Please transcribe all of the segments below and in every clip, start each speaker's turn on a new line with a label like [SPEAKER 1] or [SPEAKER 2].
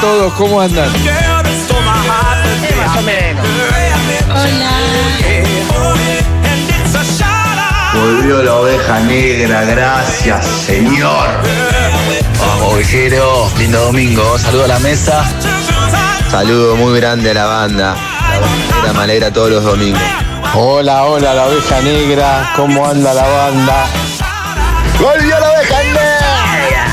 [SPEAKER 1] todos? ¿Cómo andan?
[SPEAKER 2] Sí, más o menos.
[SPEAKER 3] Volvió la oveja negra, gracias, señor.
[SPEAKER 4] Ovejero, lindo domingo, saludo a la mesa.
[SPEAKER 3] Saludo muy grande a la banda. La oveja negra me alegra todos los domingos.
[SPEAKER 5] Hola, hola, la oveja negra, ¿cómo anda la banda?
[SPEAKER 3] ¡Volvió la oveja negra!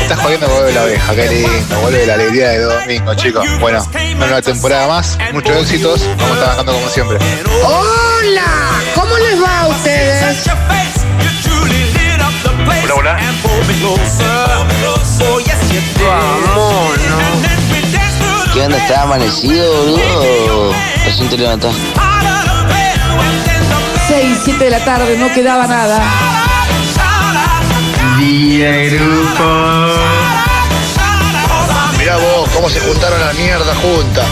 [SPEAKER 4] Estás jodiendo con la oveja, qué lindo. Vuelve la alegría de domingo, chicos. Bueno, una nueva temporada más, muchos éxitos. Vamos trabajando como siempre.
[SPEAKER 6] ¡Hola! ¿Cómo les va a ustedes?
[SPEAKER 2] Hola, hola.
[SPEAKER 6] Oh, Vamos,
[SPEAKER 7] ¿Qué onda? ¿Estás amanecido, boludo? Recién te levantás.
[SPEAKER 6] 6, 7 de la tarde, no quedaba nada.
[SPEAKER 3] Día grupo.
[SPEAKER 4] Mirá vos, cómo se juntaron la mierda juntas.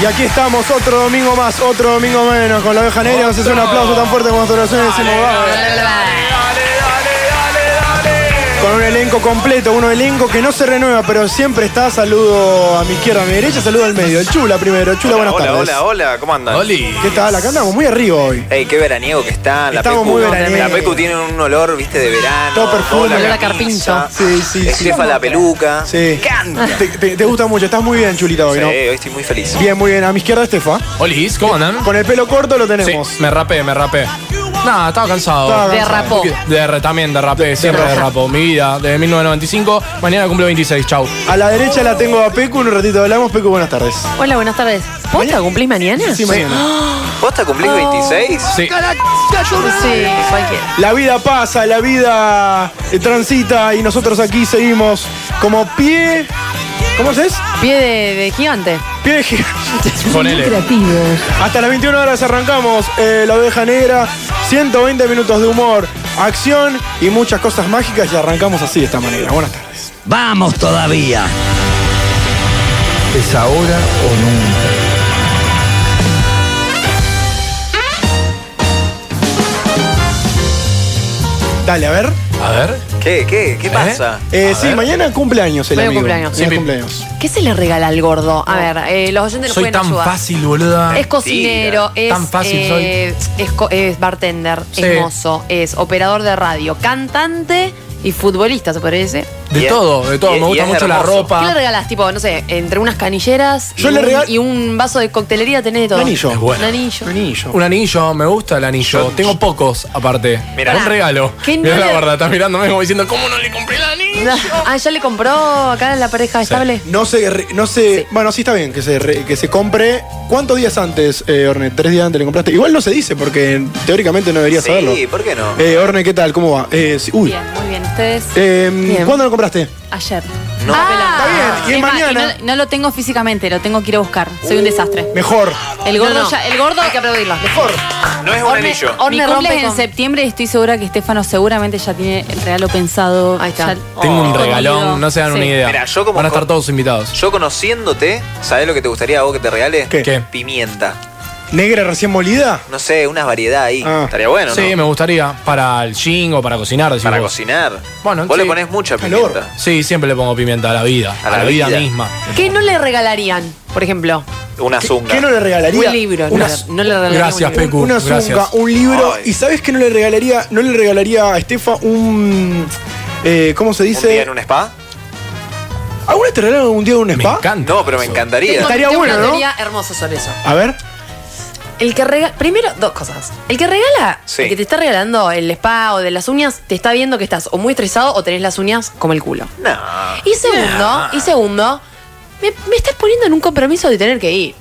[SPEAKER 8] Y aquí estamos, otro domingo más, otro domingo menos, con la oveja negra. Nos hace un aplauso tan fuerte como oración decimos vamos. Con un elenco completo, un elenco que no se renueva, pero siempre está. Saludo a mi izquierda, a mi derecha, saludo al medio. El Chula primero. Chula, buenas
[SPEAKER 9] hola,
[SPEAKER 8] tardes.
[SPEAKER 9] hola, hola, ¿cómo andan?
[SPEAKER 10] Oli.
[SPEAKER 8] ¿Qué tal? Acá andamos muy arriba hoy.
[SPEAKER 9] Ey, qué veraniego que está la
[SPEAKER 8] Estamos
[SPEAKER 9] PQ.
[SPEAKER 8] muy veraniego.
[SPEAKER 9] La PQ tiene un olor, viste, de verano.
[SPEAKER 8] Todo perfume.
[SPEAKER 9] toda
[SPEAKER 8] Olor
[SPEAKER 2] a
[SPEAKER 9] camisa.
[SPEAKER 8] Sí, sí, sí.
[SPEAKER 9] Estefa la peluca.
[SPEAKER 8] Sí.
[SPEAKER 9] Canta.
[SPEAKER 8] Te, te- te gusta mucho, estás muy bien, Chulita, hoy,
[SPEAKER 9] Sí,
[SPEAKER 8] ¿no?
[SPEAKER 9] hoy estoy muy feliz.
[SPEAKER 8] Bien, muy bien. A mi izquierda, Estefa.
[SPEAKER 10] Olis, ¿cómo andan?
[SPEAKER 8] Con el pelo corto lo
[SPEAKER 10] Sí,
[SPEAKER 8] tenemos.
[SPEAKER 10] me rapé, me rapé. Nada, estaba cansado.
[SPEAKER 8] Estaba cansado.
[SPEAKER 2] Derrapó.
[SPEAKER 10] Derre- también derrapé, siempre derrapo. Mi vida, desde 1995, mañana cumple 26, chau.
[SPEAKER 8] A la derecha la tengo a Pecu, en un ratito hablamos. Pecu, buenas tardes.
[SPEAKER 2] Hola, buenas tardes. ¿Posta cumplís mañana?
[SPEAKER 8] Sí, mañana.
[SPEAKER 9] ¿Vos te
[SPEAKER 8] Oh.
[SPEAKER 9] cumplís 26?
[SPEAKER 10] Sí.
[SPEAKER 2] Sí, cualquiera.
[SPEAKER 8] La vida pasa, la vida eh, transita y nosotros aquí seguimos como pie. ¿Cómo se es?
[SPEAKER 2] Pie de, de gigante.
[SPEAKER 8] Pie de gi-
[SPEAKER 10] Ponele.
[SPEAKER 6] Creativos.
[SPEAKER 8] Hasta las 21 horas arrancamos eh, La Oveja Negra. 120 minutos de humor, acción y muchas cosas mágicas. Y arrancamos así de esta manera. Buenas tardes.
[SPEAKER 7] ¡Vamos todavía!
[SPEAKER 1] ¿Es ahora o nunca?
[SPEAKER 8] Dale, a ver.
[SPEAKER 10] A ver.
[SPEAKER 9] ¿Qué, qué, qué pasa?
[SPEAKER 8] Eh,
[SPEAKER 10] A
[SPEAKER 8] sí,
[SPEAKER 10] ver.
[SPEAKER 8] mañana cumpleaños el
[SPEAKER 2] Mañana
[SPEAKER 8] amigo.
[SPEAKER 2] cumpleaños.
[SPEAKER 8] Mañana
[SPEAKER 10] Sí,
[SPEAKER 8] cumpleaños.
[SPEAKER 2] ¿Qué se le regala al gordo? A ver, eh, los oyentes nos
[SPEAKER 10] Oh. Soy
[SPEAKER 2] pueden
[SPEAKER 10] tan
[SPEAKER 2] ayudar.
[SPEAKER 10] fácil, boluda.
[SPEAKER 2] Es cocinero, es,
[SPEAKER 10] Tan fácil
[SPEAKER 2] eh, es, co- es bartender,
[SPEAKER 10] Sí.
[SPEAKER 2] es mozo, es operador de radio, cantante y futbolista, ¿se podría decir?
[SPEAKER 10] De
[SPEAKER 9] Y es-
[SPEAKER 10] todo, de todo.
[SPEAKER 9] y-
[SPEAKER 10] Me
[SPEAKER 9] y
[SPEAKER 10] gusta
[SPEAKER 9] es
[SPEAKER 10] mucho la
[SPEAKER 9] hermoso.
[SPEAKER 2] ¿Qué le
[SPEAKER 10] ropa.
[SPEAKER 2] regalás? Tipo, no sé, entre unas canilleras
[SPEAKER 8] Yo
[SPEAKER 2] y,
[SPEAKER 8] le
[SPEAKER 2] un,
[SPEAKER 8] regal-
[SPEAKER 2] y un vaso de coctelería tenés de todo.
[SPEAKER 8] Un anillo.
[SPEAKER 10] Es bueno.
[SPEAKER 2] Un anillo.
[SPEAKER 8] Anillo.
[SPEAKER 10] Un anillo, me gusta el anillo.
[SPEAKER 9] Yo-
[SPEAKER 10] Tengo pocos, aparte.
[SPEAKER 9] Mirá.
[SPEAKER 10] un regalo.
[SPEAKER 2] ¿Qué
[SPEAKER 10] Mirá
[SPEAKER 2] no
[SPEAKER 10] la
[SPEAKER 2] le-
[SPEAKER 10] guarda, está mirándome como diciendo, ¿cómo no le compré el anillo?
[SPEAKER 2] Ah, ya le compró acá la pareja estable.
[SPEAKER 8] No se, re- no se,
[SPEAKER 2] Sí.
[SPEAKER 8] bueno, sí está bien que se, re- que se compre. ¿Cuántos días antes, eh, Orne? ¿Tres días antes le compraste? Igual no se dice porque teóricamente no debería saberlo.
[SPEAKER 9] Sí, ¿por qué no?
[SPEAKER 8] Eh, Orne, ¿qué tal? ¿Cómo va? Eh, sí- uy.
[SPEAKER 2] Bien, muy bien. Ustedes
[SPEAKER 8] Eh,
[SPEAKER 2] Bien.
[SPEAKER 8] ¿Cuándo lo compraste?
[SPEAKER 11] Ayer.
[SPEAKER 9] No.
[SPEAKER 11] Ah,
[SPEAKER 8] Está bien, y es
[SPEAKER 11] más,
[SPEAKER 8] mañana.
[SPEAKER 11] no, no lo tengo físicamente, lo tengo que ir a buscar. Soy un
[SPEAKER 2] Uh,
[SPEAKER 11] desastre.
[SPEAKER 8] Mejor.
[SPEAKER 11] El gordo
[SPEAKER 2] No, no.
[SPEAKER 11] ya, el gordo
[SPEAKER 2] hay que aplaudirlo.
[SPEAKER 8] Mejor.
[SPEAKER 9] No es un anillo.
[SPEAKER 11] Mi
[SPEAKER 2] Orne
[SPEAKER 11] cumple
[SPEAKER 2] rompe
[SPEAKER 11] es en
[SPEAKER 2] con-
[SPEAKER 11] septiembre y estoy segura que Estefano seguramente ya tiene el regalo pensado.
[SPEAKER 2] Ahí está.
[SPEAKER 11] Ya-
[SPEAKER 10] Tengo un
[SPEAKER 9] Oh.
[SPEAKER 10] regalón, no se dan
[SPEAKER 11] Sí.
[SPEAKER 10] una idea.
[SPEAKER 9] Mirá, yo como
[SPEAKER 10] Van a estar
[SPEAKER 9] co-
[SPEAKER 10] todos invitados.
[SPEAKER 9] Yo conociéndote, ¿sabés lo que te gustaría a vos que te regale?
[SPEAKER 8] ¿Qué?
[SPEAKER 10] ¿Qué?
[SPEAKER 9] Pimienta.
[SPEAKER 8] ¿Negra recién molida?
[SPEAKER 9] No sé, una variedad ahí.
[SPEAKER 8] Ah.
[SPEAKER 9] Estaría bueno,
[SPEAKER 10] sí,
[SPEAKER 9] ¿no?
[SPEAKER 10] me gustaría. Para el ching o para cocinar, decís
[SPEAKER 9] Para
[SPEAKER 10] vos.
[SPEAKER 9] cocinar.
[SPEAKER 10] Bueno,
[SPEAKER 9] Vos le
[SPEAKER 10] sí.
[SPEAKER 9] ponés mucha
[SPEAKER 8] Calor.
[SPEAKER 9] pimienta.
[SPEAKER 10] Sí, siempre le pongo pimienta a la vida. A, la, vida, misma.
[SPEAKER 2] ¿Qué no le regalarían, por ejemplo?
[SPEAKER 9] Una zunga.
[SPEAKER 8] ¿Qué no le regalaría?
[SPEAKER 2] Un libro.
[SPEAKER 8] Una,
[SPEAKER 2] no, le- no le regalarían
[SPEAKER 10] Gracias,
[SPEAKER 2] un libro.
[SPEAKER 10] Pecu.
[SPEAKER 8] una
[SPEAKER 10] gracias.
[SPEAKER 8] zunga, un libro.
[SPEAKER 9] Ay.
[SPEAKER 8] ¿Y sabes qué no le regalaría? No le regalaría a Estefa un. eh, ¿Cómo se
[SPEAKER 9] ¿Un día
[SPEAKER 8] dice?
[SPEAKER 9] en un spa?
[SPEAKER 8] ¿Alguna vez te regalaron un día en un
[SPEAKER 10] Me
[SPEAKER 8] spa?
[SPEAKER 10] encanta.
[SPEAKER 9] No, pero me encantaría.
[SPEAKER 2] Tengo-
[SPEAKER 8] Estaría
[SPEAKER 2] tengo
[SPEAKER 8] bueno,
[SPEAKER 2] una
[SPEAKER 8] ¿no?
[SPEAKER 2] teoría hermosa sobre eso.
[SPEAKER 8] A ver.
[SPEAKER 2] El que regala. Primero, dos cosas. El que regala,
[SPEAKER 9] Sí.
[SPEAKER 2] el que te está regalando el spa o de las uñas, te está viendo que estás o muy estresado o tenés las uñas como el culo.
[SPEAKER 9] No.
[SPEAKER 2] Y segundo, y segundo, me, me estás poniendo en un compromiso de tener que ir.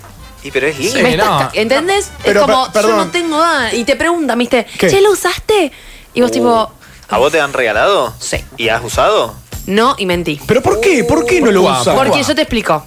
[SPEAKER 9] Y pero es lindo.
[SPEAKER 10] Sí,
[SPEAKER 2] Me estás
[SPEAKER 10] no.
[SPEAKER 2] ca- ¿Entendés?
[SPEAKER 8] Pero,
[SPEAKER 2] es como,
[SPEAKER 8] per- perdón.
[SPEAKER 2] yo no tengo nada. Y te preguntan, ¿viste?
[SPEAKER 8] ¿Qué? Oh.
[SPEAKER 2] ¿Ya lo usaste? Y vos, tipo,
[SPEAKER 9] ¿A vos te han regalado?
[SPEAKER 2] Sí.
[SPEAKER 9] ¿Y has usado?
[SPEAKER 2] no, y mentí.
[SPEAKER 8] ¿Pero por qué? ¿Por qué no lo
[SPEAKER 10] Guau,
[SPEAKER 8] usa?
[SPEAKER 10] por-
[SPEAKER 2] Porque yo te explico.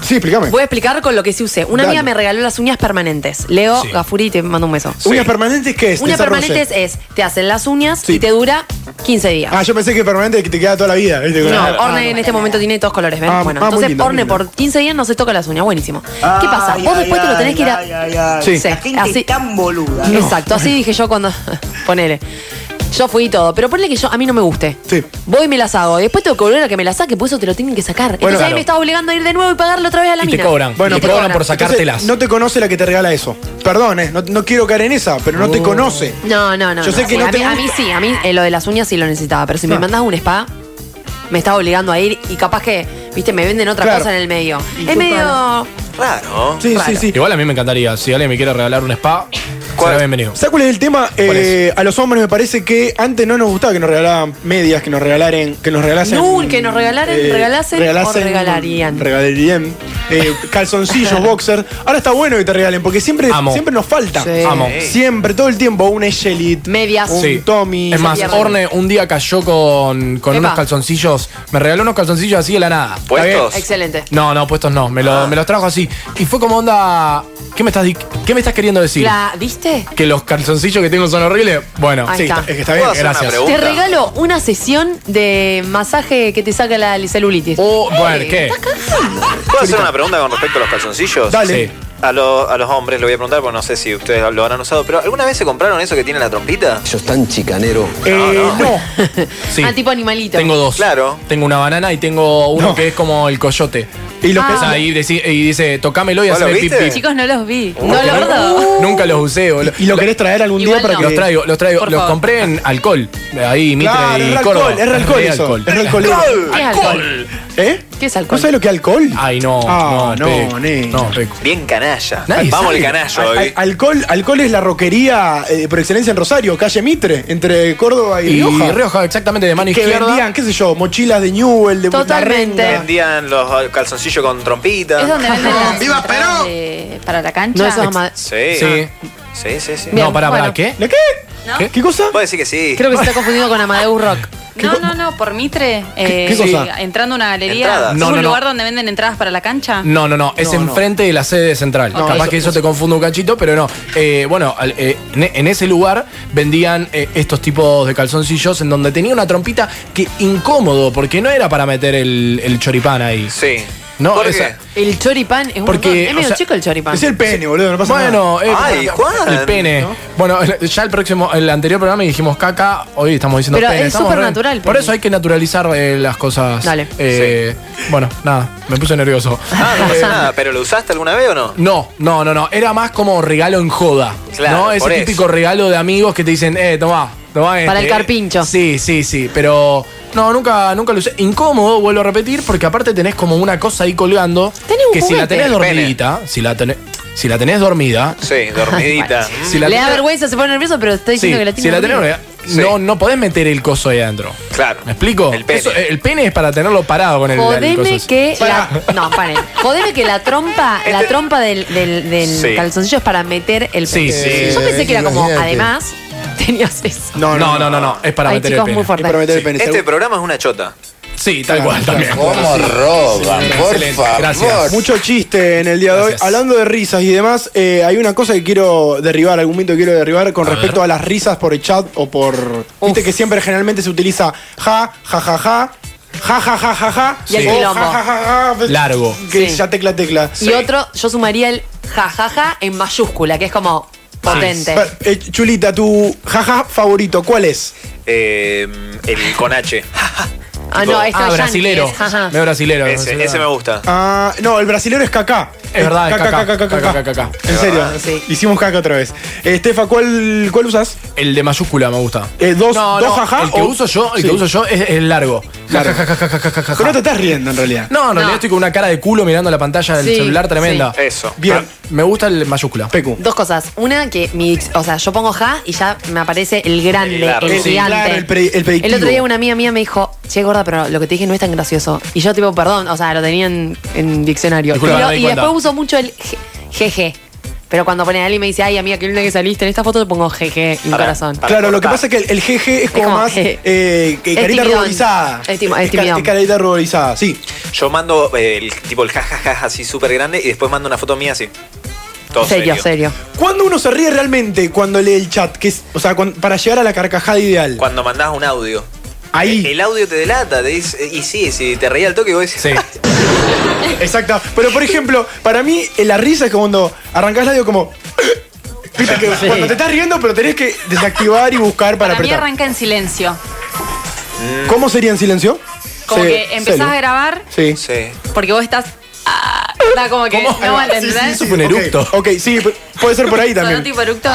[SPEAKER 8] Sí, explícame.
[SPEAKER 2] Voy a explicar con lo que sí usé. Una
[SPEAKER 8] Dale.
[SPEAKER 2] amiga me regaló las uñas permanentes. Leo
[SPEAKER 10] Sí.
[SPEAKER 2] Gafuri, te mando un beso.
[SPEAKER 8] ¿Uñas permanentes qué es?
[SPEAKER 2] Uñas
[SPEAKER 8] Desarrolle.
[SPEAKER 2] permanentes es, te hacen las uñas
[SPEAKER 8] este, Sí.
[SPEAKER 2] y te dura 15 días.
[SPEAKER 8] Ah, yo pensé que permanente que te queda toda la vida. ¿viste?
[SPEAKER 2] No,
[SPEAKER 8] Con la-
[SPEAKER 2] Orne en este momento tiene dos colores, ¿ven?
[SPEAKER 8] Ah,
[SPEAKER 2] bueno,
[SPEAKER 8] ah, muy
[SPEAKER 2] entonces
[SPEAKER 8] lindo, muy
[SPEAKER 2] Orne
[SPEAKER 8] lindo.
[SPEAKER 2] por 15 días no se toca las uñas, buenísimo. ¿Qué
[SPEAKER 7] Ah,
[SPEAKER 12] Ay,
[SPEAKER 2] pasa? Vos
[SPEAKER 12] ay,
[SPEAKER 2] después te lo tenés que ir a.
[SPEAKER 12] ay, ay, ay.
[SPEAKER 2] Sí.
[SPEAKER 12] La gente
[SPEAKER 2] así-
[SPEAKER 12] es tan boluda.
[SPEAKER 2] Exacto, así dije yo cuando. ponele. Yo fui y todo, pero ponle que yo a mí no me guste.
[SPEAKER 8] Sí.
[SPEAKER 2] Voy y me las hago. y Después tengo que volver a que me las saque, por eso te lo tienen que sacar. Entonces ahí
[SPEAKER 8] claro.
[SPEAKER 2] me está obligando a ir de nuevo y pagarlo otra vez a la mina.
[SPEAKER 8] Bueno,
[SPEAKER 2] Y te
[SPEAKER 8] pero-
[SPEAKER 2] cobran.
[SPEAKER 8] entonces, no te conoce la que te regala eso. Perdón, eh, no, no quiero caer en esa, pero no
[SPEAKER 10] Oh.
[SPEAKER 8] te conoce.
[SPEAKER 2] No, no, no.
[SPEAKER 8] Yo sé
[SPEAKER 2] no,
[SPEAKER 8] que
[SPEAKER 2] sí,
[SPEAKER 8] no
[SPEAKER 2] a,
[SPEAKER 8] te
[SPEAKER 2] mí, a mí sí, a mí eh, lo de las uñas sí lo necesitaba, pero si me
[SPEAKER 8] Ah.
[SPEAKER 2] mandas un spa, me estás obligando a ir y capaz que, viste, me venden otra
[SPEAKER 10] Claro.
[SPEAKER 2] cosa en el medio.
[SPEAKER 10] Y
[SPEAKER 2] es
[SPEAKER 10] total.
[SPEAKER 2] medio.
[SPEAKER 10] Claro.
[SPEAKER 8] Sí, sí, sí.
[SPEAKER 10] Igual a mí me encantaría. Si alguien me quiere regalar un spa, será bienvenido.
[SPEAKER 8] ¿Sabes cuál es el tema? Eh, a los hombres me parece que antes no nos gustaba que nos regalaran medias, que nos regalaren, que nos regalasen. eh,
[SPEAKER 2] No, que nos regalaran, regalasen o regalarían.
[SPEAKER 8] Regalarían. eh, calzoncillos, boxer. Ahora está bueno que te regalen, porque siempre,
[SPEAKER 10] Amo.
[SPEAKER 8] siempre nos falta.
[SPEAKER 10] Sí. Amo.
[SPEAKER 8] Siempre, todo el tiempo, un Echelit.
[SPEAKER 2] Medias.
[SPEAKER 8] Un
[SPEAKER 10] Sí.
[SPEAKER 8] Tommy.
[SPEAKER 10] Es más, Orne un día cayó con, con
[SPEAKER 2] Epa.
[SPEAKER 10] unos calzoncillos. Me regaló unos calzoncillos así de la nada. ¿Está bien?
[SPEAKER 2] Excelente.
[SPEAKER 10] No, no, puestos no. Me, lo- me los trajo así. Y fue como onda. ¿Qué me estás, di- qué me estás queriendo decir?
[SPEAKER 2] La, ¿Viste?
[SPEAKER 10] ¿Que los calzoncillos que tengo son horribles? Bueno,
[SPEAKER 2] Ahí
[SPEAKER 10] sí,
[SPEAKER 2] está.
[SPEAKER 10] es que está bien.
[SPEAKER 2] ¿Puedo hacer una
[SPEAKER 10] Gracias.
[SPEAKER 2] Te regalo una sesión de masaje que te saca la celulitis.
[SPEAKER 10] Oh, bueno, ¿qué?
[SPEAKER 9] ¿Puedo hacer una pregunta con respecto a los calzoncillos?
[SPEAKER 10] Dale. Sí.
[SPEAKER 9] A, lo- a los hombres le voy a preguntar, porque no sé si ustedes lo han usado, pero ¿alguna vez se compraron eso que tiene la trompita?
[SPEAKER 3] Ellos tan chicanero.
[SPEAKER 10] Eh,
[SPEAKER 9] no.
[SPEAKER 10] Sí.
[SPEAKER 2] Ah, tipo animalito.
[SPEAKER 10] Tengo dos. Claro. Tengo una banana y tengo uno que es como el coyote.
[SPEAKER 8] Y
[SPEAKER 2] lo que-
[SPEAKER 10] ahí deci- y dice, tocámelo y
[SPEAKER 9] ¿Vos lo
[SPEAKER 10] hacer
[SPEAKER 9] viste?
[SPEAKER 10] pip pip.
[SPEAKER 11] Chicos, no los vi.
[SPEAKER 2] No Uh. lo
[SPEAKER 10] Nunca- Nunca los usé. boludo.
[SPEAKER 8] ¿Y lo querés traer algún día
[SPEAKER 11] Igual
[SPEAKER 8] para
[SPEAKER 11] no.
[SPEAKER 8] que
[SPEAKER 10] Los traigo, los traigo.
[SPEAKER 8] Por
[SPEAKER 10] Los
[SPEAKER 8] favor.
[SPEAKER 10] compré en alcohol. Ahí, Mitre
[SPEAKER 8] Claro,
[SPEAKER 10] y
[SPEAKER 8] es re
[SPEAKER 10] Córdoba.
[SPEAKER 8] alcohol, es re alcohol
[SPEAKER 10] Re
[SPEAKER 8] eso.
[SPEAKER 10] alcohol.
[SPEAKER 8] Es re alcohol.
[SPEAKER 2] ¿Qué es alcohol?
[SPEAKER 8] ¿Eh?
[SPEAKER 2] ¿Qué es
[SPEAKER 8] ¿No
[SPEAKER 2] alcohol?
[SPEAKER 8] sabes lo que es alcohol?
[SPEAKER 10] Ay, no.
[SPEAKER 8] Ah, no,
[SPEAKER 10] no, Peco.
[SPEAKER 8] nene.
[SPEAKER 10] No, Peco.
[SPEAKER 9] Bien canalla.
[SPEAKER 8] Nadie
[SPEAKER 9] Vamos
[SPEAKER 8] sabe.
[SPEAKER 9] el canallo
[SPEAKER 8] Al-
[SPEAKER 9] hoy.
[SPEAKER 8] al- alcohol, alcohol es la roquería eh, por excelencia en Rosario, calle Mitre, entre Córdoba y,
[SPEAKER 10] Y
[SPEAKER 8] Rioja.
[SPEAKER 10] Rioja, exactamente, de mano
[SPEAKER 8] que
[SPEAKER 10] izquierda.
[SPEAKER 8] vendían, qué sé yo, mochilas de Newell, de
[SPEAKER 11] Totalmente.
[SPEAKER 8] La Renga.
[SPEAKER 9] Vendían los calzoncillos con trompita.
[SPEAKER 11] Es donde venden las
[SPEAKER 9] ¡Viva
[SPEAKER 11] entradas
[SPEAKER 9] Perón!
[SPEAKER 11] de- eh, para la cancha.
[SPEAKER 2] No, eso es más-
[SPEAKER 9] Sí.
[SPEAKER 10] Sí.
[SPEAKER 9] Sí, sí, sí.
[SPEAKER 10] No, pará, pará, ¿qué?
[SPEAKER 8] ¿La qué?
[SPEAKER 11] ¿Qué?
[SPEAKER 8] cosa?
[SPEAKER 9] Puedo decir que sí.
[SPEAKER 2] Creo que se está confundido con Amadeus Rock.
[SPEAKER 11] No, no, no, por Mitre, eh,
[SPEAKER 10] qué cosa?
[SPEAKER 11] entrando a una galería,
[SPEAKER 10] Entradas.
[SPEAKER 11] ¿es
[SPEAKER 10] No,
[SPEAKER 11] un
[SPEAKER 10] no, no.
[SPEAKER 11] lugar donde venden entradas para la cancha?
[SPEAKER 10] No, no, no, es
[SPEAKER 11] No, no.
[SPEAKER 10] enfrente de la sede central.
[SPEAKER 11] No,
[SPEAKER 10] Capaz
[SPEAKER 11] eso-
[SPEAKER 10] que eso, te confunde un cachito, pero no. Eh, bueno, al- eh, en, en ese lugar vendían eh, estos tipos de calzoncillos en donde tenía una trompita que incómodo, porque no era para meter el, el choripán ahí.
[SPEAKER 9] Sí.
[SPEAKER 10] No,
[SPEAKER 9] ¿Por
[SPEAKER 10] esa-
[SPEAKER 9] qué?
[SPEAKER 2] El choripán es un
[SPEAKER 10] Porque,
[SPEAKER 2] montón. Es
[SPEAKER 10] o
[SPEAKER 2] medio
[SPEAKER 10] sea,
[SPEAKER 2] chico el choripán.
[SPEAKER 8] Es el pene, boludo, no pasa
[SPEAKER 10] Bueno,
[SPEAKER 8] nada.
[SPEAKER 10] eh,
[SPEAKER 9] Ay, Juan.
[SPEAKER 10] el pene. Bueno, el- ya el próximo, el anterior programa dijimos caca, hoy estamos diciendo
[SPEAKER 2] Pero
[SPEAKER 10] pene.
[SPEAKER 2] es
[SPEAKER 10] estamos
[SPEAKER 2] súper
[SPEAKER 10] re-
[SPEAKER 2] natural,
[SPEAKER 10] Por
[SPEAKER 2] pene.
[SPEAKER 10] eso hay que naturalizar eh, las cosas.
[SPEAKER 2] Dale.
[SPEAKER 10] Eh, Bueno, nada, me puse nervioso.
[SPEAKER 9] Ah, no pasa nada. ¿Pero lo usaste alguna vez o no?
[SPEAKER 10] No, no, no, no. Era más como regalo en joda.
[SPEAKER 9] Claro,
[SPEAKER 10] ¿no? Ese
[SPEAKER 9] por eso.
[SPEAKER 10] típico regalo de amigos que te dicen, eh, tomá, tomá
[SPEAKER 2] Para
[SPEAKER 10] este.
[SPEAKER 2] el carpincho.
[SPEAKER 10] Sí, sí, sí. Pero no, nunca, nunca lo usé. Incómodo, vuelvo a repetir, porque aparte tenés como una cosa ahí colgando.
[SPEAKER 2] Tenés un
[SPEAKER 10] que si la
[SPEAKER 2] juguete.
[SPEAKER 10] tenés
[SPEAKER 2] El pene.
[SPEAKER 10] dormidita, si la tenés, si la tenés dormida.
[SPEAKER 9] Sí, dormidita.
[SPEAKER 10] si la
[SPEAKER 2] Le da
[SPEAKER 10] tenés-
[SPEAKER 2] vergüenza, se pone nervioso, pero está diciendo
[SPEAKER 10] Sí,
[SPEAKER 2] que la tiene.
[SPEAKER 10] si la tenés
[SPEAKER 2] dormida.
[SPEAKER 10] dormida, no, no podés meter el coso ahí adentro.
[SPEAKER 9] Claro.
[SPEAKER 10] ¿Me explico? El
[SPEAKER 9] pene.
[SPEAKER 10] el pene es para tenerlo parado con el, el coso
[SPEAKER 2] Jodeme
[SPEAKER 10] ese.
[SPEAKER 2] que la, no, paren. Jodeme que la trompa, la trompa del, del- del
[SPEAKER 10] Este- Sí.
[SPEAKER 2] calzoncillo es para meter el
[SPEAKER 10] Sí,
[SPEAKER 2] pene.
[SPEAKER 10] sí.
[SPEAKER 2] Yo pensé que era como,
[SPEAKER 10] Imagínate.
[SPEAKER 2] además, tenías eso.
[SPEAKER 10] No, no, no, no, es para
[SPEAKER 2] Hay
[SPEAKER 10] meter
[SPEAKER 2] chicos
[SPEAKER 10] el pene.
[SPEAKER 2] muy fuertes. Es para meter el pene,
[SPEAKER 9] Este
[SPEAKER 2] seguro.
[SPEAKER 9] programa es una chota.
[SPEAKER 10] Sí, tal cual también.
[SPEAKER 8] ¿Cómo
[SPEAKER 10] roban? Por favor. Gracias.
[SPEAKER 8] Mucho chiste en el día de hoy. Hablando de risas y demás, eh, hay una cosa que quiero derribar, algún mito que quiero derribar con respecto a las risas por el chat o por. Viste que siempre generalmente se utiliza ja, ja, ja, ja. Ja, ja, ja, ja, ja.
[SPEAKER 2] Y el
[SPEAKER 8] o
[SPEAKER 2] quilombo.
[SPEAKER 8] ja, ja, ja, ja,
[SPEAKER 10] Largo.
[SPEAKER 8] Que
[SPEAKER 2] Sí.
[SPEAKER 8] ya tecla, tecla.
[SPEAKER 2] Y otro, yo sumaría el jajaja en mayúscula, que es como potente.
[SPEAKER 8] Ver, eh, Chulita, tu jaja favorito, ¿cuál es?
[SPEAKER 9] Eh,
[SPEAKER 13] Em,
[SPEAKER 9] el con H.
[SPEAKER 2] Ah, no, esto
[SPEAKER 10] Ah,
[SPEAKER 2] es
[SPEAKER 10] brasilero.
[SPEAKER 2] yanqui, es jaja.
[SPEAKER 10] Medio brasilero.
[SPEAKER 9] Ese, ese me gusta.
[SPEAKER 8] Ah, no, el brasilero es Kaká.
[SPEAKER 10] Es verdad, es Kaká,
[SPEAKER 8] Kaká, Kaká,
[SPEAKER 10] Kaká,
[SPEAKER 8] Kaká.
[SPEAKER 10] Kaká.
[SPEAKER 8] En
[SPEAKER 10] Es
[SPEAKER 8] serio,
[SPEAKER 10] verdad. Sí.
[SPEAKER 8] hicimos caca otra vez. Eh, Estefa, ¿cuál, cuál usas?
[SPEAKER 10] El de mayúscula me gusta.
[SPEAKER 8] Eh, dos,
[SPEAKER 10] No,
[SPEAKER 8] dos
[SPEAKER 10] no,
[SPEAKER 8] jajá
[SPEAKER 10] el que
[SPEAKER 8] o-
[SPEAKER 10] uso yo, el
[SPEAKER 8] Sí.
[SPEAKER 10] que uso yo es el largo. Ja,
[SPEAKER 8] Largo.
[SPEAKER 10] ja, ja, ja, ja, ja, ja, ja.
[SPEAKER 8] Pero no te estás riendo en realidad.
[SPEAKER 10] No, en realidad estoy con una cara de culo mirando la pantalla del
[SPEAKER 2] Sí,
[SPEAKER 10] celular tremenda.
[SPEAKER 2] sí.
[SPEAKER 8] Ah,
[SPEAKER 9] Eso.
[SPEAKER 10] Bien. Me gusta el mayúscula.
[SPEAKER 8] Pecu.
[SPEAKER 2] Dos cosas. Una, que mi, o sea, yo pongo ja y ya me aparece el grande,
[SPEAKER 10] El
[SPEAKER 2] el,
[SPEAKER 10] largo. Sí,
[SPEAKER 2] gigante.
[SPEAKER 10] claro, el pre- el
[SPEAKER 2] el
[SPEAKER 10] predictivo.
[SPEAKER 2] otro día una amiga mía me dijo, che, gorda, pero lo que te dije no es tan gracioso. Y yo, tipo, perdón, o sea, lo tenía en, en diccionario.
[SPEAKER 10] Disculpa,
[SPEAKER 2] Pero-
[SPEAKER 10] no me di
[SPEAKER 2] y
[SPEAKER 10] cuenta.
[SPEAKER 2] después uso mucho el je- jeje. Pero cuando pone a alguien y me dice, ay, amiga, qué linda que saliste, en esta foto te pongo jeje y un
[SPEAKER 8] Pará,
[SPEAKER 2] corazón.
[SPEAKER 10] Ah,
[SPEAKER 8] Claro, lo que pasa es que el, el jeje es como,
[SPEAKER 2] como
[SPEAKER 8] más
[SPEAKER 2] jeje.
[SPEAKER 8] eh, que
[SPEAKER 2] Es
[SPEAKER 8] carita
[SPEAKER 2] timidón.
[SPEAKER 8] ruborizada.
[SPEAKER 2] Es timo- es
[SPEAKER 8] ca-
[SPEAKER 2] timidón.
[SPEAKER 8] es carita ruborizada, sí.
[SPEAKER 13] Ah,
[SPEAKER 9] Yo mando eh, el tipo el jajaja así súper grande y después mando una foto mía así. Todo serio.
[SPEAKER 8] ¿Cuándo uno se ríe realmente cuando lee el chat? Que es, o sea, cuan- para llegar a la carcajada ideal.
[SPEAKER 9] Cuando mandás un audio.
[SPEAKER 13] Ahí. El audio te delata, te dice- y sí, si te reía al toque, vos decís. "Oh,
[SPEAKER 8] Exacto. Pero por ejemplo, para mí eh, la risa es como cuando arrancás la digo como. Viste que
[SPEAKER 11] Sí.
[SPEAKER 8] cuando te estás riendo, pero tenés que desactivar y buscar para,
[SPEAKER 11] Para mí
[SPEAKER 8] apretar.
[SPEAKER 11] arranca en silencio.
[SPEAKER 8] ¿Cómo sería en silencio?
[SPEAKER 11] Como
[SPEAKER 8] Se-
[SPEAKER 11] que empezás
[SPEAKER 8] celu.
[SPEAKER 11] a grabar
[SPEAKER 8] Sí.
[SPEAKER 11] porque vos estás. ah, da como que no
[SPEAKER 8] va,
[SPEAKER 11] entendés.
[SPEAKER 8] Ok, Ok, sí, p- puede ser por ahí
[SPEAKER 11] ¿Sonó
[SPEAKER 8] también.
[SPEAKER 11] tipo eructo?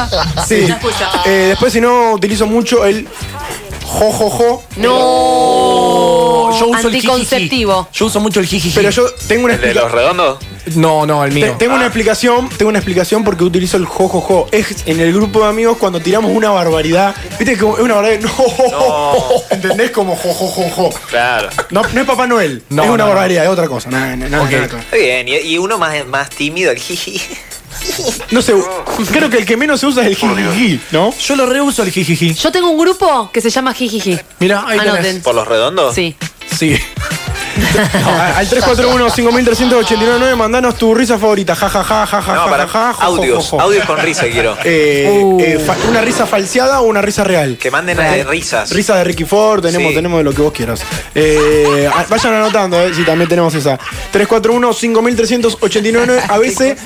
[SPEAKER 8] Sí.
[SPEAKER 11] No escucho.
[SPEAKER 8] Eh, después, si no, utilizo mucho el jojojo.
[SPEAKER 2] No.
[SPEAKER 10] Oh, Yo uso el jijiji.
[SPEAKER 2] Anticonceptivo.
[SPEAKER 10] Yo uso mucho el jijiji.
[SPEAKER 8] Pero yo tengo una
[SPEAKER 13] ¿El de los
[SPEAKER 8] explicación.
[SPEAKER 13] redondos?
[SPEAKER 10] No, no, el mío.
[SPEAKER 11] Ah.
[SPEAKER 8] Tengo una explicación, tengo una explicación porque utilizo el jojojo. Es en el grupo de amigos cuando tiramos una barbaridad. Viste que es una barbaridad. No. ¿Entendés? Como jojojojo.
[SPEAKER 13] Claro.
[SPEAKER 8] No, no es Papá Noel.
[SPEAKER 13] No,
[SPEAKER 8] es una
[SPEAKER 13] no, no.
[SPEAKER 8] barbaridad, es otra cosa. Nada, nada, nada,
[SPEAKER 13] Ok.
[SPEAKER 8] nada que ver.
[SPEAKER 13] Está bien, y, y uno más, más tímido, el jiji.
[SPEAKER 8] No sé, creo que el que menos se usa es el jijiji, ¿no?
[SPEAKER 10] Yo lo reuso el jijiji.
[SPEAKER 2] Yo tengo un grupo que se llama Jijiji.
[SPEAKER 10] Mira,
[SPEAKER 11] Ah,
[SPEAKER 2] ahí tenés. Anoten.
[SPEAKER 13] ¿Por los redondos?
[SPEAKER 2] Sí.
[SPEAKER 10] Sí.
[SPEAKER 8] Al 341-5389, mandanos tu risa favorita. Ja, ja, ja, ja, ja,
[SPEAKER 13] No,
[SPEAKER 8] ja,
[SPEAKER 13] para
[SPEAKER 8] ja, ja, jo,
[SPEAKER 13] audios,
[SPEAKER 8] jo, jo.
[SPEAKER 13] audios con risa quiero.
[SPEAKER 8] Eh, eh, fa- ¿Una risa falseada o una risa real?
[SPEAKER 13] Que manden la de risas.
[SPEAKER 8] eh, Risa de Ricky Ford, tenemos,
[SPEAKER 13] Sí.
[SPEAKER 8] tenemos de lo que vos quieras. Eh, a- vayan anotando, eh, si también tenemos esa. 341-5389. A veces,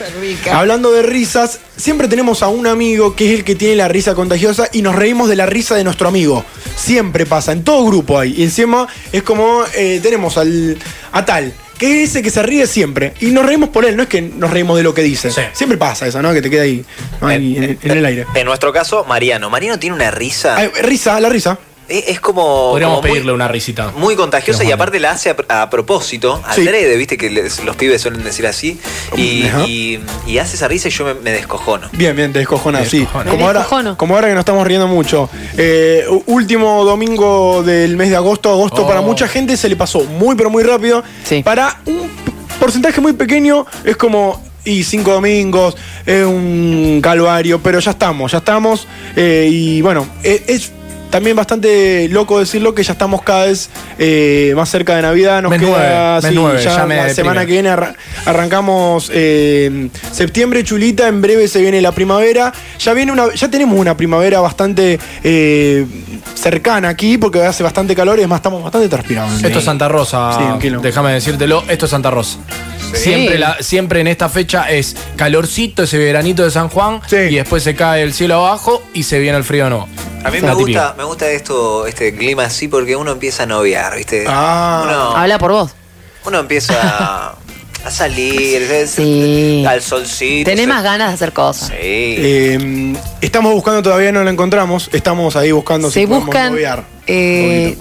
[SPEAKER 8] hablando de risas, siempre tenemos a un amigo que es el que tiene la risa contagiosa y nos reímos de la risa de nuestro amigo. Siempre pasa, en todo grupo hay. Y encima es como eh, tenemos al, a tal. Que es ese que se ríe siempre. Y nos reímos por él, no es que nos reímos de lo que dice. Siempre pasa eso, ¿no? Que te queda ahí, ¿no? Ahí en, en el aire.
[SPEAKER 13] En nuestro caso, Mariano. Mariano tiene una risa.
[SPEAKER 8] Ay, risa, la risa.
[SPEAKER 13] Es, es como.
[SPEAKER 10] Podríamos
[SPEAKER 13] como muy-
[SPEAKER 10] pedirle una risita.
[SPEAKER 13] Muy contagiosa y aparte la hace a, a propósito,
[SPEAKER 10] Sí.
[SPEAKER 13] adrede, viste que les- los pibes suelen decir así. Y,
[SPEAKER 8] Ajá.
[SPEAKER 13] y- y hace esa risa y yo me, me descojono.
[SPEAKER 8] Bien, bien, te descojonas, sí.
[SPEAKER 13] descojono.
[SPEAKER 8] Como
[SPEAKER 13] Me
[SPEAKER 8] ahora, como ahora que nos estamos riendo mucho. Eh, u- último domingo del mes de agosto. Agosto
[SPEAKER 10] Oh.
[SPEAKER 8] para mucha gente se le pasó muy, pero muy rápido. Para un p- porcentaje muy pequeño es como... Y cinco domingos, es un calvario, pero ya estamos, ya estamos. eh, y bueno, e- es también bastante loco decirlo que ya estamos cada vez eh, más cerca de Navidad. Nos
[SPEAKER 10] Mes
[SPEAKER 8] queda
[SPEAKER 10] nueve, mes
[SPEAKER 8] sí,
[SPEAKER 10] nueve,
[SPEAKER 8] ya
[SPEAKER 10] ya me
[SPEAKER 8] la
[SPEAKER 10] deprime.
[SPEAKER 8] semana que que viene arra- arrancamos eh, septiembre, chulita, en breve se viene la primavera. Ya viene una, ya tenemos una primavera bastante eh, cercana aquí, porque hace bastante calor y además estamos bastante transpirados.
[SPEAKER 10] Esto es Santa Rosa.
[SPEAKER 8] Sí, un kilo.
[SPEAKER 10] Déjame decírtelo, esto es Santa Rosa. Siempre, la- siempre en esta fecha es calorcito, ese veranito de San Juan, y después se cae el cielo abajo y se viene el frío de nuevo.
[SPEAKER 13] A mí me
[SPEAKER 10] La típica.
[SPEAKER 13] gusta, me gusta esto, este clima así porque uno empieza a noviar, ¿viste?
[SPEAKER 8] Ah.
[SPEAKER 13] Uno-
[SPEAKER 2] Habla por vos.
[SPEAKER 13] Uno empieza a, a salir, ¿sabes? al solcito.
[SPEAKER 2] Tenés más ganas de hacer cosas.
[SPEAKER 8] Eh, estamos buscando, todavía no la encontramos. Estamos ahí buscando
[SPEAKER 2] Se
[SPEAKER 8] si podemos
[SPEAKER 2] buscan
[SPEAKER 8] noviar.
[SPEAKER 2] eh,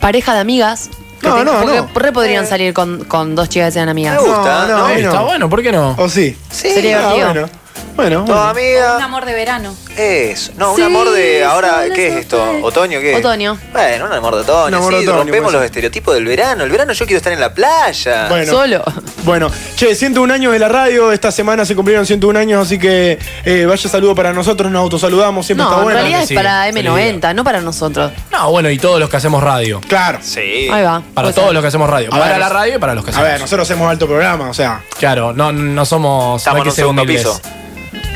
[SPEAKER 2] pareja de amigas. que
[SPEAKER 8] No,
[SPEAKER 2] te-
[SPEAKER 8] no,
[SPEAKER 2] porque
[SPEAKER 8] no.
[SPEAKER 2] re
[SPEAKER 8] Eh.
[SPEAKER 2] podrían salir con, con dos chicas que sean
[SPEAKER 8] Ah,
[SPEAKER 2] amigas.
[SPEAKER 8] No, no,
[SPEAKER 10] está
[SPEAKER 8] no.
[SPEAKER 10] bueno, ¿por qué no?
[SPEAKER 8] ¿O sí?
[SPEAKER 2] Sería
[SPEAKER 8] Ah,
[SPEAKER 2] divertido.
[SPEAKER 8] bueno. Bueno,
[SPEAKER 13] No,
[SPEAKER 8] bueno.
[SPEAKER 13] amiga.
[SPEAKER 11] Un amor de verano.
[SPEAKER 13] Eso. No,
[SPEAKER 11] Sí,
[SPEAKER 13] un amor
[SPEAKER 11] sí,
[SPEAKER 13] de. Ahora,
[SPEAKER 11] las
[SPEAKER 13] ¿qué es esto? ¿Otoño? ¿Qué?
[SPEAKER 2] Otoño.
[SPEAKER 13] Bueno, un amor de otoño.
[SPEAKER 8] Un amor
[SPEAKER 13] sí,
[SPEAKER 8] de otoño,
[SPEAKER 13] rompemos
[SPEAKER 8] puede
[SPEAKER 13] los
[SPEAKER 8] ser.
[SPEAKER 13] estereotipos del verano. El verano yo quiero estar en la playa.
[SPEAKER 8] Bueno. Bueno, che, 101 años de la radio, esta semana se cumplieron 101 años, así que eh, vaya saludo para nosotros, nos autosaludamos, siempre
[SPEAKER 2] No,
[SPEAKER 8] está
[SPEAKER 2] en
[SPEAKER 8] bueno.
[SPEAKER 2] realidad es para M90, no para nosotros.
[SPEAKER 10] No, bueno, y todos los que hacemos radio.
[SPEAKER 8] Claro.
[SPEAKER 13] Sí.
[SPEAKER 2] Ahí va.
[SPEAKER 10] Para
[SPEAKER 2] Ah, Puede
[SPEAKER 10] todos
[SPEAKER 2] ser.
[SPEAKER 10] los que hacemos radio.
[SPEAKER 8] A
[SPEAKER 10] para
[SPEAKER 8] ver,
[SPEAKER 10] la
[SPEAKER 8] nos-
[SPEAKER 10] radio y para los que
[SPEAKER 8] A
[SPEAKER 10] hacemos.
[SPEAKER 8] ver, nosotros hacemos alto programa, o sea.
[SPEAKER 10] Claro, no, no somos.
[SPEAKER 13] Estamos
[SPEAKER 10] no
[SPEAKER 13] en un segundo piso.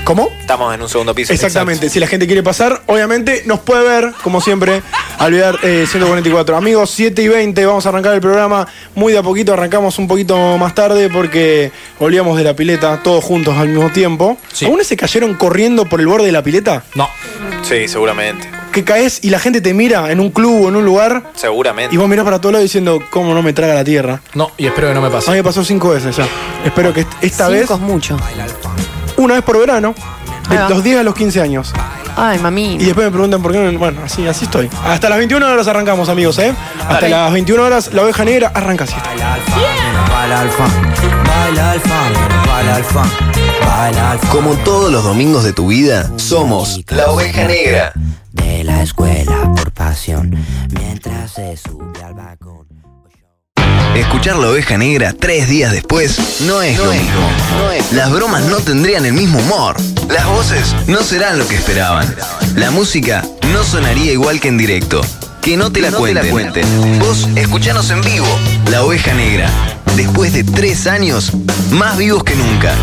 [SPEAKER 8] ¿Cómo?
[SPEAKER 13] Estamos en un segundo piso.
[SPEAKER 8] Exactamente, si la gente quiere pasar, obviamente nos puede ver, como siempre, al ver eh, 144. Amigos, 7 y 20, vamos a arrancar el programa muy de a poquito, arrancamos un poquito más tarde porque volvíamos de la pileta todos juntos al mismo tiempo. ¿Aún se cayeron corriendo por el borde de la pileta?
[SPEAKER 10] No.
[SPEAKER 13] Sí, seguramente.
[SPEAKER 8] Que caes y la gente te mira en un club o en un lugar
[SPEAKER 13] Seguramente.
[SPEAKER 8] y vos mirás para todos lados diciendo, ¿cómo no me traga la tierra?
[SPEAKER 10] No, y espero que no me pase.
[SPEAKER 8] A mí me pasó cinco veces ya. Espero que est- esta
[SPEAKER 2] Cinco
[SPEAKER 8] vez,
[SPEAKER 2] es mucho.
[SPEAKER 8] una vez por verano, de
[SPEAKER 2] Ahí va.
[SPEAKER 8] los 10 a los 15 años.
[SPEAKER 2] Ay, mami.
[SPEAKER 8] Y después me preguntan por qué no. Bueno, así, así estoy. Hasta las 21 horas arrancamos, amigos, ¿eh? Hasta
[SPEAKER 2] Dale.
[SPEAKER 8] las 21 horas, la oveja negra arranca así.
[SPEAKER 14] Baila al fan, baila al fan, baila al fan, baila al fan.
[SPEAKER 3] Como todos los domingos de tu vida, somos la oveja negra.
[SPEAKER 14] De la escuela por pasión, mientras se sube al balcón.
[SPEAKER 3] Escuchar la oveja negra tres días después no es lo mismo. Las bromas no tendrían el mismo humor. Las voces no serán lo que esperaban. La música no sonaría igual que en directo. Que no te la, cuenten. Vos escuchanos en vivo. La oveja negra. Después de tres años, más vivos que nunca.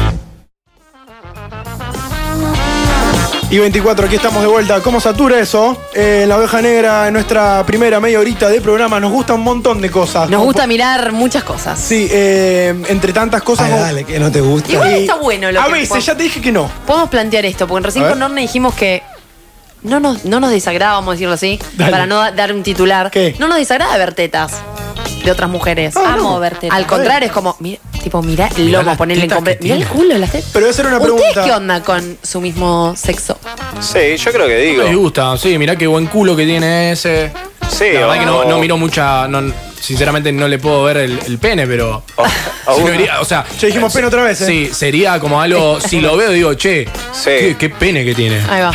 [SPEAKER 8] Y 24, aquí estamos de vuelta. ¿Cómo satura eso? Eh, en la oveja negra, en nuestra primera media horita de programa, nos gusta un montón de cosas.
[SPEAKER 2] Nos gusta mirar muchas cosas.
[SPEAKER 8] Sí, eh, entre tantas cosas. dale,
[SPEAKER 15] que no te gusta.
[SPEAKER 2] Igual está bueno lo
[SPEAKER 8] A
[SPEAKER 2] que-
[SPEAKER 8] veces, ya te dije que no.
[SPEAKER 2] Podemos plantear esto, porque recién
[SPEAKER 8] A ver.
[SPEAKER 2] con Orne dijimos que no nos, no nos desagrada, vamos a decirlo así,
[SPEAKER 8] Dale.
[SPEAKER 2] para no da- dar un titular. No nos desagrada ver tetas de otras mujeres.
[SPEAKER 16] Ah, Amo no. ver tetas.
[SPEAKER 2] Al contrario, es como, mira, tipo, mira el
[SPEAKER 16] Mirá
[SPEAKER 2] lomo,
[SPEAKER 16] las
[SPEAKER 2] ponerle en
[SPEAKER 16] tetas
[SPEAKER 2] compre-
[SPEAKER 16] que
[SPEAKER 2] Mirá el
[SPEAKER 16] tiene.
[SPEAKER 2] culo, las tetas.
[SPEAKER 8] Pero voy a hacer una pregunta.
[SPEAKER 2] ¿Ustedes qué onda con su mismo sexo?
[SPEAKER 13] Sí, yo creo que digo.
[SPEAKER 10] No les gusta, sí, mirá qué buen culo que tiene ese.
[SPEAKER 13] Sí,
[SPEAKER 10] La verdad
[SPEAKER 13] o-
[SPEAKER 10] que no, no miro mucha. no- sinceramente no le puedo ver el, el pene, pero.
[SPEAKER 13] Oh,
[SPEAKER 10] sí lo diría, o sea.
[SPEAKER 8] Ya dijimos pene otra vez, ¿eh?
[SPEAKER 10] Sí, sería como algo. Si lo veo, digo, che, qué, qué pene que tiene.
[SPEAKER 2] Ahí va.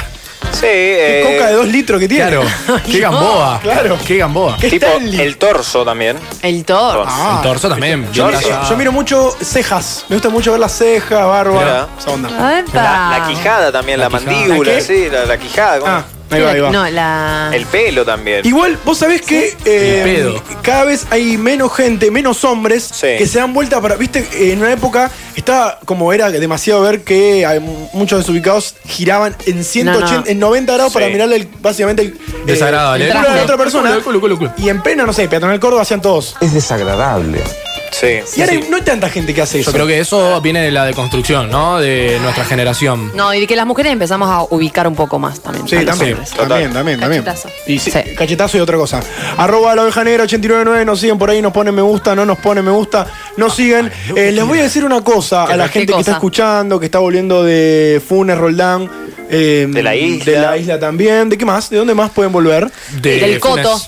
[SPEAKER 13] Sí, eh,
[SPEAKER 8] Coca de dos litros que tiene.
[SPEAKER 10] Claro, qué
[SPEAKER 8] No.
[SPEAKER 10] gamboa.
[SPEAKER 8] Claro.
[SPEAKER 10] Qué gamboa.
[SPEAKER 13] tipo, el torso también.
[SPEAKER 2] El torso.
[SPEAKER 8] Ah.
[SPEAKER 10] el torso también.
[SPEAKER 8] Yo,
[SPEAKER 10] bien
[SPEAKER 8] miro-
[SPEAKER 10] tallado.
[SPEAKER 8] yo miro mucho cejas. Me gusta mucho ver las cejas, barba.
[SPEAKER 13] Mirá.
[SPEAKER 8] Esa onda.
[SPEAKER 13] La,
[SPEAKER 2] Ah.
[SPEAKER 13] la quijada también, la, mandíbula,
[SPEAKER 8] ¿La qué?
[SPEAKER 13] sí, la, la quijada. ¿cómo?
[SPEAKER 10] Ah,
[SPEAKER 8] Ah, Ahí va, ahí va.
[SPEAKER 2] la.
[SPEAKER 13] El pelo también.
[SPEAKER 8] Igual, vos sabés que eh,
[SPEAKER 13] Ni pedo.
[SPEAKER 8] cada vez hay menos gente, menos hombres que se dan vuelta para. Viste, en una época estaba como era demasiado ver que hay mu- muchos desubicados giraban en 180,
[SPEAKER 10] No, no.
[SPEAKER 8] en 90 grados
[SPEAKER 10] Sí.
[SPEAKER 8] para mirarle el- básicamente el,
[SPEAKER 10] Desagradable,
[SPEAKER 8] eh, el
[SPEAKER 10] ¿eh?
[SPEAKER 8] culo de la otra
[SPEAKER 10] Culo,
[SPEAKER 8] persona.
[SPEAKER 10] culo, culo, culo.
[SPEAKER 8] Y en plena, no sé, peatonal Córdoba hacían todos.
[SPEAKER 10] Es desagradable. Sí.
[SPEAKER 8] Y ahora no hay tanta gente que hace eso.
[SPEAKER 10] Yo creo que eso viene de la deconstrucción, ¿no? De nuestra generación.
[SPEAKER 2] No, y de que las mujeres empezamos a ubicar un poco más también.
[SPEAKER 8] Sí,
[SPEAKER 2] a los
[SPEAKER 8] también,
[SPEAKER 2] hombres.
[SPEAKER 8] también, también, también.
[SPEAKER 2] Cachetazo.
[SPEAKER 8] Y sí, Cachetazo y otra cosa. Arroba la oveja negra 899, nos siguen por ahí, nos ponen me gusta, no nos ponen me gusta, nos siguen. Eh, les voy a decir una cosa a la
[SPEAKER 13] ¿Qué
[SPEAKER 8] gente que está
[SPEAKER 13] cosa?
[SPEAKER 8] escuchando, que está volviendo de Funes, Roldán. eh,
[SPEAKER 13] De la isla.
[SPEAKER 8] De la isla también. ¿De qué más? ¿De dónde más pueden volver?
[SPEAKER 10] De
[SPEAKER 2] Del Funes. Coto.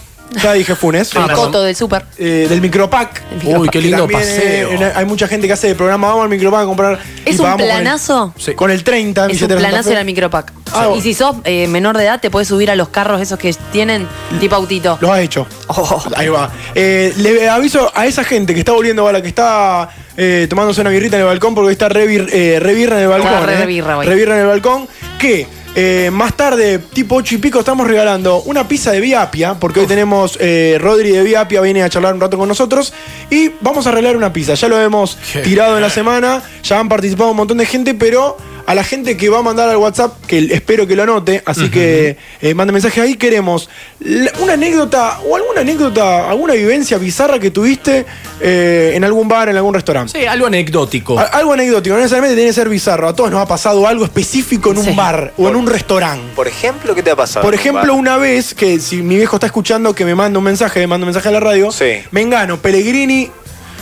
[SPEAKER 8] Ya dije Funes.
[SPEAKER 2] El coto del súper.
[SPEAKER 8] Eh, del micropack.
[SPEAKER 10] Uy, qué lindo
[SPEAKER 8] También, eh,
[SPEAKER 10] paseo.
[SPEAKER 8] hay mucha gente que hace el programa, vamos al micropack a comprar.
[SPEAKER 2] ¿Es
[SPEAKER 8] y
[SPEAKER 2] un
[SPEAKER 8] pagamos con el-
[SPEAKER 2] planazo?
[SPEAKER 8] Con el, 30,
[SPEAKER 2] Es un
[SPEAKER 8] billetera Santa
[SPEAKER 2] planazo
[SPEAKER 8] Fe.
[SPEAKER 2] era micropack.
[SPEAKER 8] Ah,
[SPEAKER 2] y si sos eh, menor de edad, te puedes subir a los carros esos que tienen tipo autito.
[SPEAKER 8] Lo ha hecho.
[SPEAKER 2] Oh.
[SPEAKER 8] Ahí va. Eh, le aviso a esa gente que está volviendo, a la que está eh, tomándose una birrita en el balcón, porque hoy está re, bir- eh, re birra en el
[SPEAKER 2] Está
[SPEAKER 8] balcón.
[SPEAKER 2] re
[SPEAKER 8] eh.
[SPEAKER 2] birra hoy.
[SPEAKER 8] Re birra en el balcón. Que eh, más tarde, tipo 8 y pico, estamos regalando una pizza de Viapia, porque hoy tenemos eh, Rodri de Viapia, viene a charlar un rato con nosotros. Y vamos a arreglar una pizza. Ya lo hemos tirado en la semana, ya han participado un montón de gente, pero. A la gente que va a mandar al WhatsApp, que espero que lo anote, así que eh, mande mensaje ahí, queremos la- una anécdota o alguna anécdota, alguna vivencia bizarra que tuviste eh, en algún bar, en algún restaurante.
[SPEAKER 10] Sí, algo anecdótico.
[SPEAKER 8] A- Algo anecdótico, no necesariamente tiene que ser bizarro. A todos nos ha pasado algo específico en un bar o en un restaurante.
[SPEAKER 13] Por ejemplo, ¿qué te ha pasado?
[SPEAKER 8] Por ejemplo, una vez que si mi viejo está escuchando que me manda un mensaje, me manda un mensaje a la radio, me engano, Pellegrini,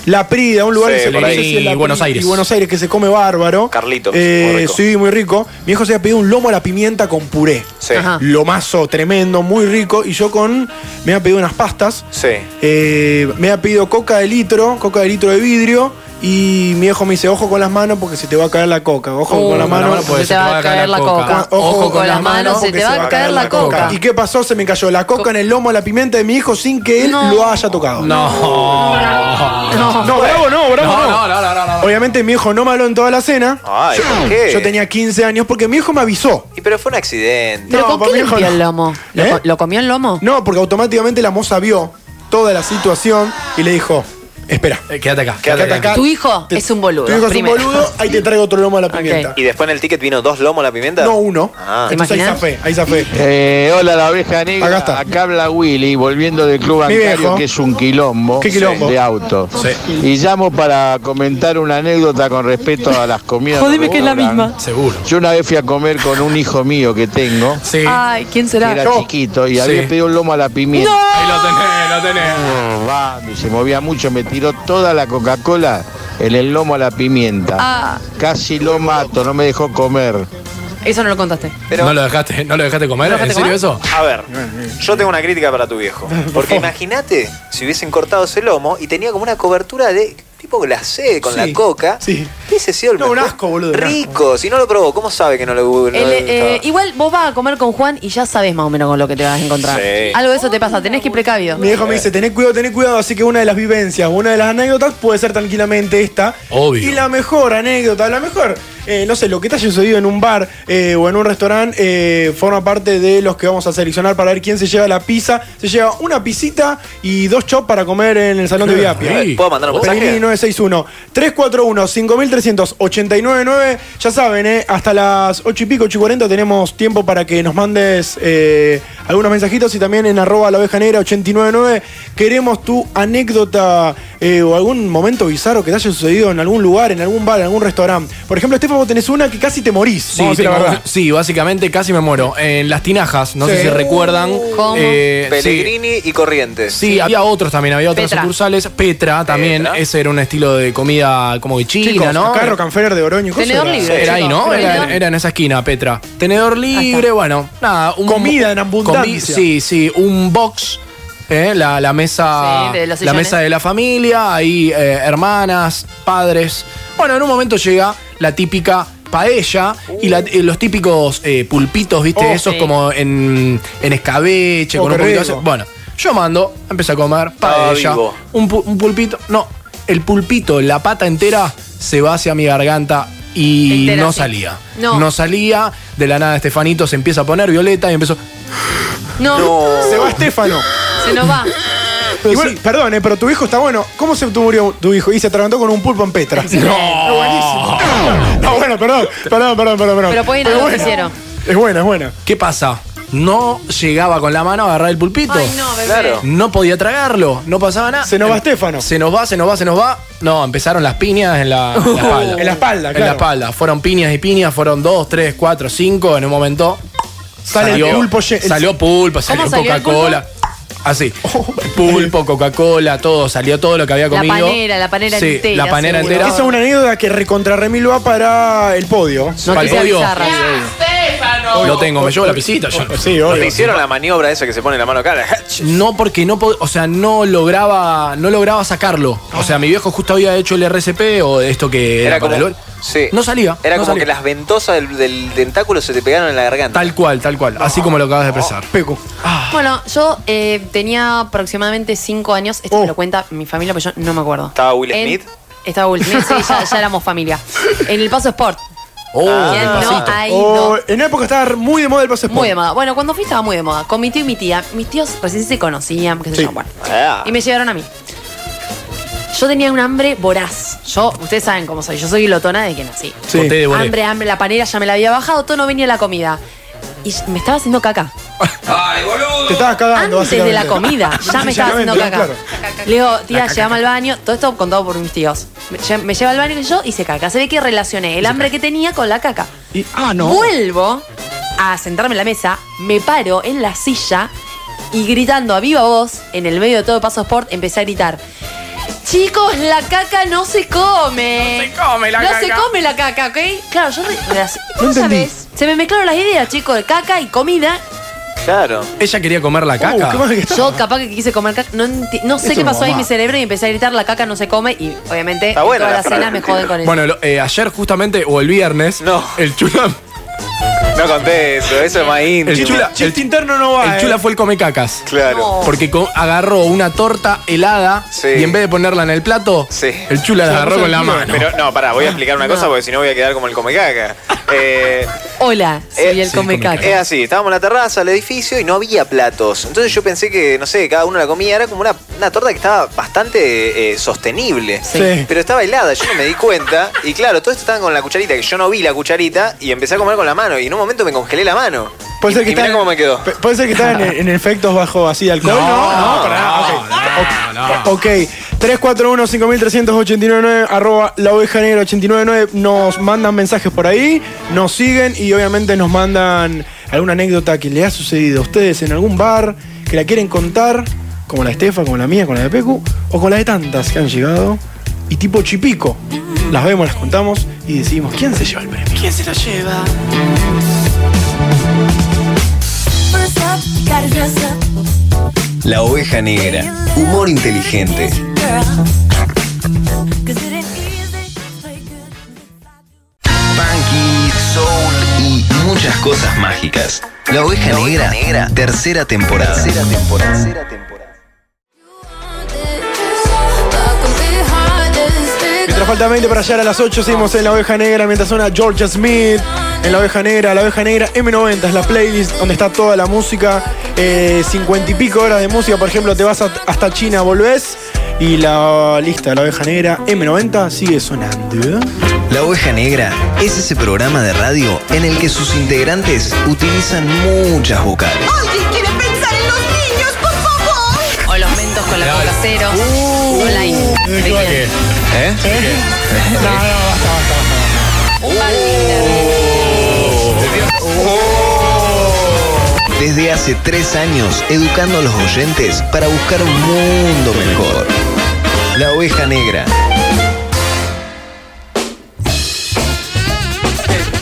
[SPEAKER 8] La Prida, un lugar
[SPEAKER 10] Sí,
[SPEAKER 8] que se
[SPEAKER 10] por ahí.
[SPEAKER 8] no sé si es La
[SPEAKER 10] Y Buenos
[SPEAKER 8] Prida,
[SPEAKER 10] Aires.
[SPEAKER 8] Y Buenos Aires que se come bárbaro. Carlitos.
[SPEAKER 10] muy rico.
[SPEAKER 8] sí, muy rico. Mi viejo se había pedido un lomo a la pimienta con puré.
[SPEAKER 13] Sí.
[SPEAKER 10] Ah.
[SPEAKER 13] Ajá.
[SPEAKER 8] Lomazo tremendo, muy rico. Y yo con. Me había pedido unas pastas.
[SPEAKER 13] Sí.
[SPEAKER 8] Eh, me ha pedido coca de litro, coca de litro de vidrio. Y mi viejo me dice, ojo con las manos porque se te va a caer la coca. Ojo
[SPEAKER 10] Uh,
[SPEAKER 8] con las
[SPEAKER 10] con la
[SPEAKER 8] manos.
[SPEAKER 10] mano, pues, se te va a caer la coca.
[SPEAKER 8] Ojo,
[SPEAKER 10] Ojo
[SPEAKER 8] con,
[SPEAKER 10] con
[SPEAKER 8] las
[SPEAKER 10] las manos,
[SPEAKER 8] manos
[SPEAKER 10] se
[SPEAKER 8] porque
[SPEAKER 10] te va a caer la coca.
[SPEAKER 8] ¿Y qué pasó? Se me cayó la coca en el lomo, la pimienta de mi hijo sin que él lo haya tocado.
[SPEAKER 10] No.
[SPEAKER 8] No, bravo no, bravo no. Obviamente mi hijo no me habló en toda la cena.
[SPEAKER 13] Ay,
[SPEAKER 8] yo,
[SPEAKER 13] ¿por qué?
[SPEAKER 8] yo tenía 15 años porque mi hijo me avisó.
[SPEAKER 13] Y pero fue un accidente.
[SPEAKER 2] ¿Pero
[SPEAKER 8] No,
[SPEAKER 2] con qué
[SPEAKER 8] para mí
[SPEAKER 2] limpió
[SPEAKER 8] no.
[SPEAKER 2] el lomo? ¿Lo,
[SPEAKER 8] ¿Eh?
[SPEAKER 2] co- lo comió el lomo?
[SPEAKER 8] No, porque automáticamente la moza vio toda la situación y le dijo, espera.
[SPEAKER 10] Eh, quédate acá.
[SPEAKER 8] Quédate acá.
[SPEAKER 2] Tu hijo es un boludo.
[SPEAKER 8] Tu hijo es un
[SPEAKER 2] primero.
[SPEAKER 8] boludo, ahí te traigo otro lomo a la pimienta.
[SPEAKER 13] ¿Y después en el ticket vino dos lomos a la pimienta?
[SPEAKER 8] No, uno.
[SPEAKER 13] Ah.
[SPEAKER 8] Entonces ahí zafé, ahí zafé.
[SPEAKER 3] Eh, hola, la oveja negra.
[SPEAKER 8] Acá está.
[SPEAKER 3] Acá habla Willy, volviendo del club
[SPEAKER 8] Mi
[SPEAKER 3] bancario,
[SPEAKER 8] viejo.
[SPEAKER 3] que es un quilombo,
[SPEAKER 8] ¿Qué quilombo?
[SPEAKER 3] de auto.
[SPEAKER 10] Sí.
[SPEAKER 3] Y llamo para comentar una anécdota con respecto a las comidas.
[SPEAKER 10] Jodeme
[SPEAKER 3] en
[SPEAKER 10] que es la
[SPEAKER 3] restaurante.
[SPEAKER 10] misma. Seguro.
[SPEAKER 3] Yo una vez fui a comer con un hijo mío que tengo.
[SPEAKER 10] Sí.
[SPEAKER 2] Ay, ¿quién será?
[SPEAKER 3] Era chiquito y
[SPEAKER 10] Sí.
[SPEAKER 3] había pedido un lomo a la pimienta.
[SPEAKER 10] Ahí lo tenés, lo tenés.
[SPEAKER 3] Robando y se movía mucho, me tiró toda la Coca-Cola en el lomo a la pimienta.
[SPEAKER 2] Ah.
[SPEAKER 3] Casi lo mato, no me dejó comer.
[SPEAKER 2] Eso no lo contaste.
[SPEAKER 10] ¿No, lo dejaste, ¿No lo dejaste comer?
[SPEAKER 13] ¿No lo
[SPEAKER 10] ¿En
[SPEAKER 13] dejaste
[SPEAKER 10] serio eso?
[SPEAKER 13] A ver, yo tengo una crítica para tu viejo. Porque imagínate si hubiesen cortado ese lomo y tenía como una cobertura de tipo glacé con
[SPEAKER 8] Sí,
[SPEAKER 13] la coca. Sí. Hubiese sido el
[SPEAKER 8] No, un
[SPEAKER 13] mejor.
[SPEAKER 8] asco, boludo, un asco.
[SPEAKER 13] Rico. Si no lo probó, ¿cómo sabe que no lo no
[SPEAKER 2] El,
[SPEAKER 13] le
[SPEAKER 2] eh,
[SPEAKER 13] gustaba?
[SPEAKER 2] igual vos vas a comer con Juan y ya sabes más o menos con lo que te vas a encontrar.
[SPEAKER 13] Sí.
[SPEAKER 2] Algo de eso te pasa, tenés que ir precavido.
[SPEAKER 8] Mi viejo me dice, tené cuidado, tené cuidado, así que una de las vivencias, una de las anécdotas puede ser tranquilamente esta.
[SPEAKER 10] Obvio.
[SPEAKER 8] Y la mejor anécdota, la mejor eh, no sé, lo que te haya sucedido en un bar eh, o en un restaurante eh, forma parte de los que vamos a seleccionar para ver quién se lleva la pizza. Se lleva una pisita y dos chops para comer en el salón de
[SPEAKER 9] Qué
[SPEAKER 8] Viapia.
[SPEAKER 9] rico. ¿Puedo mandar un mensaje?
[SPEAKER 8] Pellegrini 961 341 5389 Ya saben, eh, hasta las 8 y pico, 8 y 40 tenemos tiempo para que nos mandes eh, algunos mensajitos y también en arroba la oveja negra 899 queremos tu anécdota eh, o algún momento bizarro que te haya sucedido en algún lugar, en algún bar, en algún restaurante. Por ejemplo, Estefan, vos tenés una que casi te morís.
[SPEAKER 10] Sí,
[SPEAKER 8] vamos a decir la
[SPEAKER 10] tengo-
[SPEAKER 8] verdad.
[SPEAKER 10] sí, básicamente casi me muero. En las tinajas, no sé
[SPEAKER 8] Sí.
[SPEAKER 10] si recuerdan.
[SPEAKER 9] ¿Cómo?
[SPEAKER 10] eh, sí,
[SPEAKER 9] Pellegrini y Corrientes.
[SPEAKER 10] Sí, había otros también, había otras
[SPEAKER 9] Petra.
[SPEAKER 10] sucursales. Petra también, ese era un estilo de comida como de China,
[SPEAKER 8] Chicos,
[SPEAKER 10] ¿no?
[SPEAKER 8] acá Rocanfeller de Oroño. ¿cómo
[SPEAKER 10] era, Era ahí, ¿no? Era, era en esa esquina, Petra. Tenedor libre, bueno, nada. un-
[SPEAKER 8] Comida en abundancia.
[SPEAKER 10] sí, sí, un box. eh, la, la mesa
[SPEAKER 2] Sí, de los
[SPEAKER 10] la
[SPEAKER 2] sillones.
[SPEAKER 10] mesa de la familia, ahí eh, hermanas, padres. Bueno, en un momento llega la típica paella y la- eh, los típicos eh, pulpitos, ¿viste?
[SPEAKER 8] Oh,
[SPEAKER 10] Esos
[SPEAKER 8] sí.
[SPEAKER 10] como en, en escabeche,
[SPEAKER 8] Oh,
[SPEAKER 10] con un
[SPEAKER 8] qué
[SPEAKER 10] poquito de
[SPEAKER 8] rico.
[SPEAKER 10] ace- Bueno, yo mando, empecé a comer
[SPEAKER 9] Estaba
[SPEAKER 10] paella,
[SPEAKER 9] vivo.
[SPEAKER 10] un, pu- un pulpito. No, el pulpito, la pata entera, se va hacia mi garganta y
[SPEAKER 2] Entera,
[SPEAKER 10] no
[SPEAKER 2] sí.
[SPEAKER 10] salía.
[SPEAKER 2] No.
[SPEAKER 10] salía. De la nada, Estefanito se empieza a poner violeta y empezó.
[SPEAKER 2] No,
[SPEAKER 8] Se va Estefano.
[SPEAKER 2] se nos va.
[SPEAKER 8] Pero Igual, perdón, eh, pero tu hijo está bueno. ¿Cómo se murió tu hijo? Y se atragantó con un pulpo en Petra.
[SPEAKER 10] No.
[SPEAKER 8] buenísimo. No, bueno, perdón. Perdón, perdón, perdón. perdón.
[SPEAKER 2] Pero pueden ir a lo que
[SPEAKER 8] bueno.
[SPEAKER 2] hicieron.
[SPEAKER 8] Es buena, es buena.
[SPEAKER 10] ¿Qué pasa? No llegaba con la mano a agarrar el pulpito.
[SPEAKER 2] Ay, no, bebé.
[SPEAKER 9] Claro.
[SPEAKER 10] No podía tragarlo, no pasaba nada.
[SPEAKER 8] Se nos va
[SPEAKER 10] Em-
[SPEAKER 8] Estefano.
[SPEAKER 10] Se nos va, se nos va, se nos va. No, empezaron las piñas en la, en la espalda.
[SPEAKER 8] En la espalda,
[SPEAKER 10] En la
[SPEAKER 8] claro.
[SPEAKER 10] espalda. Fueron piñas y piñas, fueron dos, tres, cuatro, cinco. En un momento.
[SPEAKER 8] Sale el pulpo lle- el-
[SPEAKER 10] Salió pulpo, salió
[SPEAKER 2] salió el
[SPEAKER 10] Coca-Cola. Así.
[SPEAKER 8] Oh,
[SPEAKER 10] Pulpo, Coca-Cola, todo. Salió todo lo que había
[SPEAKER 2] La
[SPEAKER 10] comido.
[SPEAKER 2] panera, la panera
[SPEAKER 10] Sí,
[SPEAKER 2] entera,
[SPEAKER 10] La panera
[SPEAKER 2] seguro.
[SPEAKER 10] entera.
[SPEAKER 8] Esa es una anécdota que recontra Remil va para el podio.
[SPEAKER 10] Para el
[SPEAKER 2] Noticia
[SPEAKER 10] podio.
[SPEAKER 2] bizarra.
[SPEAKER 10] Lo tengo, me llevo la pisita. yo-
[SPEAKER 8] Oh, Sí,
[SPEAKER 9] ¿No te
[SPEAKER 8] obvio.
[SPEAKER 9] hicieron la maniobra esa que se pone la mano acá? La-
[SPEAKER 10] No, porque no, pod- o sea, no lograba, no lograba sacarlo.
[SPEAKER 8] Ah.
[SPEAKER 10] O sea, mi viejo justo había hecho el RCP o esto que era,
[SPEAKER 9] Era como,
[SPEAKER 10] para el-
[SPEAKER 9] sí.
[SPEAKER 10] No salía.
[SPEAKER 9] Era
[SPEAKER 10] no
[SPEAKER 9] como
[SPEAKER 10] salía.
[SPEAKER 9] que las ventosas del, del tentáculo se te pegaron en la garganta.
[SPEAKER 10] Tal cual, tal cual. Así como lo acabas de expresar.
[SPEAKER 8] Peco.
[SPEAKER 2] Bueno, yo eh, tenía aproximadamente 5 años. Esto me lo cuenta mi familia, pero yo no me acuerdo.
[SPEAKER 9] ¿Estaba Will
[SPEAKER 2] En-
[SPEAKER 9] Smith?
[SPEAKER 2] Estaba Will Smith, sí, ya, ya éramos familia. En el Paso Sport.
[SPEAKER 10] Oh,
[SPEAKER 2] Ah, Bien, no,
[SPEAKER 10] despacito.
[SPEAKER 2] ahí no.
[SPEAKER 8] O, en una época estaba muy de moda el pase
[SPEAKER 2] Muy de moda. Bueno, cuando fui estaba muy de moda. Con mi tío y mi tía. Mis tíos recién se conocían, qué sé
[SPEAKER 8] Sí.
[SPEAKER 2] yo, bueno.
[SPEAKER 9] Ah.
[SPEAKER 2] Y me llevaron a mí. Yo tenía un hambre voraz. Yo, ustedes saben cómo soy. Yo soy glotona desde que nací.
[SPEAKER 10] Sí. Conté de Boré.
[SPEAKER 2] Hambre, hambre, la panera ya me la había bajado, todo no venía la comida. Y me estaba haciendo caca.
[SPEAKER 8] Te estabas cagando.
[SPEAKER 2] Antes de la
[SPEAKER 8] Ah, básicamente.
[SPEAKER 2] comida, ya me estaba haciendo caca.
[SPEAKER 8] Claro.
[SPEAKER 2] Le digo, tía, llévame al baño. Todo esto contado por mis tíos. Me lle- Me lleva al baño y yo hice caca. Se ve que relacioné el hambre que tenía con la caca.
[SPEAKER 8] Y- ah, no.
[SPEAKER 2] Vuelvo a sentarme en la mesa, me paro en la silla y gritando a viva voz, en el medio de todo Paso Sport, empecé a gritar. Chicos, la caca no se come. No se come la caca. No se come la caca, ¿ok? Claro, yo... re-
[SPEAKER 8] No
[SPEAKER 2] ¿Vos
[SPEAKER 8] entendí.
[SPEAKER 2] sabés? Se me mezclaron las ideas, chicos, de caca y comida.
[SPEAKER 9] Claro.
[SPEAKER 10] Ella quería comer la
[SPEAKER 8] Uh,
[SPEAKER 10] caca.
[SPEAKER 8] qué mal que está.
[SPEAKER 2] Yo capaz que quise comer caca. No, enti- no sé
[SPEAKER 8] Eso
[SPEAKER 2] qué pasó ahí en
[SPEAKER 8] mamá.
[SPEAKER 2] mi cerebro y empecé a gritar, la caca no se come. Y obviamente
[SPEAKER 9] Está buena
[SPEAKER 2] toda
[SPEAKER 9] la
[SPEAKER 2] la cena me joden con eso.
[SPEAKER 10] bueno, lo- eh, ayer justamente, o el viernes,
[SPEAKER 9] No.
[SPEAKER 10] el chula.
[SPEAKER 9] No conté eso, eso es más íntimo.
[SPEAKER 10] El chula, el,
[SPEAKER 8] Chiste interno no va. eh.
[SPEAKER 10] el chula fue el come cacas.
[SPEAKER 9] Claro.
[SPEAKER 2] No.
[SPEAKER 10] Porque co- agarró una torta helada
[SPEAKER 9] Sí.
[SPEAKER 10] y en vez de ponerla en el plato,
[SPEAKER 9] Sí.
[SPEAKER 10] el chula la agarró con la mano.
[SPEAKER 9] Pero no, pará, voy a explicar una cosa
[SPEAKER 2] No.
[SPEAKER 9] porque si no voy a quedar como el comecaca. Eh,
[SPEAKER 2] Hola, soy
[SPEAKER 9] Eh,
[SPEAKER 2] el
[SPEAKER 10] sí,
[SPEAKER 2] come
[SPEAKER 10] come
[SPEAKER 2] caca.
[SPEAKER 9] es así, estábamos en la terraza del edificio y no había platos. Entonces yo pensé que, no sé, cada uno la comía, era como una, una torta que estaba bastante eh, sostenible.
[SPEAKER 8] Sí.
[SPEAKER 9] Pero estaba helada, yo no me di cuenta. Y claro, todos estaban con la cucharita, que yo no vi la cucharita, y empecé a comer con la mano. Y en un momento me congelé la mano.
[SPEAKER 8] Puede
[SPEAKER 9] y,
[SPEAKER 8] ser que
[SPEAKER 9] y mirá
[SPEAKER 8] están-
[SPEAKER 9] cómo me quedó.
[SPEAKER 8] Pe- Puede ser que están en, en efectos bajo así de alcohol, ¿no?
[SPEAKER 10] No,
[SPEAKER 8] No, pará,
[SPEAKER 10] no,
[SPEAKER 8] ok. O- Ok, 341-5389, arroba la oveja negra 899. Nos mandan mensajes por ahí, nos siguen y obviamente nos mandan alguna anécdota que le ha sucedido a ustedes en algún bar, que la quieren contar, como la de Estefa, como la mía, con la de Pecu, o con la de tantas que han llegado. Y tipo chipico, las vemos, las contamos y decidimos quién se lleva el premio.
[SPEAKER 6] ¿Quién se lo lleva?
[SPEAKER 3] La oveja negra. Humor inteligente. Funky, soul y muchas cosas mágicas. La oveja negra. Tercera temporada. Tercera temporada. Tercera temporada.
[SPEAKER 7] I could be hard as big
[SPEAKER 8] Mientras falta 20 para llegar a las 8, seguimos en La Oveja Negra, mientras suena Georgia Smith. En La Oveja Negra, La Oveja Negra M90 es la playlist donde está toda la música. Eh, 50 y pico horas de música, por ejemplo, te vas a- hasta China, volvés. Y la lista de La Oveja Negra M90 sigue sonando.
[SPEAKER 3] La Oveja Negra es ese programa de radio en el que sus integrantes utilizan muchas vocales.
[SPEAKER 7] ¿Alguien quiere pensar en los niños, por favor?
[SPEAKER 11] O los mentos con la coca cero.
[SPEAKER 8] Uh.
[SPEAKER 11] Online.
[SPEAKER 3] ¿Eh?
[SPEAKER 7] No, no, basta, basta, Un
[SPEAKER 3] Oh. Desde hace tres años, educando a los oyentes para buscar un mundo mejor. La Oveja Negra.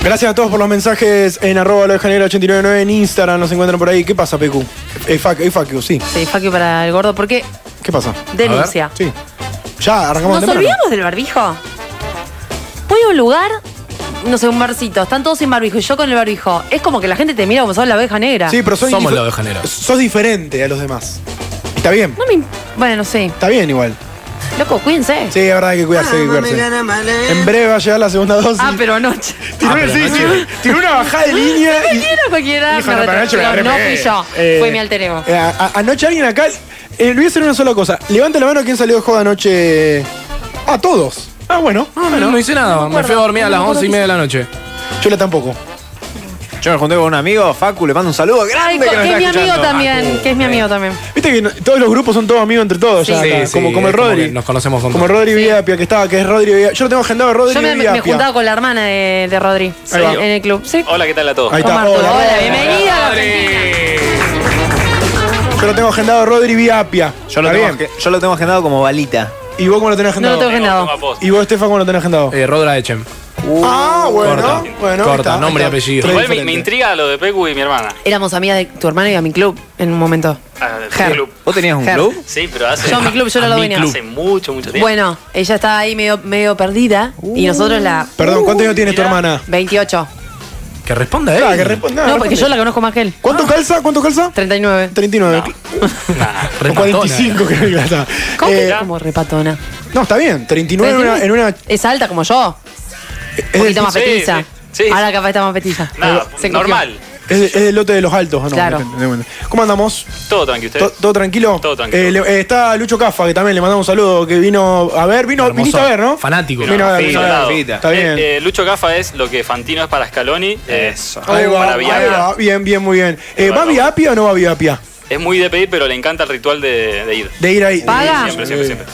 [SPEAKER 8] Gracias a todos por los mensajes en arroba la oveja negra 899 en Instagram. Nos encuentran por ahí. ¿Qué pasa, PQ? Eh, fuck, eh, fuck you, sí.
[SPEAKER 2] Sí, fuck you para el gordo, porque
[SPEAKER 8] ¿Qué pasa?
[SPEAKER 2] Denuncia.
[SPEAKER 8] Sí. Ya,
[SPEAKER 2] ¿Nos
[SPEAKER 8] arrancamos temprano.
[SPEAKER 2] olvidamos del barbijo? Voy a un lugar, no sé, un barcito, están todos sin barbijo y yo con el barbijo. Es como que la gente te mira como sos la oveja negra.
[SPEAKER 8] Sí, pero sos
[SPEAKER 10] Somos
[SPEAKER 8] indifer-
[SPEAKER 10] la oveja negra.
[SPEAKER 8] Sos diferente a los demás. Está bien.
[SPEAKER 2] No me imp- Bueno, sí.
[SPEAKER 8] Está bien igual.
[SPEAKER 2] Loco, cuídense.
[SPEAKER 8] Sí, es verdad, hay que cuidarse, hay que cuidarse. En breve va a llegar la segunda dosis.
[SPEAKER 2] Ah, pero anoche.
[SPEAKER 8] Tiró,
[SPEAKER 2] Ah, pero
[SPEAKER 8] sí,
[SPEAKER 2] anoche.
[SPEAKER 8] sí, tiró una bajada de línea. y-
[SPEAKER 2] Cualquiera, cualquiera.
[SPEAKER 8] Dijo,
[SPEAKER 2] me
[SPEAKER 8] no, pero
[SPEAKER 2] retractó.
[SPEAKER 8] anoche me la
[SPEAKER 2] no fui
[SPEAKER 8] repegué.
[SPEAKER 2] yo.
[SPEAKER 8] Eh,
[SPEAKER 2] fue mi alter ego.
[SPEAKER 8] Eh, a- a- anoche alguien acá. Eh, voy a hacer una sola cosa. Levante la mano quien salió de joda anoche. A todos. Ah, bueno.
[SPEAKER 10] No, no hice nada, me fui a dormir a las once y media de la noche.
[SPEAKER 8] Yo tampoco.
[SPEAKER 9] Yo me junté con un amigo, Facu, le mando un saludo
[SPEAKER 2] Ay,
[SPEAKER 9] grande
[SPEAKER 2] co-
[SPEAKER 9] que nos
[SPEAKER 2] que es
[SPEAKER 9] está
[SPEAKER 2] mi amigo
[SPEAKER 9] escuchando.
[SPEAKER 2] también. Que es mi amigo también.
[SPEAKER 8] Viste que no- todos los grupos son todos amigos entre todos.
[SPEAKER 10] Sí.
[SPEAKER 8] ya,
[SPEAKER 10] Sí,
[SPEAKER 8] acá,
[SPEAKER 10] sí,
[SPEAKER 8] como, como el
[SPEAKER 10] es como
[SPEAKER 8] Rodri.
[SPEAKER 10] que nos conocemos con
[SPEAKER 8] Como
[SPEAKER 10] todos.
[SPEAKER 8] Rodri Viapia, que estaba, que es Rodri Viapia. Yo lo tengo agendado a Rodri
[SPEAKER 2] Yo me, me
[SPEAKER 8] Viapia.
[SPEAKER 2] juntaba con la hermana de, de Rodri
[SPEAKER 8] Ahí va.
[SPEAKER 2] en el club. Sí.
[SPEAKER 9] Hola, ¿qué tal a todos?
[SPEAKER 8] Ahí está.
[SPEAKER 2] Omar,
[SPEAKER 8] Hola,
[SPEAKER 2] hola,
[SPEAKER 8] Rodri.
[SPEAKER 2] bienvenido a la
[SPEAKER 8] Yo lo tengo agendado a Rodri Viapia.
[SPEAKER 9] Yo lo,
[SPEAKER 8] Está
[SPEAKER 9] tengo,
[SPEAKER 8] bien.
[SPEAKER 9] agen- yo lo tengo agendado como balita.
[SPEAKER 8] ¿Y vos cómo lo
[SPEAKER 2] No
[SPEAKER 8] tenés agendado?
[SPEAKER 2] lo tengo agendado.
[SPEAKER 8] ¿Y vos, Estefan, cómo lo tenés agendado?
[SPEAKER 10] Eh, Rodra Echem.
[SPEAKER 8] ah, bueno.
[SPEAKER 10] Corta,
[SPEAKER 8] bueno, ahí
[SPEAKER 10] corta,
[SPEAKER 8] está,
[SPEAKER 10] nombre y
[SPEAKER 8] ahí está.
[SPEAKER 10] apellido.
[SPEAKER 8] Tres
[SPEAKER 17] Igual me, me
[SPEAKER 8] diferentes.
[SPEAKER 17] intriga lo de Pecu y mi hermana.
[SPEAKER 2] Éramos amigas de tu hermana y a mi club en un momento.
[SPEAKER 17] Ah, del
[SPEAKER 2] Ger.
[SPEAKER 17] club.
[SPEAKER 9] ¿Vos tenías un
[SPEAKER 2] Ger.
[SPEAKER 9] club?
[SPEAKER 17] Sí, pero hace.
[SPEAKER 2] Yo, mi club, yo era
[SPEAKER 17] A
[SPEAKER 2] la
[SPEAKER 17] mi
[SPEAKER 2] dueña.
[SPEAKER 17] club. Hace mucho, mucho tiempo.
[SPEAKER 2] Bueno, ella estaba ahí medio, medio perdida y
[SPEAKER 8] Uh.
[SPEAKER 2] nosotros la.
[SPEAKER 8] Perdón,
[SPEAKER 17] Uh,
[SPEAKER 8] ¿cuántos años tiene tu hermana?
[SPEAKER 2] 28.
[SPEAKER 10] Que responda él.
[SPEAKER 8] Ah, que responda.
[SPEAKER 2] No, porque yo la Ah. conozco más que él.
[SPEAKER 8] ¿Cuánto calza? ¿Cuánto calza?
[SPEAKER 2] 39.
[SPEAKER 8] 39. O 45 creo que calza.
[SPEAKER 2] ¿Cómo que
[SPEAKER 8] Eh,
[SPEAKER 2] como repatona?
[SPEAKER 8] No, está bien. 39 en una- en una...
[SPEAKER 2] Es alta como yo. Un poquito más petiza. Ahora capaz está más petiza.
[SPEAKER 17] Nada,
[SPEAKER 2] Se cogió.
[SPEAKER 17] normal.
[SPEAKER 8] Es, es del lote de los altos, ¿o ¿no?
[SPEAKER 2] Claro.
[SPEAKER 8] ¿Cómo andamos?
[SPEAKER 17] Todo tranqui,
[SPEAKER 8] ¿Todo,
[SPEAKER 17] ustedes.
[SPEAKER 8] todo tranquilo?
[SPEAKER 17] Todo tranquilo.
[SPEAKER 8] Eh, le- eh, está Lucho Cafa, que también le mandamos un saludo, que vino a ver, vino, viniste a ver, ¿no?
[SPEAKER 10] Fanático.
[SPEAKER 8] Vino a ver,
[SPEAKER 17] Sí,
[SPEAKER 8] vino a
[SPEAKER 17] soldado.
[SPEAKER 8] ver. Está
[SPEAKER 17] Eh,
[SPEAKER 8] bien.
[SPEAKER 17] eh, Lucho Gafa es lo que Fantino es para Scaloni. Eh, Eso.
[SPEAKER 8] Ahí va,
[SPEAKER 17] Para Viagra.
[SPEAKER 8] ahí va. Bien, bien, muy bien. Eh,
[SPEAKER 17] Ahí
[SPEAKER 8] ¿Va
[SPEAKER 17] va,
[SPEAKER 8] vía Apia o no va vía Apia?
[SPEAKER 17] Es muy de pedir, pero le encanta el ritual de, de ir.
[SPEAKER 8] De ir ahí.
[SPEAKER 2] ¿Paga?
[SPEAKER 17] Siempre, siempre, siempre.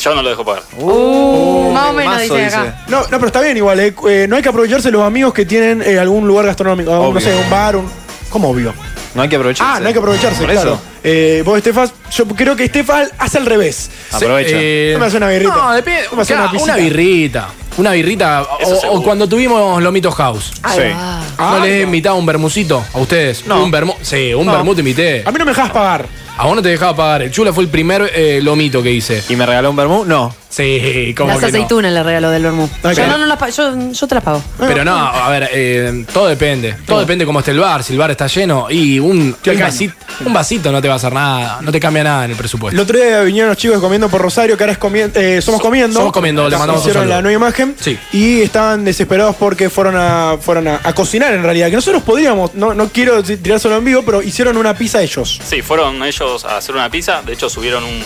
[SPEAKER 17] Yo no lo dejo pagar.
[SPEAKER 2] Uh, más o menos
[SPEAKER 9] mazo
[SPEAKER 2] dice acá.
[SPEAKER 8] No, no, pero está bien igual. eh, eh, no hay que aprovecharse los amigos que tienen eh, algún lugar gastronómico. algún, no
[SPEAKER 9] Obvio.
[SPEAKER 8] sé, un bar, un... ¿Cómo obvio?
[SPEAKER 9] No hay que aprovecharse.
[SPEAKER 8] Ah, no hay que aprovecharse,
[SPEAKER 9] Por
[SPEAKER 8] claro.
[SPEAKER 9] eso.
[SPEAKER 8] Eh, vos, Estefan, yo creo que Estefan hace al revés.
[SPEAKER 9] Aprovecha.
[SPEAKER 10] Eh,
[SPEAKER 8] No me hace una birrita.
[SPEAKER 10] No, depende.
[SPEAKER 8] No me hace
[SPEAKER 10] claro,
[SPEAKER 8] una
[SPEAKER 10] una,
[SPEAKER 8] pisita.
[SPEAKER 10] birrita. Una birrita.
[SPEAKER 17] Eso
[SPEAKER 10] O,
[SPEAKER 17] seguro.
[SPEAKER 10] o cuando tuvimos Lomitos House.
[SPEAKER 2] Ahí
[SPEAKER 9] Sí.
[SPEAKER 2] va.
[SPEAKER 10] ¿No les he invitado un bermucito a ustedes?
[SPEAKER 9] No.
[SPEAKER 10] Un vermut. Sí, un
[SPEAKER 8] No.
[SPEAKER 10] vermut te invité.
[SPEAKER 8] A mí no me dejas pagar.
[SPEAKER 10] A vos no te dejaba pagar. El chula fue el primer eh, lomito que hice.
[SPEAKER 9] ¿Y me regaló un vermú? No.
[SPEAKER 10] Sí, como
[SPEAKER 2] Las
[SPEAKER 10] que no.
[SPEAKER 2] aceitunas le regalo del vermú.
[SPEAKER 8] Ok.
[SPEAKER 2] Yo, no, no las pa- yo, yo te las pago.
[SPEAKER 10] Pero no, a ver, eh, todo depende. Todo depende cómo esté el bar. Si el bar está lleno y un, un, vasito, un vasito no te va a hacer nada. No te cambia nada en el
[SPEAKER 8] El
[SPEAKER 10] presupuesto.
[SPEAKER 8] otro día vinieron los chicos comiendo por Rosario, que ahora es comien- eh, somos comiendo.
[SPEAKER 10] Somos Comiendo, le
[SPEAKER 8] Nos
[SPEAKER 10] mandamos un
[SPEAKER 8] Hicieron
[SPEAKER 10] saludo.
[SPEAKER 8] la nueva imagen.
[SPEAKER 10] Sí.
[SPEAKER 8] Y estaban desesperados porque fueron a, fueron a, a cocinar en realidad. Que nosotros podríamos, no, no quiero decir- tirar solo en vivo, pero hicieron una pizza ellos.
[SPEAKER 17] Sí, fueron ellos a hacer una pizza. De hecho, subieron un.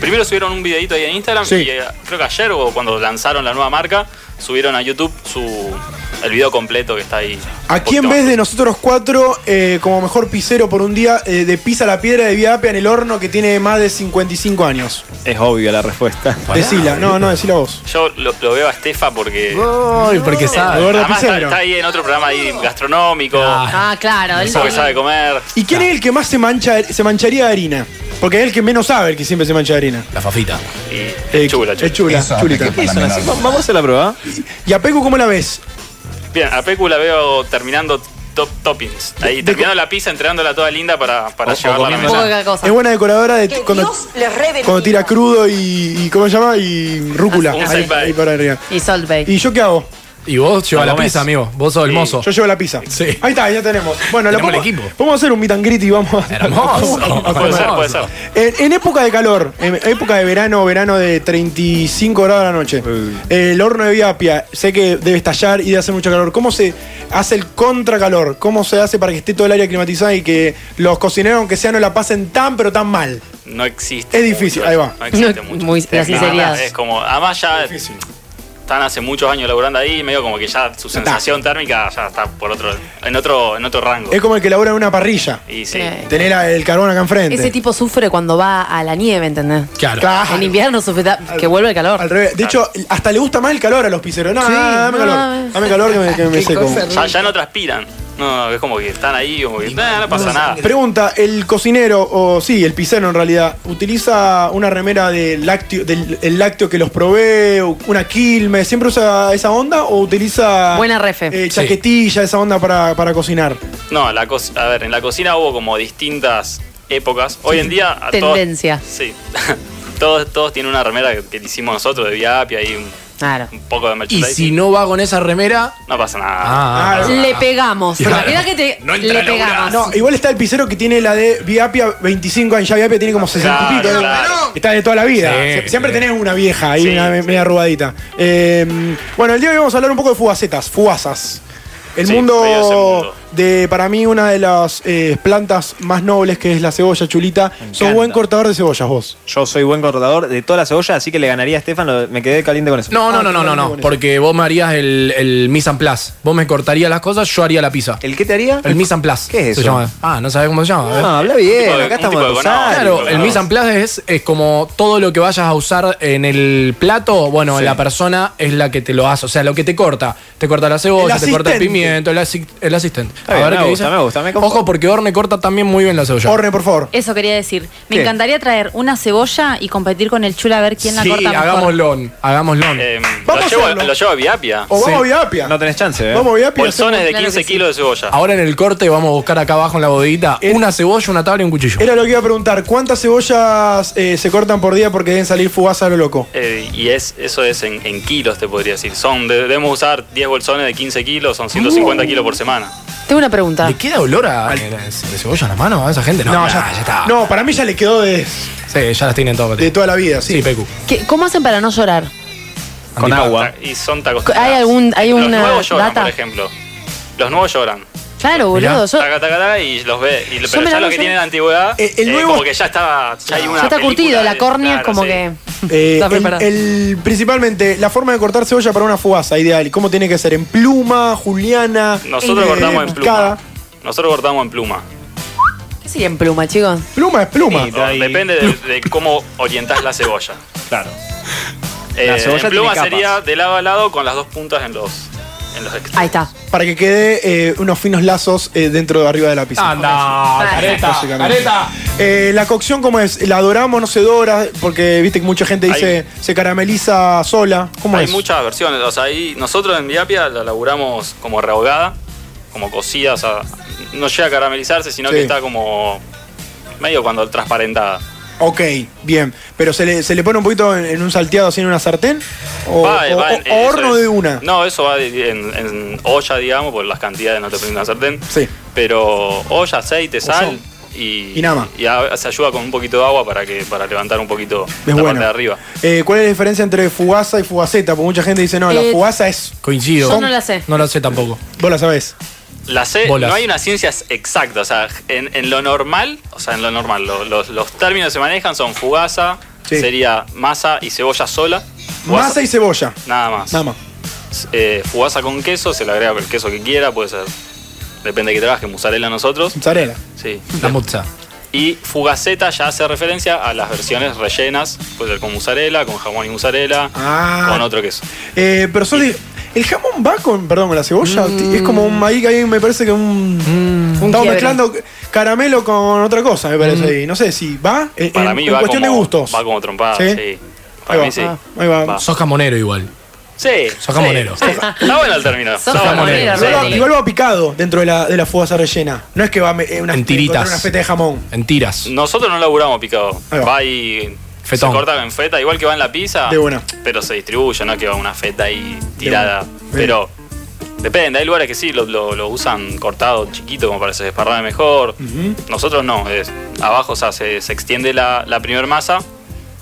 [SPEAKER 17] Primero subieron un videito ahí en Instagram.
[SPEAKER 8] Sí.
[SPEAKER 17] Y eh, creo que ayer o cuando lanzaron la nueva marca, subieron a YouTube su. El video completo que está ahí.
[SPEAKER 8] Aquí en vez de nosotros cuatro, eh, como mejor pizzero por un día, eh, de pizza a la piedra de Vía Apia en el horno que tiene más de 55 años.
[SPEAKER 9] Es obvio la respuesta.
[SPEAKER 8] Decila, no, no, decila vos.
[SPEAKER 17] Yo lo, lo veo a Estefa porque.
[SPEAKER 10] Ay, porque sabe.
[SPEAKER 8] Gordo
[SPEAKER 17] Además, está,
[SPEAKER 8] pizzero.
[SPEAKER 17] está ahí en otro programa ahí gastronómico.
[SPEAKER 2] Ah, claro. él
[SPEAKER 17] Porque
[SPEAKER 2] sí.
[SPEAKER 17] sabe comer.
[SPEAKER 8] ¿Y
[SPEAKER 10] Ah.
[SPEAKER 8] quién es el que más se mancha se mancharía de harina? Porque es el que menos sabe, el que siempre se mancha de harina.
[SPEAKER 10] La fafita.
[SPEAKER 17] Y
[SPEAKER 8] Eh,
[SPEAKER 17] chula, chula.
[SPEAKER 8] Es chula, chulita.
[SPEAKER 9] Vamos a hacer la prueba.
[SPEAKER 8] ¿Y a Pecu cómo la ves?
[SPEAKER 17] Bien, a Pecu la veo terminando top toppings. Ahí terminando la pizza, entregándola toda linda para, para
[SPEAKER 10] O- o
[SPEAKER 17] llevarla a la
[SPEAKER 10] comiendo
[SPEAKER 17] mesa.
[SPEAKER 2] Poco cada cosa.
[SPEAKER 8] Es buena decoradora de
[SPEAKER 7] Que
[SPEAKER 8] cuando,
[SPEAKER 7] Dios les revele.
[SPEAKER 8] cuando tira crudo y, y ¿cómo se llama? Y rúcula.
[SPEAKER 17] Un
[SPEAKER 8] Ahí,
[SPEAKER 10] Ah,
[SPEAKER 17] saipai.
[SPEAKER 8] ahí para arriba.
[SPEAKER 2] Y Salt Bay.
[SPEAKER 8] ¿Y yo qué hago?
[SPEAKER 10] Y vos llevas
[SPEAKER 8] Ah,
[SPEAKER 10] la
[SPEAKER 8] comés.
[SPEAKER 10] pizza, amigo. Vos sos el
[SPEAKER 8] Sí.
[SPEAKER 10] mozo.
[SPEAKER 8] Yo llevo la pizza. Ahí está, ya tenemos. Bueno, lo
[SPEAKER 10] Tenemos el
[SPEAKER 8] podemos, podemos hacer un meet and greet y vamos a.
[SPEAKER 10] Hermoso.
[SPEAKER 8] a- a-
[SPEAKER 17] Puede ser,
[SPEAKER 8] a-
[SPEAKER 17] puede ser.
[SPEAKER 8] En, en época de calor, en época de verano, verano de 35 grados de la noche, el horno de Viapia, sé que debe estallar y debe hacer mucho calor. ¿Cómo se hace el contracalor? ¿Cómo se hace para que esté todo el área climatizada y que los cocineros, aunque sea, no la pasen tan pero tan mal?
[SPEAKER 17] No existe.
[SPEAKER 8] Es difícil,
[SPEAKER 17] mucho,
[SPEAKER 8] ahí va.
[SPEAKER 17] No existe
[SPEAKER 8] No,
[SPEAKER 17] mucho.
[SPEAKER 8] muy- la
[SPEAKER 17] Nada,
[SPEAKER 8] sinceridad.
[SPEAKER 17] Es como, además ya están hace muchos años laburando ahí, medio como que ya su sensación térmica ya está por otro, en otro, en otro rango.
[SPEAKER 8] Es como el que labura en una parrilla.
[SPEAKER 17] Y sí.
[SPEAKER 8] Tener a- el carbón acá enfrente.
[SPEAKER 2] Ese tipo sufre cuando va a la nieve, ¿entendés?
[SPEAKER 10] Claro.
[SPEAKER 2] En invierno sufre ta- que vuelve el calor. Al
[SPEAKER 8] revés. De hecho, hasta le gusta más el calor a los pizzeros. No,
[SPEAKER 2] Sí,
[SPEAKER 8] no, no, dame
[SPEAKER 2] no,
[SPEAKER 8] calor. Dame calor que me, que me seco.
[SPEAKER 17] Ya, ya no transpiran. No, es como que están ahí, como que nah, no pasa nada.
[SPEAKER 8] Pregunta, ¿el cocinero, o sí, el pizzero en realidad, utiliza una remera de lácteo, del el lácteo que los provee, o una quilme? ¿Siempre usa esa onda o utiliza...
[SPEAKER 2] Buena refe.
[SPEAKER 8] eh, chaquetilla, esa onda para, para cocinar.
[SPEAKER 17] No, la co- a ver, en la cocina hubo como distintas épocas. Hoy en día a todos-
[SPEAKER 2] Tendencia.
[SPEAKER 17] sí. todos, todos tienen una remera que, que hicimos nosotros de Viapia y un,
[SPEAKER 2] Claro.
[SPEAKER 17] un poco de
[SPEAKER 10] Y
[SPEAKER 17] merchandising.
[SPEAKER 10] si no va con esa remera.
[SPEAKER 17] No pasa nada.
[SPEAKER 10] Ah.
[SPEAKER 17] No pasa
[SPEAKER 2] Le
[SPEAKER 17] nada.
[SPEAKER 2] pegamos.
[SPEAKER 10] Claro.
[SPEAKER 2] Imagina que te.
[SPEAKER 17] No entra
[SPEAKER 2] le
[SPEAKER 17] en la
[SPEAKER 2] pegamos.
[SPEAKER 8] No, igual está el pizzero que tiene la de Viapia 25 años. Ya Viapia tiene como 60 y
[SPEAKER 17] Claro,
[SPEAKER 8] pico. ¿no?
[SPEAKER 17] claro.
[SPEAKER 8] Está de toda la vida.
[SPEAKER 17] Sí,
[SPEAKER 8] Sie-
[SPEAKER 17] sí.
[SPEAKER 8] Siempre tenés una vieja ahí,
[SPEAKER 17] Sí,
[SPEAKER 8] una me- media arrugadita. Eh, bueno, el día de hoy vamos a hablar un poco de fugacettas, fugazas. El
[SPEAKER 17] Sí, medio ese
[SPEAKER 8] mundo
[SPEAKER 17] mundo.
[SPEAKER 8] de, para mí, una de las eh, plantas más nobles que es la cebolla chulita. Sos buen cortador de cebollas vos.
[SPEAKER 13] Yo soy buen cortador de toda la cebolla, así que le ganaría a Estefan. lo- Me quedé caliente con eso.
[SPEAKER 10] No, no, no, no, no, no. Porque vos me harías el, el mise en place. Vos me cortarías las cosas, yo haría la pizza.
[SPEAKER 13] ¿El qué te haría?
[SPEAKER 10] El mise en place.
[SPEAKER 13] ¿Qué es
[SPEAKER 10] Se
[SPEAKER 13] eso?
[SPEAKER 10] llama. Ah, no sabés cómo se llama. A ver.
[SPEAKER 13] No, habla bien, Un tipo de- acá un estamos tipo de en Rosario.
[SPEAKER 10] Claro,
[SPEAKER 13] Claro.
[SPEAKER 10] el mise en place es, es como todo lo que vayas a usar en el plato. Bueno,
[SPEAKER 13] Sí.
[SPEAKER 10] la persona es la que te lo hace. O sea, lo que te corta. Te corta la cebolla,
[SPEAKER 13] El
[SPEAKER 10] te corta el
[SPEAKER 13] asistente.
[SPEAKER 10] pimiento, el, asi- el asistente.
[SPEAKER 13] Está bien, me gusta, me gusta, me conformo.
[SPEAKER 10] Ojo, porque Orne corta también muy bien la cebolla.
[SPEAKER 8] Orne, por favor.
[SPEAKER 17] Eh,
[SPEAKER 11] Eso quería decir. Me
[SPEAKER 10] ¿Qué?
[SPEAKER 11] encantaría traer una cebolla y competir con el chula a ver quién
[SPEAKER 10] sí,
[SPEAKER 11] la corta mejor.
[SPEAKER 10] hagámoslo. Hagámoslo.
[SPEAKER 17] Eh, Em, lo, llevo, a- lo llevo a Viapia.
[SPEAKER 8] Oh,
[SPEAKER 10] O vamos Sí. a
[SPEAKER 8] Viapia.
[SPEAKER 13] No tenés chance, ¿eh?
[SPEAKER 10] Vamos a Viapia, hacemos-
[SPEAKER 17] Bolsones
[SPEAKER 10] Ah.
[SPEAKER 17] de
[SPEAKER 10] claro
[SPEAKER 17] 15
[SPEAKER 10] que sí.
[SPEAKER 17] kilos de cebolla.
[SPEAKER 10] Ahora en el corte vamos a buscar acá abajo en la bodeguita una cebolla, una tabla y un cuchillo.
[SPEAKER 8] Era lo que iba a preguntar. ¿Cuántas cebollas eh, se cortan por día porque deben salir fugazas a lo loco?
[SPEAKER 17] Eh, y es, eso es en, en kilos, te podría decir. Son, de- debemos usar 10 bolsones de 15 kilos, son 150 kilos por semana.
[SPEAKER 2] Tengo una pregunta.
[SPEAKER 10] ¿Le queda olor a, a- de cebolla en la mano a esa gente? No,
[SPEAKER 8] No,
[SPEAKER 10] nah,
[SPEAKER 8] ya-
[SPEAKER 10] ya,
[SPEAKER 17] Ah.
[SPEAKER 10] está.
[SPEAKER 8] No, para mí ya le quedó de,
[SPEAKER 10] Sí, ya las tienen todas.
[SPEAKER 8] de toda la vida, sí.
[SPEAKER 10] Sí, Pecu.
[SPEAKER 2] ¿Qué- ¿Cómo hacen para no llorar?
[SPEAKER 10] Con agua.
[SPEAKER 17] Y son tacos.
[SPEAKER 2] ¿Hay algún, hay
[SPEAKER 17] Los
[SPEAKER 2] una
[SPEAKER 17] nuevos lloran,
[SPEAKER 2] data?
[SPEAKER 17] por ejemplo. Los nuevos lloran.
[SPEAKER 2] Claro,
[SPEAKER 17] Mirá.
[SPEAKER 2] boludo. yo-
[SPEAKER 17] Taca, taca, taca, y los ve. Y- pero
[SPEAKER 2] me la
[SPEAKER 17] ya
[SPEAKER 2] hago
[SPEAKER 17] lo que
[SPEAKER 2] yo.
[SPEAKER 17] tiene la antigüedad.
[SPEAKER 2] Eh, el
[SPEAKER 17] eh,
[SPEAKER 2] nuevo-
[SPEAKER 17] como que ya está. Ya hay una.
[SPEAKER 2] ya está curtido, la córnea es como
[SPEAKER 8] Eh,
[SPEAKER 2] Está
[SPEAKER 8] el-
[SPEAKER 2] preparado.
[SPEAKER 8] el- principalmente, la forma de cortar cebolla para una fugaza ideal. ¿Cómo tiene que ser? ¿En pluma, juliana?
[SPEAKER 17] Nosotros
[SPEAKER 8] eh,
[SPEAKER 17] cortamos en
[SPEAKER 8] picada?
[SPEAKER 17] pluma. Nosotros cortamos en pluma.
[SPEAKER 2] ¿Qué sería en pluma, chicos?
[SPEAKER 8] Pluma es pluma.
[SPEAKER 17] O- Depende de, de cómo orientás la cebolla.
[SPEAKER 13] Claro.
[SPEAKER 17] Eh,
[SPEAKER 13] La cebolla
[SPEAKER 17] en pluma
[SPEAKER 13] tiene capas.
[SPEAKER 17] sería de lado a lado con las dos puntas en los, en los extremos.
[SPEAKER 2] Ahí está.
[SPEAKER 8] Para que quede eh, unos finos lazos eh, dentro de arriba de la pizza.
[SPEAKER 10] Anda, careta,
[SPEAKER 8] Básicamente.
[SPEAKER 10] careta.
[SPEAKER 8] Eh, la cocción, ¿cómo es? ¿La doramos, no se dora? Porque viste que mucha gente dice se carameliza sola. ¿Cómo
[SPEAKER 17] Hay
[SPEAKER 8] es?
[SPEAKER 17] muchas versiones. O sea, ahí nosotros en Viapia la laburamos como rehogada, como cocida, o sea, no llega a caramelizarse, sino
[SPEAKER 8] Sí.
[SPEAKER 17] que está como medio cuando transparentada.
[SPEAKER 8] Ok, bien. ¿Pero se le, se le pone un poquito en, en un salteado así en una sartén? ¿O,
[SPEAKER 17] Va-
[SPEAKER 8] o-
[SPEAKER 17] va
[SPEAKER 8] o-
[SPEAKER 17] en- eh,
[SPEAKER 8] o
[SPEAKER 17] eso
[SPEAKER 8] horno
[SPEAKER 17] es.
[SPEAKER 8] de una?
[SPEAKER 17] No, eso va de- en, en olla, digamos, por las cantidades no te prenden la sartén.
[SPEAKER 8] Sí.
[SPEAKER 17] Pero olla, aceite, sal y,
[SPEAKER 8] Y nada más.
[SPEAKER 17] y a- se ayuda con un poquito de agua para que para levantar un poquito la
[SPEAKER 8] bueno.
[SPEAKER 17] parte de arriba.
[SPEAKER 8] Eh, ¿Cuál es la diferencia entre fugaza y fugaceta? Porque mucha gente dice, no, la
[SPEAKER 17] Eh,
[SPEAKER 8] fugaza es.
[SPEAKER 10] Coincido.
[SPEAKER 17] yo no
[SPEAKER 2] la sé.
[SPEAKER 10] No la sé tampoco.
[SPEAKER 8] Vos la sabés.
[SPEAKER 17] La C,
[SPEAKER 10] Bolas.
[SPEAKER 17] no hay una ciencia exacta, o sea, en, en lo normal, o sea, en lo normal, lo- los, los términos que se manejan son fugaza, sería masa y cebolla sola. Fugaza-
[SPEAKER 8] Masa y cebolla.
[SPEAKER 17] Nada más.
[SPEAKER 8] Nada más.
[SPEAKER 17] Eh, fugaza con queso, se le agrega el queso que quiera, puede ser, depende de que trabaje, mozzarella nosotros.
[SPEAKER 8] Mozzarella.
[SPEAKER 17] Sí.
[SPEAKER 10] La mozza.
[SPEAKER 17] Y fugaceta ya hace referencia a las versiones rellenas, puede ser con mozzarella, con jamón y mozzarella,
[SPEAKER 8] Ah.
[SPEAKER 17] con otro queso.
[SPEAKER 8] Eh, pero solo. ¿El jamón va con, perdón, con la cebolla? Es como un maíz que ahí me parece que un. estamos
[SPEAKER 17] quiebre.
[SPEAKER 8] mezclando caramelo con otra cosa, me parece ahí. No sé si va. eh,
[SPEAKER 17] Para
[SPEAKER 8] en,
[SPEAKER 17] mí
[SPEAKER 8] en
[SPEAKER 17] va
[SPEAKER 8] cuestión
[SPEAKER 17] como,
[SPEAKER 8] de gustos.
[SPEAKER 17] Va como trompada,
[SPEAKER 8] ¿Sí?
[SPEAKER 17] sí. Para
[SPEAKER 8] Ahí
[SPEAKER 17] mí
[SPEAKER 8] va.
[SPEAKER 17] sí.
[SPEAKER 8] Ah, ahí va.
[SPEAKER 10] Sos jamonero igual.
[SPEAKER 17] Sí.
[SPEAKER 10] Sos jamonero.
[SPEAKER 17] sí. Está bueno el término.
[SPEAKER 10] Sos
[SPEAKER 17] Está bueno.
[SPEAKER 10] jamonero,
[SPEAKER 17] Sí.
[SPEAKER 8] Igual va- Igual va picado dentro de la, de la fugaza rellena. No es que va me- eh, una,
[SPEAKER 10] En tiritas.
[SPEAKER 8] una feta de jamón.
[SPEAKER 10] En tiras.
[SPEAKER 17] Nosotros no laburamos picado.
[SPEAKER 8] Ahí va.
[SPEAKER 17] Va y
[SPEAKER 10] Fetón.
[SPEAKER 17] Se corta en feta, igual que va en la pizza.
[SPEAKER 10] De una.
[SPEAKER 17] Pero se distribuye, no que va una feta ahí tirada. Pero depende, hay lugares que sí lo, lo- lo usan cortado chiquito como para que se desparrame mejor.
[SPEAKER 8] ¿Mm?
[SPEAKER 17] Nosotros no, es abajo, o sea, se, se extiende la, la primer masa,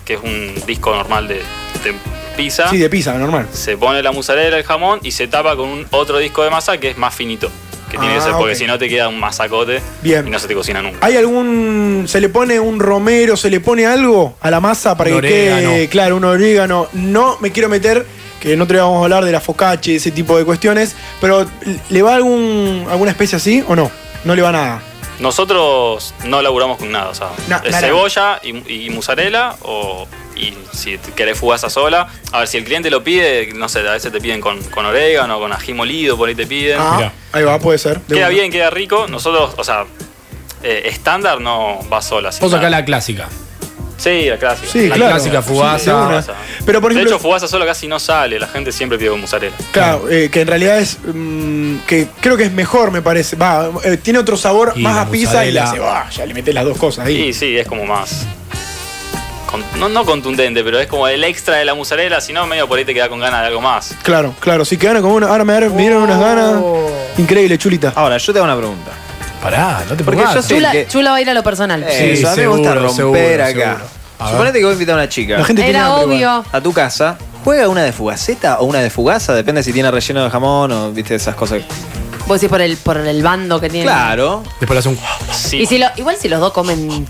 [SPEAKER 17] que es un disco normal de, de pizza.
[SPEAKER 8] Sí, de pizza, normal.
[SPEAKER 17] Se pone la mozzarella, el jamón y se tapa con un otro disco de masa que es más finito. Que tiene que
[SPEAKER 8] Ah,
[SPEAKER 17] ser porque
[SPEAKER 8] ok.
[SPEAKER 17] si no te queda un masacote
[SPEAKER 8] Bien.
[SPEAKER 17] y no se te cocina nunca.
[SPEAKER 8] ¿Hay algún. se le pone un romero, se le pone algo a la masa para
[SPEAKER 17] Un
[SPEAKER 8] que quede.
[SPEAKER 17] orégano.
[SPEAKER 8] Claro, un orégano. No me quiero meter, que no te vamos a hablar de la focache, ese tipo de cuestiones, pero ¿le va algún, alguna especie así o no? No le va nada.
[SPEAKER 17] Nosotros no laburamos con nada, o sea,
[SPEAKER 8] Na-
[SPEAKER 17] es
[SPEAKER 8] nada.
[SPEAKER 17] cebolla y, y mozzarella o y si te querés fugaza sola. A ver, si el cliente lo pide, no sé, a veces te piden con, con orégano, con ají molido, por ahí te piden.
[SPEAKER 8] Ah, ahí va, puede ser. de
[SPEAKER 17] Queda
[SPEAKER 8] una.
[SPEAKER 17] bien, queda rico. Nosotros, o sea, eh, estándar no va sola. sin
[SPEAKER 10] Vos sacás
[SPEAKER 17] nada.
[SPEAKER 10] la clásica.
[SPEAKER 17] Sí, la clásica.
[SPEAKER 10] Sí, La claro. clásica fugaza.
[SPEAKER 17] Sí, de una.
[SPEAKER 8] Pero, por
[SPEAKER 17] de
[SPEAKER 8] ejemplo-
[SPEAKER 17] hecho, fugaza sola casi no sale, la gente siempre pide con mozzarella.
[SPEAKER 8] Claro, eh, que en realidad es. mm, que creo que es mejor, me parece. Va, eh, tiene otro sabor
[SPEAKER 17] Y
[SPEAKER 8] más
[SPEAKER 17] la
[SPEAKER 8] a pizza y la
[SPEAKER 17] mozzarella.
[SPEAKER 8] cebolla. Ya le metes las dos cosas ahí.
[SPEAKER 17] Sí, sí, es como más. con- no, no contundente, pero es como el extra de la mozzarella, si no, medio por ahí te queda con ganas de algo más.
[SPEAKER 8] Claro, claro. Sí, quedaron como una. Ahora me, me dieron unas ganas.
[SPEAKER 17] Oh.
[SPEAKER 8] Increíble, chulita.
[SPEAKER 13] Ahora, yo te hago una pregunta.
[SPEAKER 10] Pará, no te
[SPEAKER 13] Porque yo sé
[SPEAKER 2] Chula,
[SPEAKER 13] que- Eh,
[SPEAKER 2] Chula va a ir a lo personal.
[SPEAKER 13] Eso, a mí me gusta romper acá.
[SPEAKER 2] A ver.
[SPEAKER 13] Suponete que vos invitar a una chica.
[SPEAKER 2] La gente Era tiene hambre, obvio. igual.
[SPEAKER 13] A tu casa, juega una de fugaceta o una de fugaza, depende si tiene relleno de jamón o viste esas cosas.
[SPEAKER 2] Vos decís por el, por el bando que tiene.
[SPEAKER 13] Claro.
[SPEAKER 10] Después le hace un.
[SPEAKER 2] Y si lo, igual si los dos comen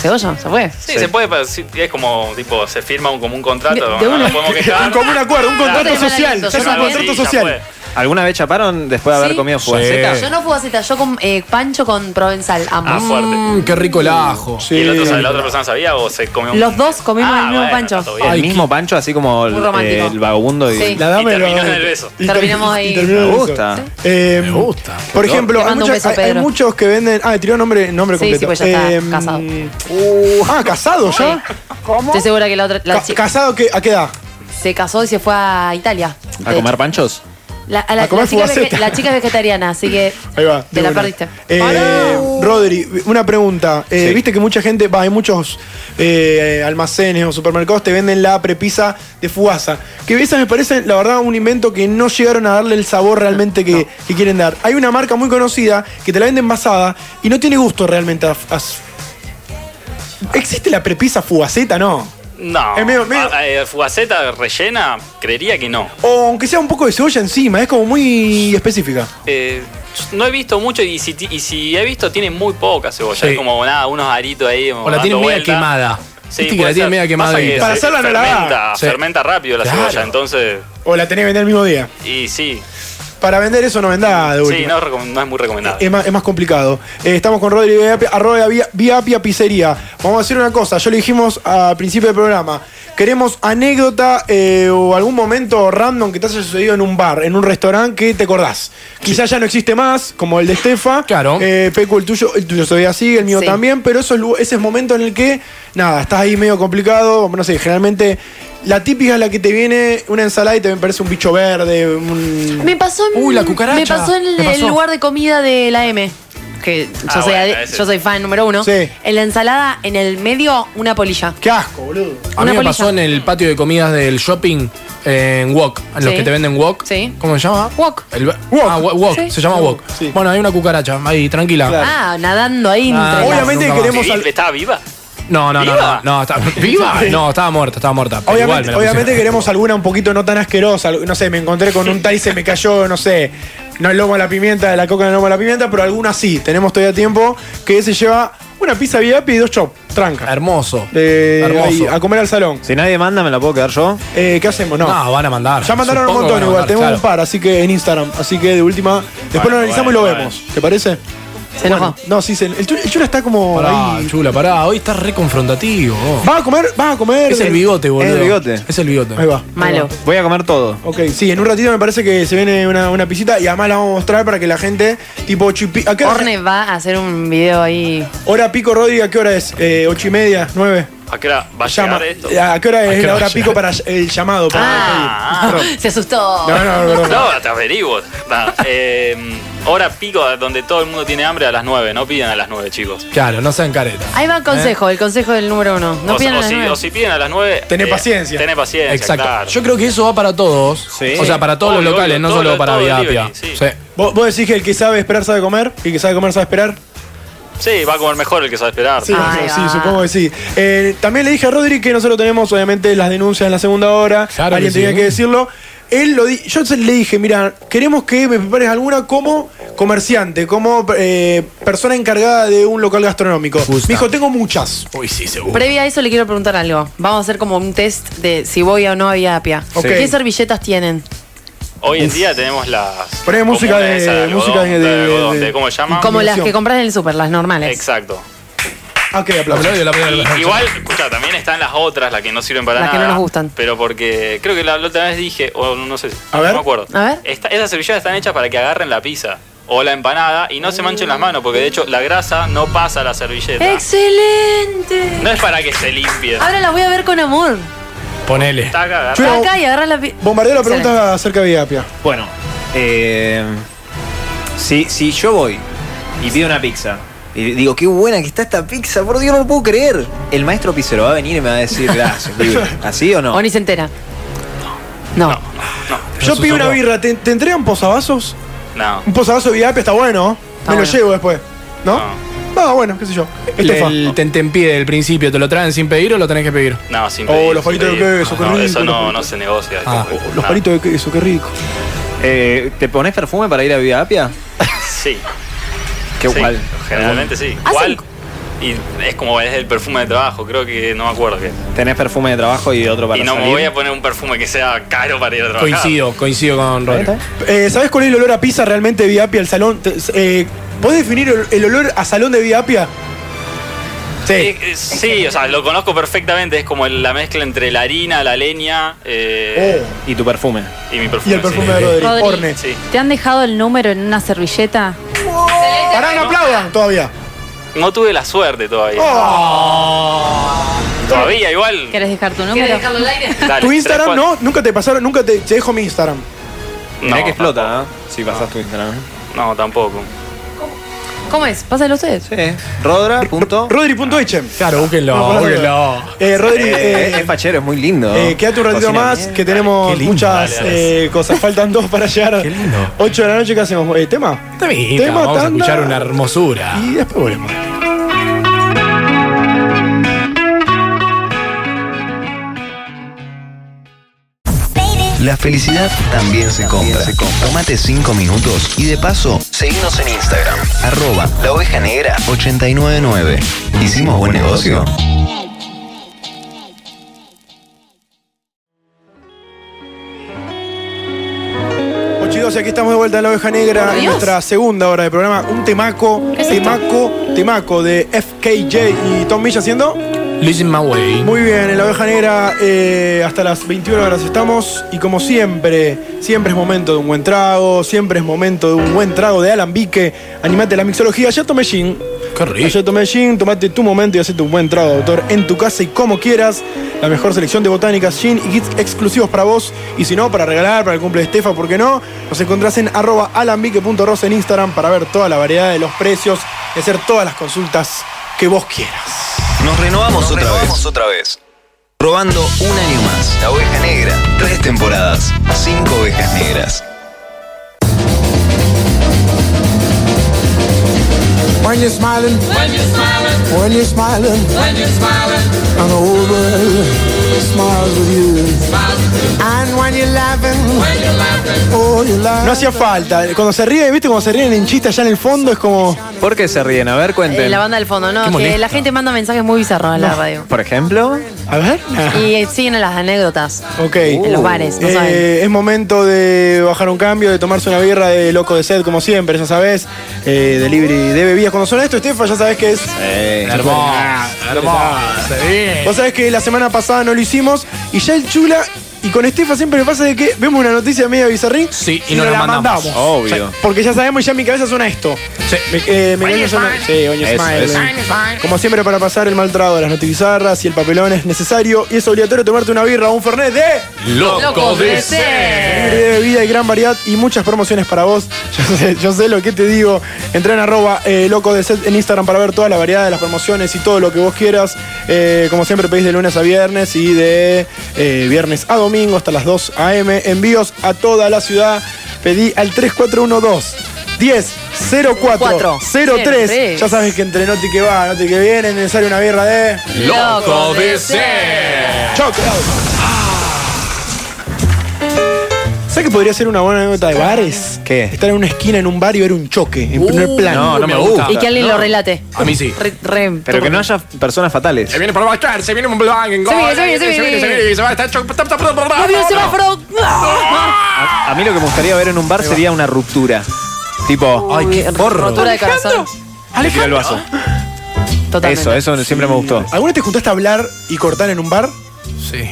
[SPEAKER 2] cebolla, ¿se fue?
[SPEAKER 17] Sí, se puede, pero sí, es como, tipo, se firma un, como un contrato.
[SPEAKER 2] de
[SPEAKER 17] no
[SPEAKER 2] una-
[SPEAKER 17] nos podemos quejar.
[SPEAKER 8] Un común acuerdo, un
[SPEAKER 17] Claro.
[SPEAKER 8] contrato social. Ya es un
[SPEAKER 17] Algo así,
[SPEAKER 8] contrato
[SPEAKER 17] ya
[SPEAKER 8] social.
[SPEAKER 17] fue.
[SPEAKER 13] ¿Alguna vez chaparon después de haber comido fugaceta?
[SPEAKER 2] Yo no fugaceta, yo con eh, pancho con provenzal, ambos.
[SPEAKER 10] Mm, qué rico el ajo.
[SPEAKER 17] ¿Y el otro sabe- la otra persona sabía o se comió un
[SPEAKER 2] Los dos comimos
[SPEAKER 17] Ah,
[SPEAKER 2] el mismo
[SPEAKER 17] bueno,
[SPEAKER 2] pancho.
[SPEAKER 17] todo
[SPEAKER 13] El mismo pancho, así como el,
[SPEAKER 2] Muy romántico.
[SPEAKER 13] eh, el vagabundo. Y,
[SPEAKER 2] Sí. La
[SPEAKER 17] dama y la- Y terminó en el beso.
[SPEAKER 8] Y
[SPEAKER 2] Terminamos ahí.
[SPEAKER 8] y terminó en
[SPEAKER 13] Me
[SPEAKER 8] el
[SPEAKER 13] gusta.
[SPEAKER 8] beso. Eh,
[SPEAKER 10] Me gusta.
[SPEAKER 8] Por ejemplo,
[SPEAKER 2] Te
[SPEAKER 8] hay,
[SPEAKER 2] mando un
[SPEAKER 8] muchas-
[SPEAKER 2] beso,
[SPEAKER 8] hay- hay
[SPEAKER 2] Pedro.
[SPEAKER 8] muchos que venden. Ah, tiró nombre, nombre
[SPEAKER 2] Sí, sí,
[SPEAKER 8] completo.
[SPEAKER 2] pues ya está
[SPEAKER 8] Em,
[SPEAKER 2] casado.
[SPEAKER 8] uh, ah, casado ya.
[SPEAKER 2] Estoy segura que la otra la
[SPEAKER 8] Ca-
[SPEAKER 2] chica
[SPEAKER 8] ¿Casado qué- a qué edad?
[SPEAKER 2] se casó y se fue a Italia.
[SPEAKER 13] ¿A comer panchos?
[SPEAKER 2] La, a la-
[SPEAKER 8] A comer
[SPEAKER 2] la chica es
[SPEAKER 8] fugaceta.
[SPEAKER 2] vege- la chica es vegetariana, así que
[SPEAKER 8] Ahí va.
[SPEAKER 2] te
[SPEAKER 8] de
[SPEAKER 2] la
[SPEAKER 8] una.
[SPEAKER 2] perdiste.
[SPEAKER 8] Eh, Rodri, una pregunta. Eh,
[SPEAKER 13] Sí.
[SPEAKER 8] Viste que mucha gente, va, hay muchos eh, almacenes o supermercados te venden la prepisa de fugaza. Que esas me parecen, la verdad, un invento que no llegaron a darle el sabor realmente que, que quieren dar. Hay una marca muy conocida que te la vende envasada y no tiene gusto realmente. a- a- ¿Existe la prepisa fugaceta? No.
[SPEAKER 17] No.
[SPEAKER 8] Es medio-
[SPEAKER 17] Ah, eh, fugaceta rellena, creería que no.
[SPEAKER 8] O aunque sea un poco de cebolla encima, es como muy específica.
[SPEAKER 17] Eh, no he visto mucho y si, ti- y si he visto, tiene muy poca cebolla.
[SPEAKER 10] Sí.
[SPEAKER 17] Es como nada, unos aritos ahí.
[SPEAKER 10] O la tiene media quemada.
[SPEAKER 17] Sí,
[SPEAKER 10] Viste que
[SPEAKER 17] puede
[SPEAKER 10] la tiene
[SPEAKER 17] ser.
[SPEAKER 10] media quemada.
[SPEAKER 17] Pasa que
[SPEAKER 10] y-
[SPEAKER 17] se
[SPEAKER 8] Para hacerla no la va.
[SPEAKER 17] fermenta,
[SPEAKER 10] Sí.
[SPEAKER 17] fermenta rápido la
[SPEAKER 10] Claro.
[SPEAKER 17] cebolla, entonces.
[SPEAKER 8] O la tenés que vender el mismo día.
[SPEAKER 17] Y sí,
[SPEAKER 8] Para vender eso no vendá de
[SPEAKER 17] sí
[SPEAKER 8] última.
[SPEAKER 17] no, es recom- no es muy recomendable.
[SPEAKER 8] Es más, es más complicado. Eh, estamos con Rodri Vía- arroba Vía- Vía Apia Pizzería. Vamos a hacer una cosa, yo lo dijimos al principio del programa. Queremos anécdota eh, o algún momento random que te haya sucedido en un bar, en un restaurante que te acordás. Quizás ya no existe más, como el de Estefa. Claro. Pecu, el tuyo, el tuyo se ve así, el mío
[SPEAKER 2] Sí.
[SPEAKER 8] también, pero eso, es lu- ese es momento en el que, nada, estás ahí medio complicado. No sé, generalmente la típica es la que te viene una ensalada y te parece un bicho verde, un.
[SPEAKER 2] Me pasó en,
[SPEAKER 8] Uy, la cucaracha.
[SPEAKER 2] Me pasó en
[SPEAKER 8] Me
[SPEAKER 2] el
[SPEAKER 8] pasó.
[SPEAKER 2] lugar de comida de la M. Que yo,
[SPEAKER 8] Ah,
[SPEAKER 2] soy,
[SPEAKER 8] bueno,
[SPEAKER 2] adi-
[SPEAKER 8] ese.
[SPEAKER 2] yo soy fan número uno.
[SPEAKER 8] Sí.
[SPEAKER 2] En la ensalada, en el medio, una polilla.
[SPEAKER 8] ¡Qué asco, boludo!
[SPEAKER 10] A mí me pasó en el patio de comidas del shopping eh, en Wok, en los
[SPEAKER 2] Sí.
[SPEAKER 10] que te venden Wok. ¿Cómo se llama?
[SPEAKER 2] Wok.
[SPEAKER 10] El, Ah, Wok, Wok,
[SPEAKER 2] Sí.
[SPEAKER 10] se llama Wok. Bueno, hay una cucaracha, ahí, tranquila.
[SPEAKER 2] Ah, nadando ahí.
[SPEAKER 10] Ah,
[SPEAKER 2] entre las-
[SPEAKER 10] obviamente
[SPEAKER 2] nunca más.
[SPEAKER 10] queremos
[SPEAKER 17] Sí, ¿Estaba viva?
[SPEAKER 10] No, no, no,
[SPEAKER 17] ¿Viva?
[SPEAKER 10] no, no, está- ¿Viva? No, estaba muerta, estaba muerta. pero igual
[SPEAKER 8] Obviamente,
[SPEAKER 10] me la
[SPEAKER 8] obviamente
[SPEAKER 10] pusieron.
[SPEAKER 8] queremos alguna un poquito no tan asquerosa. No sé, me encontré con un tal y se me cayó, no sé, no el lomo a la pimienta, la coca no el lomo a la pimienta, pero alguna sí. Tenemos todavía tiempo que se lleva una pizza VIP y dos chop, tranca.
[SPEAKER 10] Hermoso.
[SPEAKER 8] Eh,
[SPEAKER 10] Hermoso.
[SPEAKER 8] ahí, a comer al salón.
[SPEAKER 13] Si nadie manda, me la puedo quedar yo.
[SPEAKER 8] Eh, ¿Qué hacemos? No.
[SPEAKER 10] No, van a mandar.
[SPEAKER 8] Ya mandaron un
[SPEAKER 10] Supongo
[SPEAKER 8] montón
[SPEAKER 10] que van a
[SPEAKER 8] igual,
[SPEAKER 10] mandar,
[SPEAKER 8] tenemos
[SPEAKER 10] claro.
[SPEAKER 8] un par, así que en Instagram. Así que de última, después
[SPEAKER 10] Bueno,
[SPEAKER 8] lo analizamos
[SPEAKER 10] bueno,
[SPEAKER 8] y lo
[SPEAKER 10] bueno.
[SPEAKER 8] vemos. ¿Te parece?
[SPEAKER 2] Se enojó.
[SPEAKER 8] Bueno, no, sí, se- el, chula, el Chula está como
[SPEAKER 10] Pará,
[SPEAKER 8] ahí.
[SPEAKER 10] chula, pará, hoy estás re confrontativo. vos.
[SPEAKER 8] ¿Vas a comer? ¿Vas a comer?
[SPEAKER 10] Es el bigote, boludo.
[SPEAKER 13] Es el bigote.
[SPEAKER 10] Es el bigote.
[SPEAKER 8] Ahí va. ahí va.
[SPEAKER 13] Voy a comer todo.
[SPEAKER 8] Ok, sí, en un ratito me parece que se viene una, una pisita y además la vamos a mostrar para que la gente, tipo, chupi, ¿a qué hora,
[SPEAKER 2] Orne va a hacer un video ahí.
[SPEAKER 8] hora pico, Rodri? ¿A qué hora es? Eh, ¿Ocho y media? ¿Nueve?
[SPEAKER 17] ¿A qué hora va a
[SPEAKER 8] Llama. eh,
[SPEAKER 17] llegar esto?
[SPEAKER 8] ¿A qué hora es
[SPEAKER 17] qué
[SPEAKER 8] la
[SPEAKER 17] hora
[SPEAKER 8] hora
[SPEAKER 17] llega?
[SPEAKER 8] pico para el llamado? Para
[SPEAKER 17] Ah.
[SPEAKER 8] pedir?
[SPEAKER 2] Se asustó.
[SPEAKER 8] No, no, no, no.
[SPEAKER 17] No, te averiguo. Nah, eh, hora pico donde todo el mundo tiene hambre a las 9. No pidan a las 9, chicos.
[SPEAKER 10] Claro, no sean caretas.
[SPEAKER 2] Ahí va el consejo,
[SPEAKER 8] Eh.
[SPEAKER 2] el consejo del número uno. No
[SPEAKER 17] o,
[SPEAKER 2] pidan
[SPEAKER 17] o
[SPEAKER 2] a las
[SPEAKER 17] si,
[SPEAKER 2] nueve.
[SPEAKER 17] o si piden a las 9.
[SPEAKER 10] Tené paciencia.
[SPEAKER 17] Tené paciencia,
[SPEAKER 10] Exacto.
[SPEAKER 17] claro.
[SPEAKER 10] Yo creo que eso va para todos. O sea, para todos
[SPEAKER 17] Obvio,
[SPEAKER 10] los locales,
[SPEAKER 17] obvio,
[SPEAKER 10] no
[SPEAKER 17] todo
[SPEAKER 10] solo
[SPEAKER 17] lo-
[SPEAKER 10] para
[SPEAKER 17] todo el
[SPEAKER 10] Viapia.
[SPEAKER 17] delivery,
[SPEAKER 10] Sí.
[SPEAKER 8] ¿Vos, vos decís que el que sabe esperar sabe comer y el que sabe comer sabe esperar.
[SPEAKER 17] Sí, va a comer mejor el que sabe esperar.
[SPEAKER 8] Sí, eso, sí, supongo que sí. Eh, también le dije a Rodri que nosotros tenemos, obviamente, las denuncias en la segunda hora.
[SPEAKER 10] Claro
[SPEAKER 8] Alguien
[SPEAKER 10] que
[SPEAKER 8] tenía
[SPEAKER 10] sí.
[SPEAKER 8] que decirlo. Él lo di- yo se- le dije, mira, queremos que me prepares alguna como comerciante, como eh, persona encargada de un local gastronómico. Me dijo, tengo muchas.
[SPEAKER 10] Uy, sí, seguro.
[SPEAKER 2] Previa a eso le quiero preguntar algo. Vamos a hacer como un test de si voy o no a Viapia.
[SPEAKER 17] Ok.
[SPEAKER 2] ¿Qué servilletas tienen?
[SPEAKER 17] Hoy en día tenemos las.
[SPEAKER 8] Poné música
[SPEAKER 17] comunes,
[SPEAKER 8] de-
[SPEAKER 17] esa algodón,
[SPEAKER 8] música de- de-
[SPEAKER 17] algodón,
[SPEAKER 8] de-
[SPEAKER 17] de- ¿Cómo se llama?
[SPEAKER 2] Como las que compras en el super, las normales.
[SPEAKER 17] Exacto.
[SPEAKER 8] Ah, Ok, aplausos.
[SPEAKER 17] Y- igual, escucha, también están las otras, las que no sirven para
[SPEAKER 2] Las que
[SPEAKER 17] nada.
[SPEAKER 2] no nos gustan.
[SPEAKER 17] Pero porque creo que la, la otra vez dije, o no sé,
[SPEAKER 8] A
[SPEAKER 17] no
[SPEAKER 8] ver.
[SPEAKER 17] me acuerdo.
[SPEAKER 2] A ver.
[SPEAKER 17] Esta- esas servilletas están hechas para que agarren la pizza o la empanada y no se manchen las manos, porque de hecho la grasa no pasa a la servilleta.
[SPEAKER 2] ¡Excelente!
[SPEAKER 17] No es para que se limpien.
[SPEAKER 2] Ahora las voy a ver con amor.
[SPEAKER 10] Ponele.
[SPEAKER 17] Taca, agarra.
[SPEAKER 2] Está acá y agarra la pi-
[SPEAKER 8] Bombardeo la
[SPEAKER 2] Excelente.
[SPEAKER 8] pregunta acerca de Viapia.
[SPEAKER 13] Bueno, eh, si, si yo voy y pido una pizza y digo, qué buena que está esta pizza, por Dios, no lo puedo creer. El maestro pizzero va a venir y me va a decir, gracias, pibe". ¿Así o no?
[SPEAKER 2] O ni se entera. No.
[SPEAKER 8] Yo pido una birra, ¿te, te entregan posavasos?
[SPEAKER 17] No.
[SPEAKER 8] Un posavaso de Viapia está bueno.
[SPEAKER 2] Está
[SPEAKER 8] me
[SPEAKER 2] bueno.
[SPEAKER 8] lo llevo después. ¿No? Ah, bueno, qué sé yo.
[SPEAKER 10] El,
[SPEAKER 8] Estefa.
[SPEAKER 10] Este el tentempié del principio, ¿te lo traen sin pedir o lo tenés que pedir?
[SPEAKER 17] No, sin
[SPEAKER 8] Oh,
[SPEAKER 17] pedir.
[SPEAKER 8] los
[SPEAKER 17] sin
[SPEAKER 8] palitos de
[SPEAKER 17] pedir.
[SPEAKER 8] queso, qué
[SPEAKER 17] No,
[SPEAKER 8] rico,
[SPEAKER 17] eso no,
[SPEAKER 8] los-
[SPEAKER 17] no se negocia.
[SPEAKER 8] Ah,
[SPEAKER 17] tipo,
[SPEAKER 8] los
[SPEAKER 17] no.
[SPEAKER 8] palitos de queso, qué rico.
[SPEAKER 13] Eh, ¿Te pones perfume para ir a Vía Apia?
[SPEAKER 17] Sí.
[SPEAKER 13] Qué
[SPEAKER 17] Sí,
[SPEAKER 13] guay.
[SPEAKER 17] Generalmente sí. Igual. Y es como es el perfume de trabajo, creo que no me acuerdo qué.
[SPEAKER 13] Tenés perfume de trabajo y otro para
[SPEAKER 17] Y no me
[SPEAKER 13] salir.
[SPEAKER 17] voy a poner un perfume que sea caro para ir a trabajar.
[SPEAKER 10] Coincido, coincido con Rodri.
[SPEAKER 8] Eh, ¿Sabes cuál es el olor a pizza realmente de Viapia? El salón. Te- eh, ¿Podés definir el, el olor a salón de Viapia?
[SPEAKER 17] Eh, eh, Sí, o sea, lo conozco perfectamente. Es como el- la mezcla entre la harina, la leña eh,
[SPEAKER 13] Y tu perfume.
[SPEAKER 17] y mi
[SPEAKER 8] Oh. Y
[SPEAKER 17] perfume.
[SPEAKER 8] el perfume
[SPEAKER 17] sí.
[SPEAKER 8] de Rodri.
[SPEAKER 11] Rodri.
[SPEAKER 8] Orne.
[SPEAKER 17] Sí.
[SPEAKER 11] ¿Te han dejado el número en una servilleta?
[SPEAKER 8] Pará, no aplaudan todavía.
[SPEAKER 17] No tuve la suerte todavía.
[SPEAKER 8] Oh.
[SPEAKER 17] Todavía, igual.
[SPEAKER 11] ¿Querés dejar tu número?
[SPEAKER 2] ¿Quieres dejarlo al aire?
[SPEAKER 17] Dale,
[SPEAKER 8] ¿Tu Instagram
[SPEAKER 17] tres,
[SPEAKER 8] no? Nunca te pasaron, nunca te, te dejo mi Instagram.
[SPEAKER 17] cuatro-
[SPEAKER 13] Mirá
[SPEAKER 17] No,
[SPEAKER 13] que explota, ¿eh? Si pasas tu Instagram.
[SPEAKER 17] no, tampoco.
[SPEAKER 2] ¿Cómo es? Pásalo ustedes.
[SPEAKER 13] Sí. Eh, Rodra. Punto.
[SPEAKER 8] Rodri.echem.
[SPEAKER 10] Claro, búsquenlo,
[SPEAKER 8] No, pará,
[SPEAKER 10] búsquenlo.
[SPEAKER 8] Eh, Rodri,
[SPEAKER 13] Eh,
[SPEAKER 8] eh,
[SPEAKER 13] es fachero, es muy lindo.
[SPEAKER 8] eh, quédate un ratito
[SPEAKER 13] Cocina
[SPEAKER 8] más,
[SPEAKER 13] bien.
[SPEAKER 8] que tenemos
[SPEAKER 10] Qué lindo.
[SPEAKER 8] muchas
[SPEAKER 10] Dale, dale.
[SPEAKER 8] eh, cosas. Faltan dos para llegar.
[SPEAKER 10] Qué lindo.
[SPEAKER 8] 8 de la noche, ¿qué hacemos? Eh, ¿Tema?
[SPEAKER 10] Temita,
[SPEAKER 8] Tema,
[SPEAKER 10] vamos a
[SPEAKER 8] tanda.
[SPEAKER 10] escuchar una hermosura.
[SPEAKER 8] Y después volvemos.
[SPEAKER 3] La felicidad también se compra. Tómate 5 minutos y de paso, seguinos en Instagram. Arroba la oveja negra 899. ¿Hicimos buen negocio?
[SPEAKER 8] Pues Chicos, aquí estamos de vuelta en la oveja negra,
[SPEAKER 2] Por
[SPEAKER 8] en
[SPEAKER 2] Dios.
[SPEAKER 8] nuestra segunda hora de programa. Un temaco,
[SPEAKER 2] ¿Qué es
[SPEAKER 8] temaco, temaco de FKJ y Tom Milla haciendo.
[SPEAKER 10] Losing My Way.
[SPEAKER 8] Muy bien, en la oveja negra eh, hasta las 21 horas estamos. Y como siempre, siempre es momento de un buen trago, siempre es momento de un buen trago de alambique. Animate a la mixología, ya tomé gin.
[SPEAKER 10] Qué rico.
[SPEAKER 8] Ayer tomé gin, tomate tu momento y hacete un buen trago de autor en tu casa y como quieras. La mejor selección de botánicas, gin y kits exclusivos para vos. Y si no, para regalar, para el cumple de Estefa, ¿por qué no? Nos encontrás en arroba alambique.ros en Instagram para ver toda la variedad de los precios y hacer todas las consultas que vos quieras.
[SPEAKER 3] Nos renovamos, otra, vez. otra vez. Robando un año más. La oveja negra. Tres temporadas. Cinco ovejas negras.
[SPEAKER 12] When you're smiling, when you're smiling, and the whole world smiles with you. And when you're laughing, oh, you laugh.
[SPEAKER 8] No hacía falta. Cuando se ríen, ¿viste? Cuando se ríen en chiste allá en el fondo es como.
[SPEAKER 13] ¿Por qué se ríen? A ver,
[SPEAKER 2] Eh,
[SPEAKER 13] cuenten.
[SPEAKER 2] la banda del fondo,
[SPEAKER 13] Qué
[SPEAKER 2] no, que
[SPEAKER 13] molesta.
[SPEAKER 2] la gente manda mensajes muy bizarros a la radio.
[SPEAKER 13] Por ejemplo.
[SPEAKER 8] A ver.
[SPEAKER 2] Y eh, siguen las anécdotas.
[SPEAKER 8] Ok.
[SPEAKER 2] En los bares, no
[SPEAKER 8] Eh,
[SPEAKER 2] saben.
[SPEAKER 8] es momento de bajar un cambio, de tomarse una birra de loco de sed, como siempre, ya sabes. Eh, delivery de bebidas. Cuando suena esto, Estefa, ya sabes que es. Eh,
[SPEAKER 13] Eh,
[SPEAKER 10] Hermosa, hermosa. bien.
[SPEAKER 8] Vos sabés que la semana pasada no lo hicimos y ya el Chula Y con Estefa siempre me pasa de que vemos una noticia media bizarrín
[SPEAKER 10] Sí, y
[SPEAKER 8] nos
[SPEAKER 10] nos
[SPEAKER 8] la
[SPEAKER 10] la mandamos. Obvio.
[SPEAKER 8] O sea, porque ya sabemos, ya en mi cabeza suena esto.
[SPEAKER 10] Sí.
[SPEAKER 8] Me, eh, me cabeza suena- sí, Oño
[SPEAKER 10] Eso,
[SPEAKER 8] Smile.
[SPEAKER 10] eso.
[SPEAKER 8] Como siempre, para pasar el mal trago de las notibizarras y el papelón es necesario y es obligatorio tomarte una birra o un fernet de
[SPEAKER 10] Locos Locos de de Ser. Ser.
[SPEAKER 8] Libre de vida y gran variedad y muchas promociones para vos. Yo sé, yo sé lo que te digo. Entra en arroba eh, loco de Ser en Instagram para ver toda la variedad de las promociones y todo lo que vos quieras. Eh, como siempre, pedís de lunes a viernes y de eh, viernes a domingo hasta las 2 a.m. Envíos a toda la ciudad. Pedí al 3412. 10 04 03 Ya sabes que entre noti que va, noti que viene, es necesario una birra de.
[SPEAKER 10] Loco de ser.
[SPEAKER 8] Choco. ¿Sabes Ah. que podría ser una buena anécdota de bares? ¿Qué? Estar en una esquina, en un bar y ver un choque, en primer plano.
[SPEAKER 13] Uh. no, no me gusta.
[SPEAKER 10] Ah,
[SPEAKER 2] Y que alguien
[SPEAKER 13] No.
[SPEAKER 2] lo relate.
[SPEAKER 13] A mí sí.
[SPEAKER 2] Re- re-
[SPEAKER 13] Pero que no haya personas fatales.
[SPEAKER 10] Se viene para marchar, se viene un blanco.
[SPEAKER 2] Se viene, se viene, se viene.
[SPEAKER 10] Se viene, se va, está choc- tap, tap, tap, tap,
[SPEAKER 2] ¡Ah, vio el
[SPEAKER 10] tap, tap.
[SPEAKER 2] semáforo! ¡Ah!
[SPEAKER 13] A, a mí lo que me gustaría ver en un bar sería una ruptura. Tipo, ay, qué porro.
[SPEAKER 2] Rotura de corazón.
[SPEAKER 13] Le tiró el vaso.
[SPEAKER 8] Totalmente.
[SPEAKER 13] Eso, eso siempre me gustó.
[SPEAKER 8] ¿Alguna vez te juntaste a hablar y cortar en un bar?
[SPEAKER 10] Sí.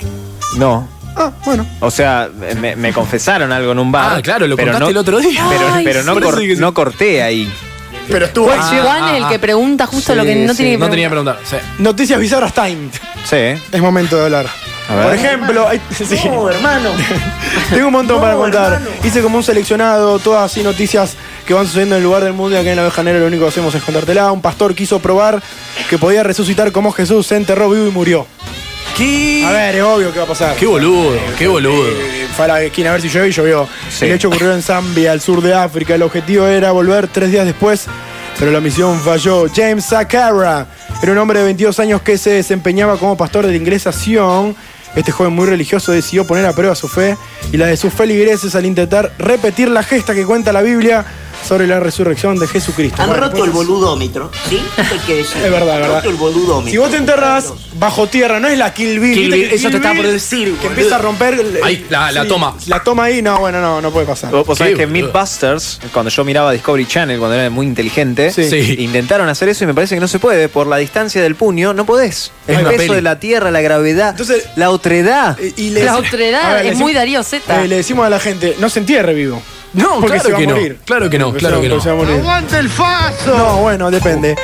[SPEAKER 13] No.
[SPEAKER 8] Ah, bueno.
[SPEAKER 13] O sea, me, me confesaron algo en un bar.
[SPEAKER 10] Ah, claro, lo
[SPEAKER 13] pero
[SPEAKER 10] contaste
[SPEAKER 13] no-
[SPEAKER 10] el otro día.
[SPEAKER 13] Pero,
[SPEAKER 10] Ay,
[SPEAKER 13] pero no, Ah,
[SPEAKER 10] sí.
[SPEAKER 13] cor-
[SPEAKER 10] Parece que sí.
[SPEAKER 13] no corté ahí.
[SPEAKER 8] Pero estuvo.
[SPEAKER 2] Juan Juan es el que pregunta justo lo que no tiene que preguntar.
[SPEAKER 10] preguntar. Sí.
[SPEAKER 8] Noticias bizarras time.
[SPEAKER 13] Sí.
[SPEAKER 8] Es momento de hablar.
[SPEAKER 13] A ver.
[SPEAKER 8] Por ejemplo, hay- sí.
[SPEAKER 6] hermano.
[SPEAKER 8] tengo un montón para contar. Hice como un seleccionado, todas así noticias que van sucediendo en el lugar del mundo y acá en la Vejanera lo único que hacemos es contártela. Un pastor quiso probar que podía resucitar como Jesús, se enterró vivo y murió.
[SPEAKER 10] ¿Qué?
[SPEAKER 8] A ver, es obvio que va a pasar.
[SPEAKER 10] Qué boludo, qué boludo.
[SPEAKER 8] Eh, Fue a la esquina a ver si llueve y llovió. El hecho ocurrió en Zambia, al sur de África. El objetivo era volver tres días después, pero la misión falló. James Sakara era un hombre de 22 años que se desempeñaba como pastor de la ingresación. Este joven muy religioso decidió poner a prueba su fe y la de sus feligreses al intentar repetir la gesta que cuenta la Biblia sobre la resurrección de Jesucristo.
[SPEAKER 18] Han
[SPEAKER 8] Bueno,
[SPEAKER 18] roto el
[SPEAKER 8] pues,
[SPEAKER 18] boludómetro, ¿sí? Eso Hay que decir.
[SPEAKER 8] Es verdad,
[SPEAKER 18] Han
[SPEAKER 8] verdad.
[SPEAKER 18] roto el boludómetro.
[SPEAKER 8] Si vos te enterrás bajo tierra, no es la Kill Bill.
[SPEAKER 10] Kill
[SPEAKER 8] ¿viste
[SPEAKER 10] Bill,
[SPEAKER 8] que
[SPEAKER 10] eso te estaba por
[SPEAKER 8] Bill
[SPEAKER 10] decir,
[SPEAKER 8] Que
[SPEAKER 10] boludo.
[SPEAKER 8] empieza a romper. el-
[SPEAKER 10] Ahí, la- la toma. Oh.
[SPEAKER 8] La toma ahí, no, bueno, no, no puede pasar.
[SPEAKER 13] Vos vos sabés que en
[SPEAKER 8] mil
[SPEAKER 13] Mythbusters, cuando yo miraba Discovery Channel, cuando era muy inteligente,
[SPEAKER 8] Sí. Sí.
[SPEAKER 13] intentaron hacer eso y me parece que no se puede. Por la distancia del puño, no podés.
[SPEAKER 8] Es
[SPEAKER 13] El
[SPEAKER 8] una
[SPEAKER 13] peso
[SPEAKER 8] peli.
[SPEAKER 13] de la tierra, la gravedad, la otredad.
[SPEAKER 8] Y le
[SPEAKER 2] La
[SPEAKER 8] dec- A
[SPEAKER 2] otredad
[SPEAKER 8] ver, le
[SPEAKER 2] es
[SPEAKER 8] decimos-
[SPEAKER 2] muy Darío Z.
[SPEAKER 8] Eh, le decimos a la gente, no se entierre vivo.
[SPEAKER 10] No,
[SPEAKER 8] porque
[SPEAKER 10] claro
[SPEAKER 8] se va
[SPEAKER 10] que
[SPEAKER 8] a
[SPEAKER 10] no.
[SPEAKER 8] morir.
[SPEAKER 10] Claro que no,
[SPEAKER 8] Porque
[SPEAKER 10] claro
[SPEAKER 8] se va-
[SPEAKER 10] que no.
[SPEAKER 8] porque se va a morir.
[SPEAKER 6] ¡Aguanta el faso!
[SPEAKER 8] No, bueno, depende.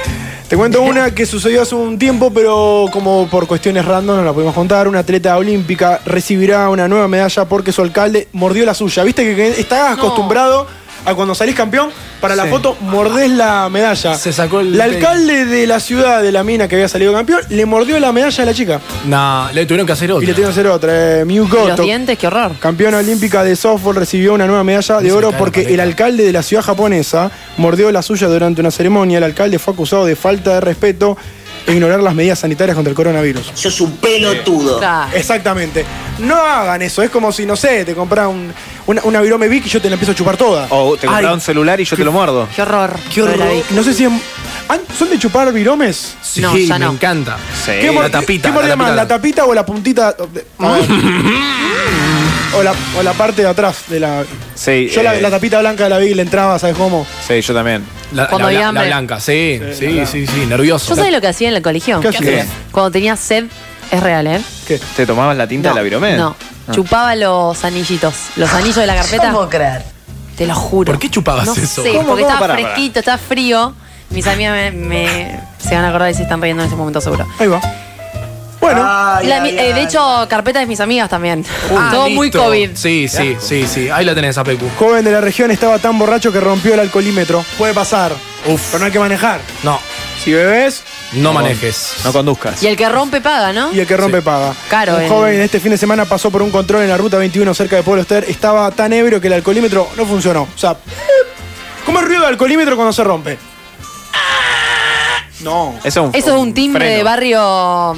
[SPEAKER 8] Te cuento una que sucedió hace un tiempo, pero como por cuestiones random no la podemos contar. Una atleta olímpica recibirá una nueva medalla porque su alcalde mordió la suya. Viste que- que estás acostumbrado a cuando salís campeón, para la
[SPEAKER 10] Sí.
[SPEAKER 8] foto mordés la medalla.
[SPEAKER 10] Se sacó el.
[SPEAKER 8] El alcalde de la ciudad de la mina que había salido campeón le mordió la medalla a la chica.
[SPEAKER 10] Nah, le tuvieron que hacer
[SPEAKER 8] Y
[SPEAKER 10] otro.
[SPEAKER 8] le tiene que hacer otra. eh, Miu
[SPEAKER 2] Y los
[SPEAKER 8] Goto,
[SPEAKER 2] dientes, qué horror.
[SPEAKER 8] campeona olímpica de softball, recibió una nueva medalla de oro porque el alcalde de la ciudad japonesa mordió la suya durante una ceremonia. El alcalde fue acusado de falta de respeto e ignorar las medidas sanitarias contra el coronavirus.
[SPEAKER 18] Sos un pelotudo.
[SPEAKER 2] Claro.
[SPEAKER 8] Exactamente. No hagan eso. Es como si, no sé, te compras un, una, una virome Vic y yo te la empiezo a chupar toda.
[SPEAKER 13] O Oh, te compraba un celular y yo te lo muerdo.
[SPEAKER 2] Qué horror.
[SPEAKER 8] Qué horror. No sé si. en- ¿Han- ¿Son de chupar viromes?
[SPEAKER 10] Sí,
[SPEAKER 2] No, ya
[SPEAKER 10] me
[SPEAKER 2] no.
[SPEAKER 10] encanta. Sí.
[SPEAKER 8] ¿Qué, mor-
[SPEAKER 10] la tapita.
[SPEAKER 8] ¿Qué mordía
[SPEAKER 10] la
[SPEAKER 8] más?
[SPEAKER 10] tapita.
[SPEAKER 8] ¿La tapita o la puntita? A ver. o, la, o la parte de atrás de la.
[SPEAKER 13] Sí,
[SPEAKER 8] Yo la,
[SPEAKER 13] eh,
[SPEAKER 8] la tapita blanca de la vi y le entraba, ¿sabes cómo?
[SPEAKER 13] sí, yo también.
[SPEAKER 10] La,
[SPEAKER 2] Cuando
[SPEAKER 10] la-
[SPEAKER 2] había
[SPEAKER 10] la-
[SPEAKER 2] hambre.
[SPEAKER 10] la blanca, sí, sí, sí, sí,
[SPEAKER 2] Yo
[SPEAKER 10] nervioso.
[SPEAKER 2] sabía lo que hacía en el colegio.
[SPEAKER 8] ¿Qué hacías?
[SPEAKER 2] Cuando tenía sed, es real, ¿eh?
[SPEAKER 13] ¿Te tomabas la tinta
[SPEAKER 2] No,
[SPEAKER 13] de la virome?
[SPEAKER 2] No.
[SPEAKER 13] Ah.
[SPEAKER 2] Chupaba los anillitos, los anillos de la carpeta.
[SPEAKER 18] ¿Cómo creer?
[SPEAKER 2] Te lo juro.
[SPEAKER 10] ¿Por qué chupabas
[SPEAKER 2] No
[SPEAKER 10] eso?
[SPEAKER 2] sé, porque
[SPEAKER 10] ¿Cómo, cómo?
[SPEAKER 2] estaba
[SPEAKER 10] Pará, pará.
[SPEAKER 2] fresquito, estaba frío. Mis amigas me, me- se van a acordar y se están riendo en ese momento seguro.
[SPEAKER 8] Ahí va. Bueno.
[SPEAKER 10] Ah.
[SPEAKER 2] La mi- eh, de hecho, carpeta de mis amigas también. Todo muy
[SPEAKER 10] Uh, Listo.
[SPEAKER 2] COVID.
[SPEAKER 10] Sí, sí, sí, sí. Ahí la tenés a Pecu.
[SPEAKER 8] Joven de la región estaba tan borracho que rompió el alcoholímetro. Puede pasar. Pero no hay que manejar.
[SPEAKER 10] No,
[SPEAKER 8] Si bebes.
[SPEAKER 10] no manejes.
[SPEAKER 13] No conduzcas.
[SPEAKER 2] Y el que rompe paga, ¿no?
[SPEAKER 8] Y el que rompe paga.
[SPEAKER 2] Caro,
[SPEAKER 8] Un
[SPEAKER 2] el-
[SPEAKER 8] joven este fin de semana pasó por un control en la ruta 21 cerca de Pueblo Ester. Estaba tan ebrio que el alcoholímetro no funcionó. O sea, ¿cómo es ruido de alcoholímetro cuando se rompe? No.
[SPEAKER 13] Eso
[SPEAKER 2] Eso es un timbre de
[SPEAKER 13] freno.
[SPEAKER 2] barrio.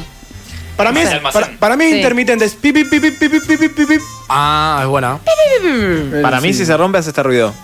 [SPEAKER 8] Para mí es,
[SPEAKER 13] Almacén.
[SPEAKER 8] para, para mí es
[SPEAKER 2] Sí.
[SPEAKER 8] intermitente. Es pi, pi, pi, pi, pi, pi, pi, pi, pi.
[SPEAKER 10] Ah, es buena.
[SPEAKER 13] Para mí, si se rompe, hace este ruido.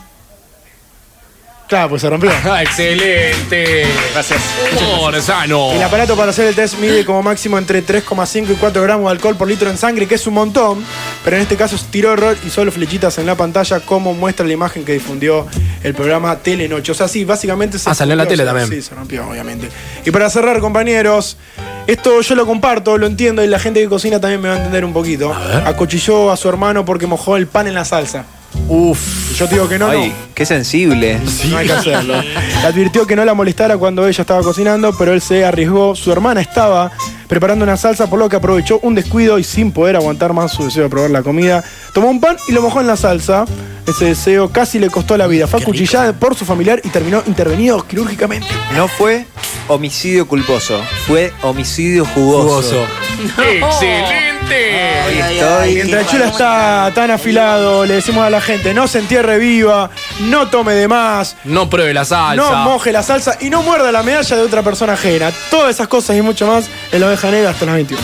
[SPEAKER 8] Claro, pues se rompió.
[SPEAKER 10] Ah, Excelente. Gracias. Humor sano.
[SPEAKER 8] El aparato para hacer el test mide como máximo entre 3,5 y 4 gramos de alcohol por litro en sangre, que es un montón, pero en este caso es tiro error y solo flechitas en la pantalla, como muestra la imagen que difundió el programa Telenoche. O sea, sí, básicamente se.
[SPEAKER 10] Ah, salió en la
[SPEAKER 8] rompió,
[SPEAKER 10] tele
[SPEAKER 8] se-
[SPEAKER 10] también.
[SPEAKER 8] Sí, se rompió, obviamente. Y para cerrar, compañeros, Esto yo lo comparto, lo entiendo y la gente que cocina también me va a entender un poquito. Acochilló a su hermano porque mojó el pan en la salsa.
[SPEAKER 10] Uf.
[SPEAKER 8] Yo te digo que no,
[SPEAKER 13] Ay, qué sensible.
[SPEAKER 8] no hay que hacerlo. Le advirtió que no la molestara cuando ella estaba cocinando, pero él se arriesgó. Su hermana estaba preparando una salsa, por lo que aprovechó un descuido y sin poder aguantar más su deseo de probar la comida, tomó un pan y lo mojó en la salsa. Ese deseo casi le costó la vida. Fue acuchillada por su familiar y terminó intervenido quirúrgicamente.
[SPEAKER 13] No fue homicidio culposo, fue homicidio jugoso.
[SPEAKER 10] Jugoso.
[SPEAKER 7] ¡Excelente!
[SPEAKER 13] Estoy-
[SPEAKER 8] Mientras Chula está tan afilado, le decimos a la gente, no se entierre viva, no tome de más,
[SPEAKER 10] No pruebe la salsa.
[SPEAKER 8] No moje la salsa y no muerda la medalla de otra persona ajena. Todas esas cosas y mucho más en la oveja negra hasta las 21.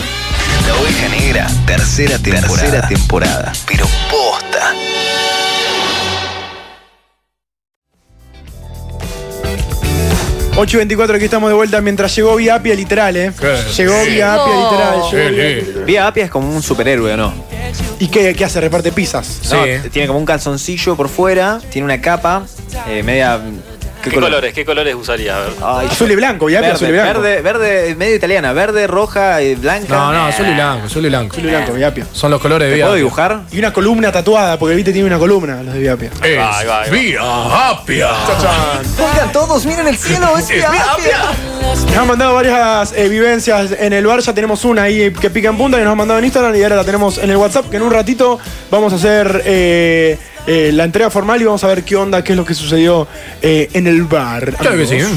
[SPEAKER 3] La oveja negra, tercera temporada. Tercera temporada. Pero posta.
[SPEAKER 8] Ocho y 24, aquí estamos de vuelta mientras llegó vía Apia literal, ¿eh? Llegó vía Apia literal. llegó Vía-
[SPEAKER 13] Vía Apia es como un superhéroe, ¿o no?
[SPEAKER 8] ¿Y qué, qué hace? Reparte pizzas.
[SPEAKER 13] No, Tiene como un calzoncillo por fuera, tiene una capa, eh, media.
[SPEAKER 17] ¿Qué, colores? ¿Qué colores usaría? A ver.
[SPEAKER 13] Ah.
[SPEAKER 8] Azul y blanco, Vía Apia
[SPEAKER 13] Verde,
[SPEAKER 8] azul y blanco.
[SPEAKER 13] verde, verde, medio italiana, verde, roja, y blanca.
[SPEAKER 10] No, no, azul y blanco, azul y blanco.
[SPEAKER 8] Azul y blanco, Vía Apia.
[SPEAKER 10] Son los colores de
[SPEAKER 13] ¿Te
[SPEAKER 10] Vía
[SPEAKER 13] puedo
[SPEAKER 10] Apia.
[SPEAKER 13] dibujar?
[SPEAKER 8] Y una columna tatuada, porque viste tiene una columna, los de Vía Apia.
[SPEAKER 10] Es
[SPEAKER 17] Ahí va, ahí va.
[SPEAKER 10] Vía Apia.
[SPEAKER 13] Pongan todos, miren el cielo, es Vía Apia.
[SPEAKER 8] Nos han mandado varias eh, vivencias en el bar, ya tenemos una ahí que pica en punta que nos han mandado en Instagram y ahora la tenemos en el WhatsApp, que en un ratito vamos a hacer eh, eh, la entrega formal y vamos a ver qué onda, qué es lo que sucedió eh, en el bar.
[SPEAKER 10] Claro que sí.
[SPEAKER 8] amigos.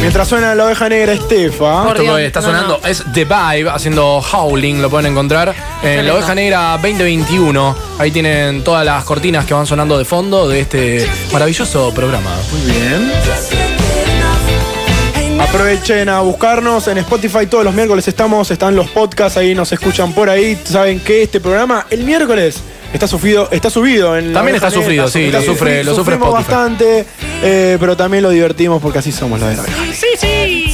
[SPEAKER 8] Mientras suena la oveja negra Estefa.
[SPEAKER 10] Ah, Esto que está sonando es The Vibe haciendo Howling, lo pueden encontrar en La
[SPEAKER 8] lindo.
[SPEAKER 10] Oveja Negra 2021. Ahí tienen todas las cortinas que van sonando de fondo de este maravilloso programa.
[SPEAKER 8] Muy bien. Aprovechen a buscarnos en Spotify todos los miércoles estamos, están los podcasts ahí, nos escuchan por ahí. Saben que este programa el miércoles está sufrido, está subido en la
[SPEAKER 10] También
[SPEAKER 8] Oveja
[SPEAKER 10] está
[SPEAKER 8] Negra,
[SPEAKER 10] sufrido, sí, lo
[SPEAKER 8] sufrido,
[SPEAKER 10] sufre- lo sufre
[SPEAKER 8] sufrimos
[SPEAKER 10] Spotify.
[SPEAKER 8] bastante, eh, pero también lo divertimos porque así somos la de la Oveja.
[SPEAKER 7] Sí, sí.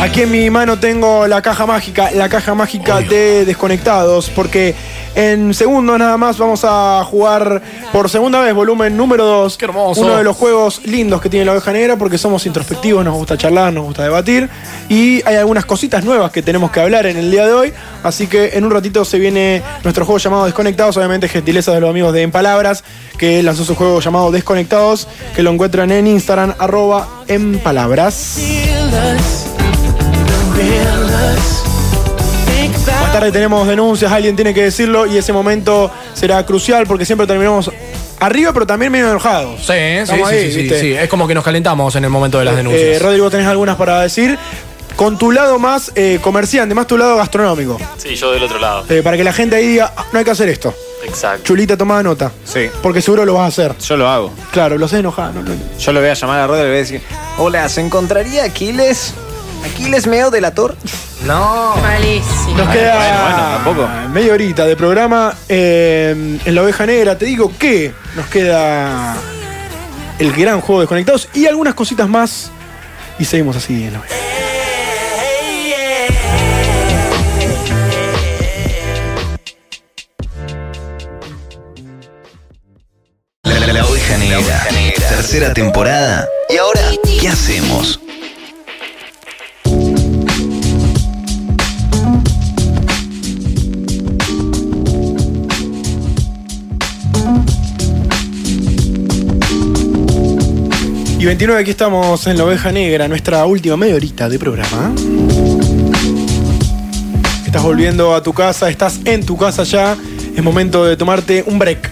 [SPEAKER 8] Aquí en mi mano tengo la caja mágica, la caja mágica de desconectados, porque en segundos nada más vamos a jugar por segunda vez volumen número 2. Qué
[SPEAKER 10] hermoso.
[SPEAKER 8] Uno de los juegos lindos que tiene la oveja negra, porque somos introspectivos, nos gusta charlar, nos gusta debatir, y hay algunas cositas nuevas que tenemos que hablar en el día de hoy, así que en un ratito se viene nuestro juego llamado Desconectados, obviamente gentileza de los amigos de En Palabras, que lanzó su juego llamado Desconectados, que lo encuentran en Instagram, arroba En Palabras. Más tarde tenemos denuncias, alguien tiene que decirlo y ese momento será crucial porque siempre terminamos arriba pero también medio enojados.
[SPEAKER 10] Sí, sí,
[SPEAKER 8] Estamos
[SPEAKER 10] sí,
[SPEAKER 8] ahí,
[SPEAKER 10] sí,
[SPEAKER 8] ¿viste?
[SPEAKER 10] sí. Es como que nos calentamos en el momento de las denuncias.
[SPEAKER 8] Eh, Rodrigo, tenés algunas para decir. Con tu lado más eh, comerciante, más tu lado gastronómico.
[SPEAKER 17] Sí, yo del otro lado.
[SPEAKER 8] Eh, para que la gente ahí diga, "Ah, no hay que hacer esto.
[SPEAKER 17] Exacto.
[SPEAKER 8] Chulita, toma nota.
[SPEAKER 13] Sí.
[SPEAKER 8] Porque seguro lo vas a hacer.
[SPEAKER 13] Yo lo hago.
[SPEAKER 8] Claro, lo haces enojado. no, no, no.
[SPEAKER 13] Yo lo voy a llamar a Roder y le voy a decir: Hola, ¿se encontraría Aquiles? ¿Aquiles meo delator?
[SPEAKER 10] No.
[SPEAKER 2] Malísimo.
[SPEAKER 8] Nos queda
[SPEAKER 13] bueno,
[SPEAKER 8] media horita de programa eh, en la oveja negra. Te digo que nos queda el gran juego de desconectados y algunas cositas más. Y seguimos así en la oveja.
[SPEAKER 3] La, la- la oveja negra. Tercera temporada. ¿Y ahora qué hacemos?
[SPEAKER 8] Y 29, aquí estamos en la oveja negra, nuestra última media horita de programa. Estás volviendo a tu casa, estás en tu casa ya. Es momento de tomarte un break.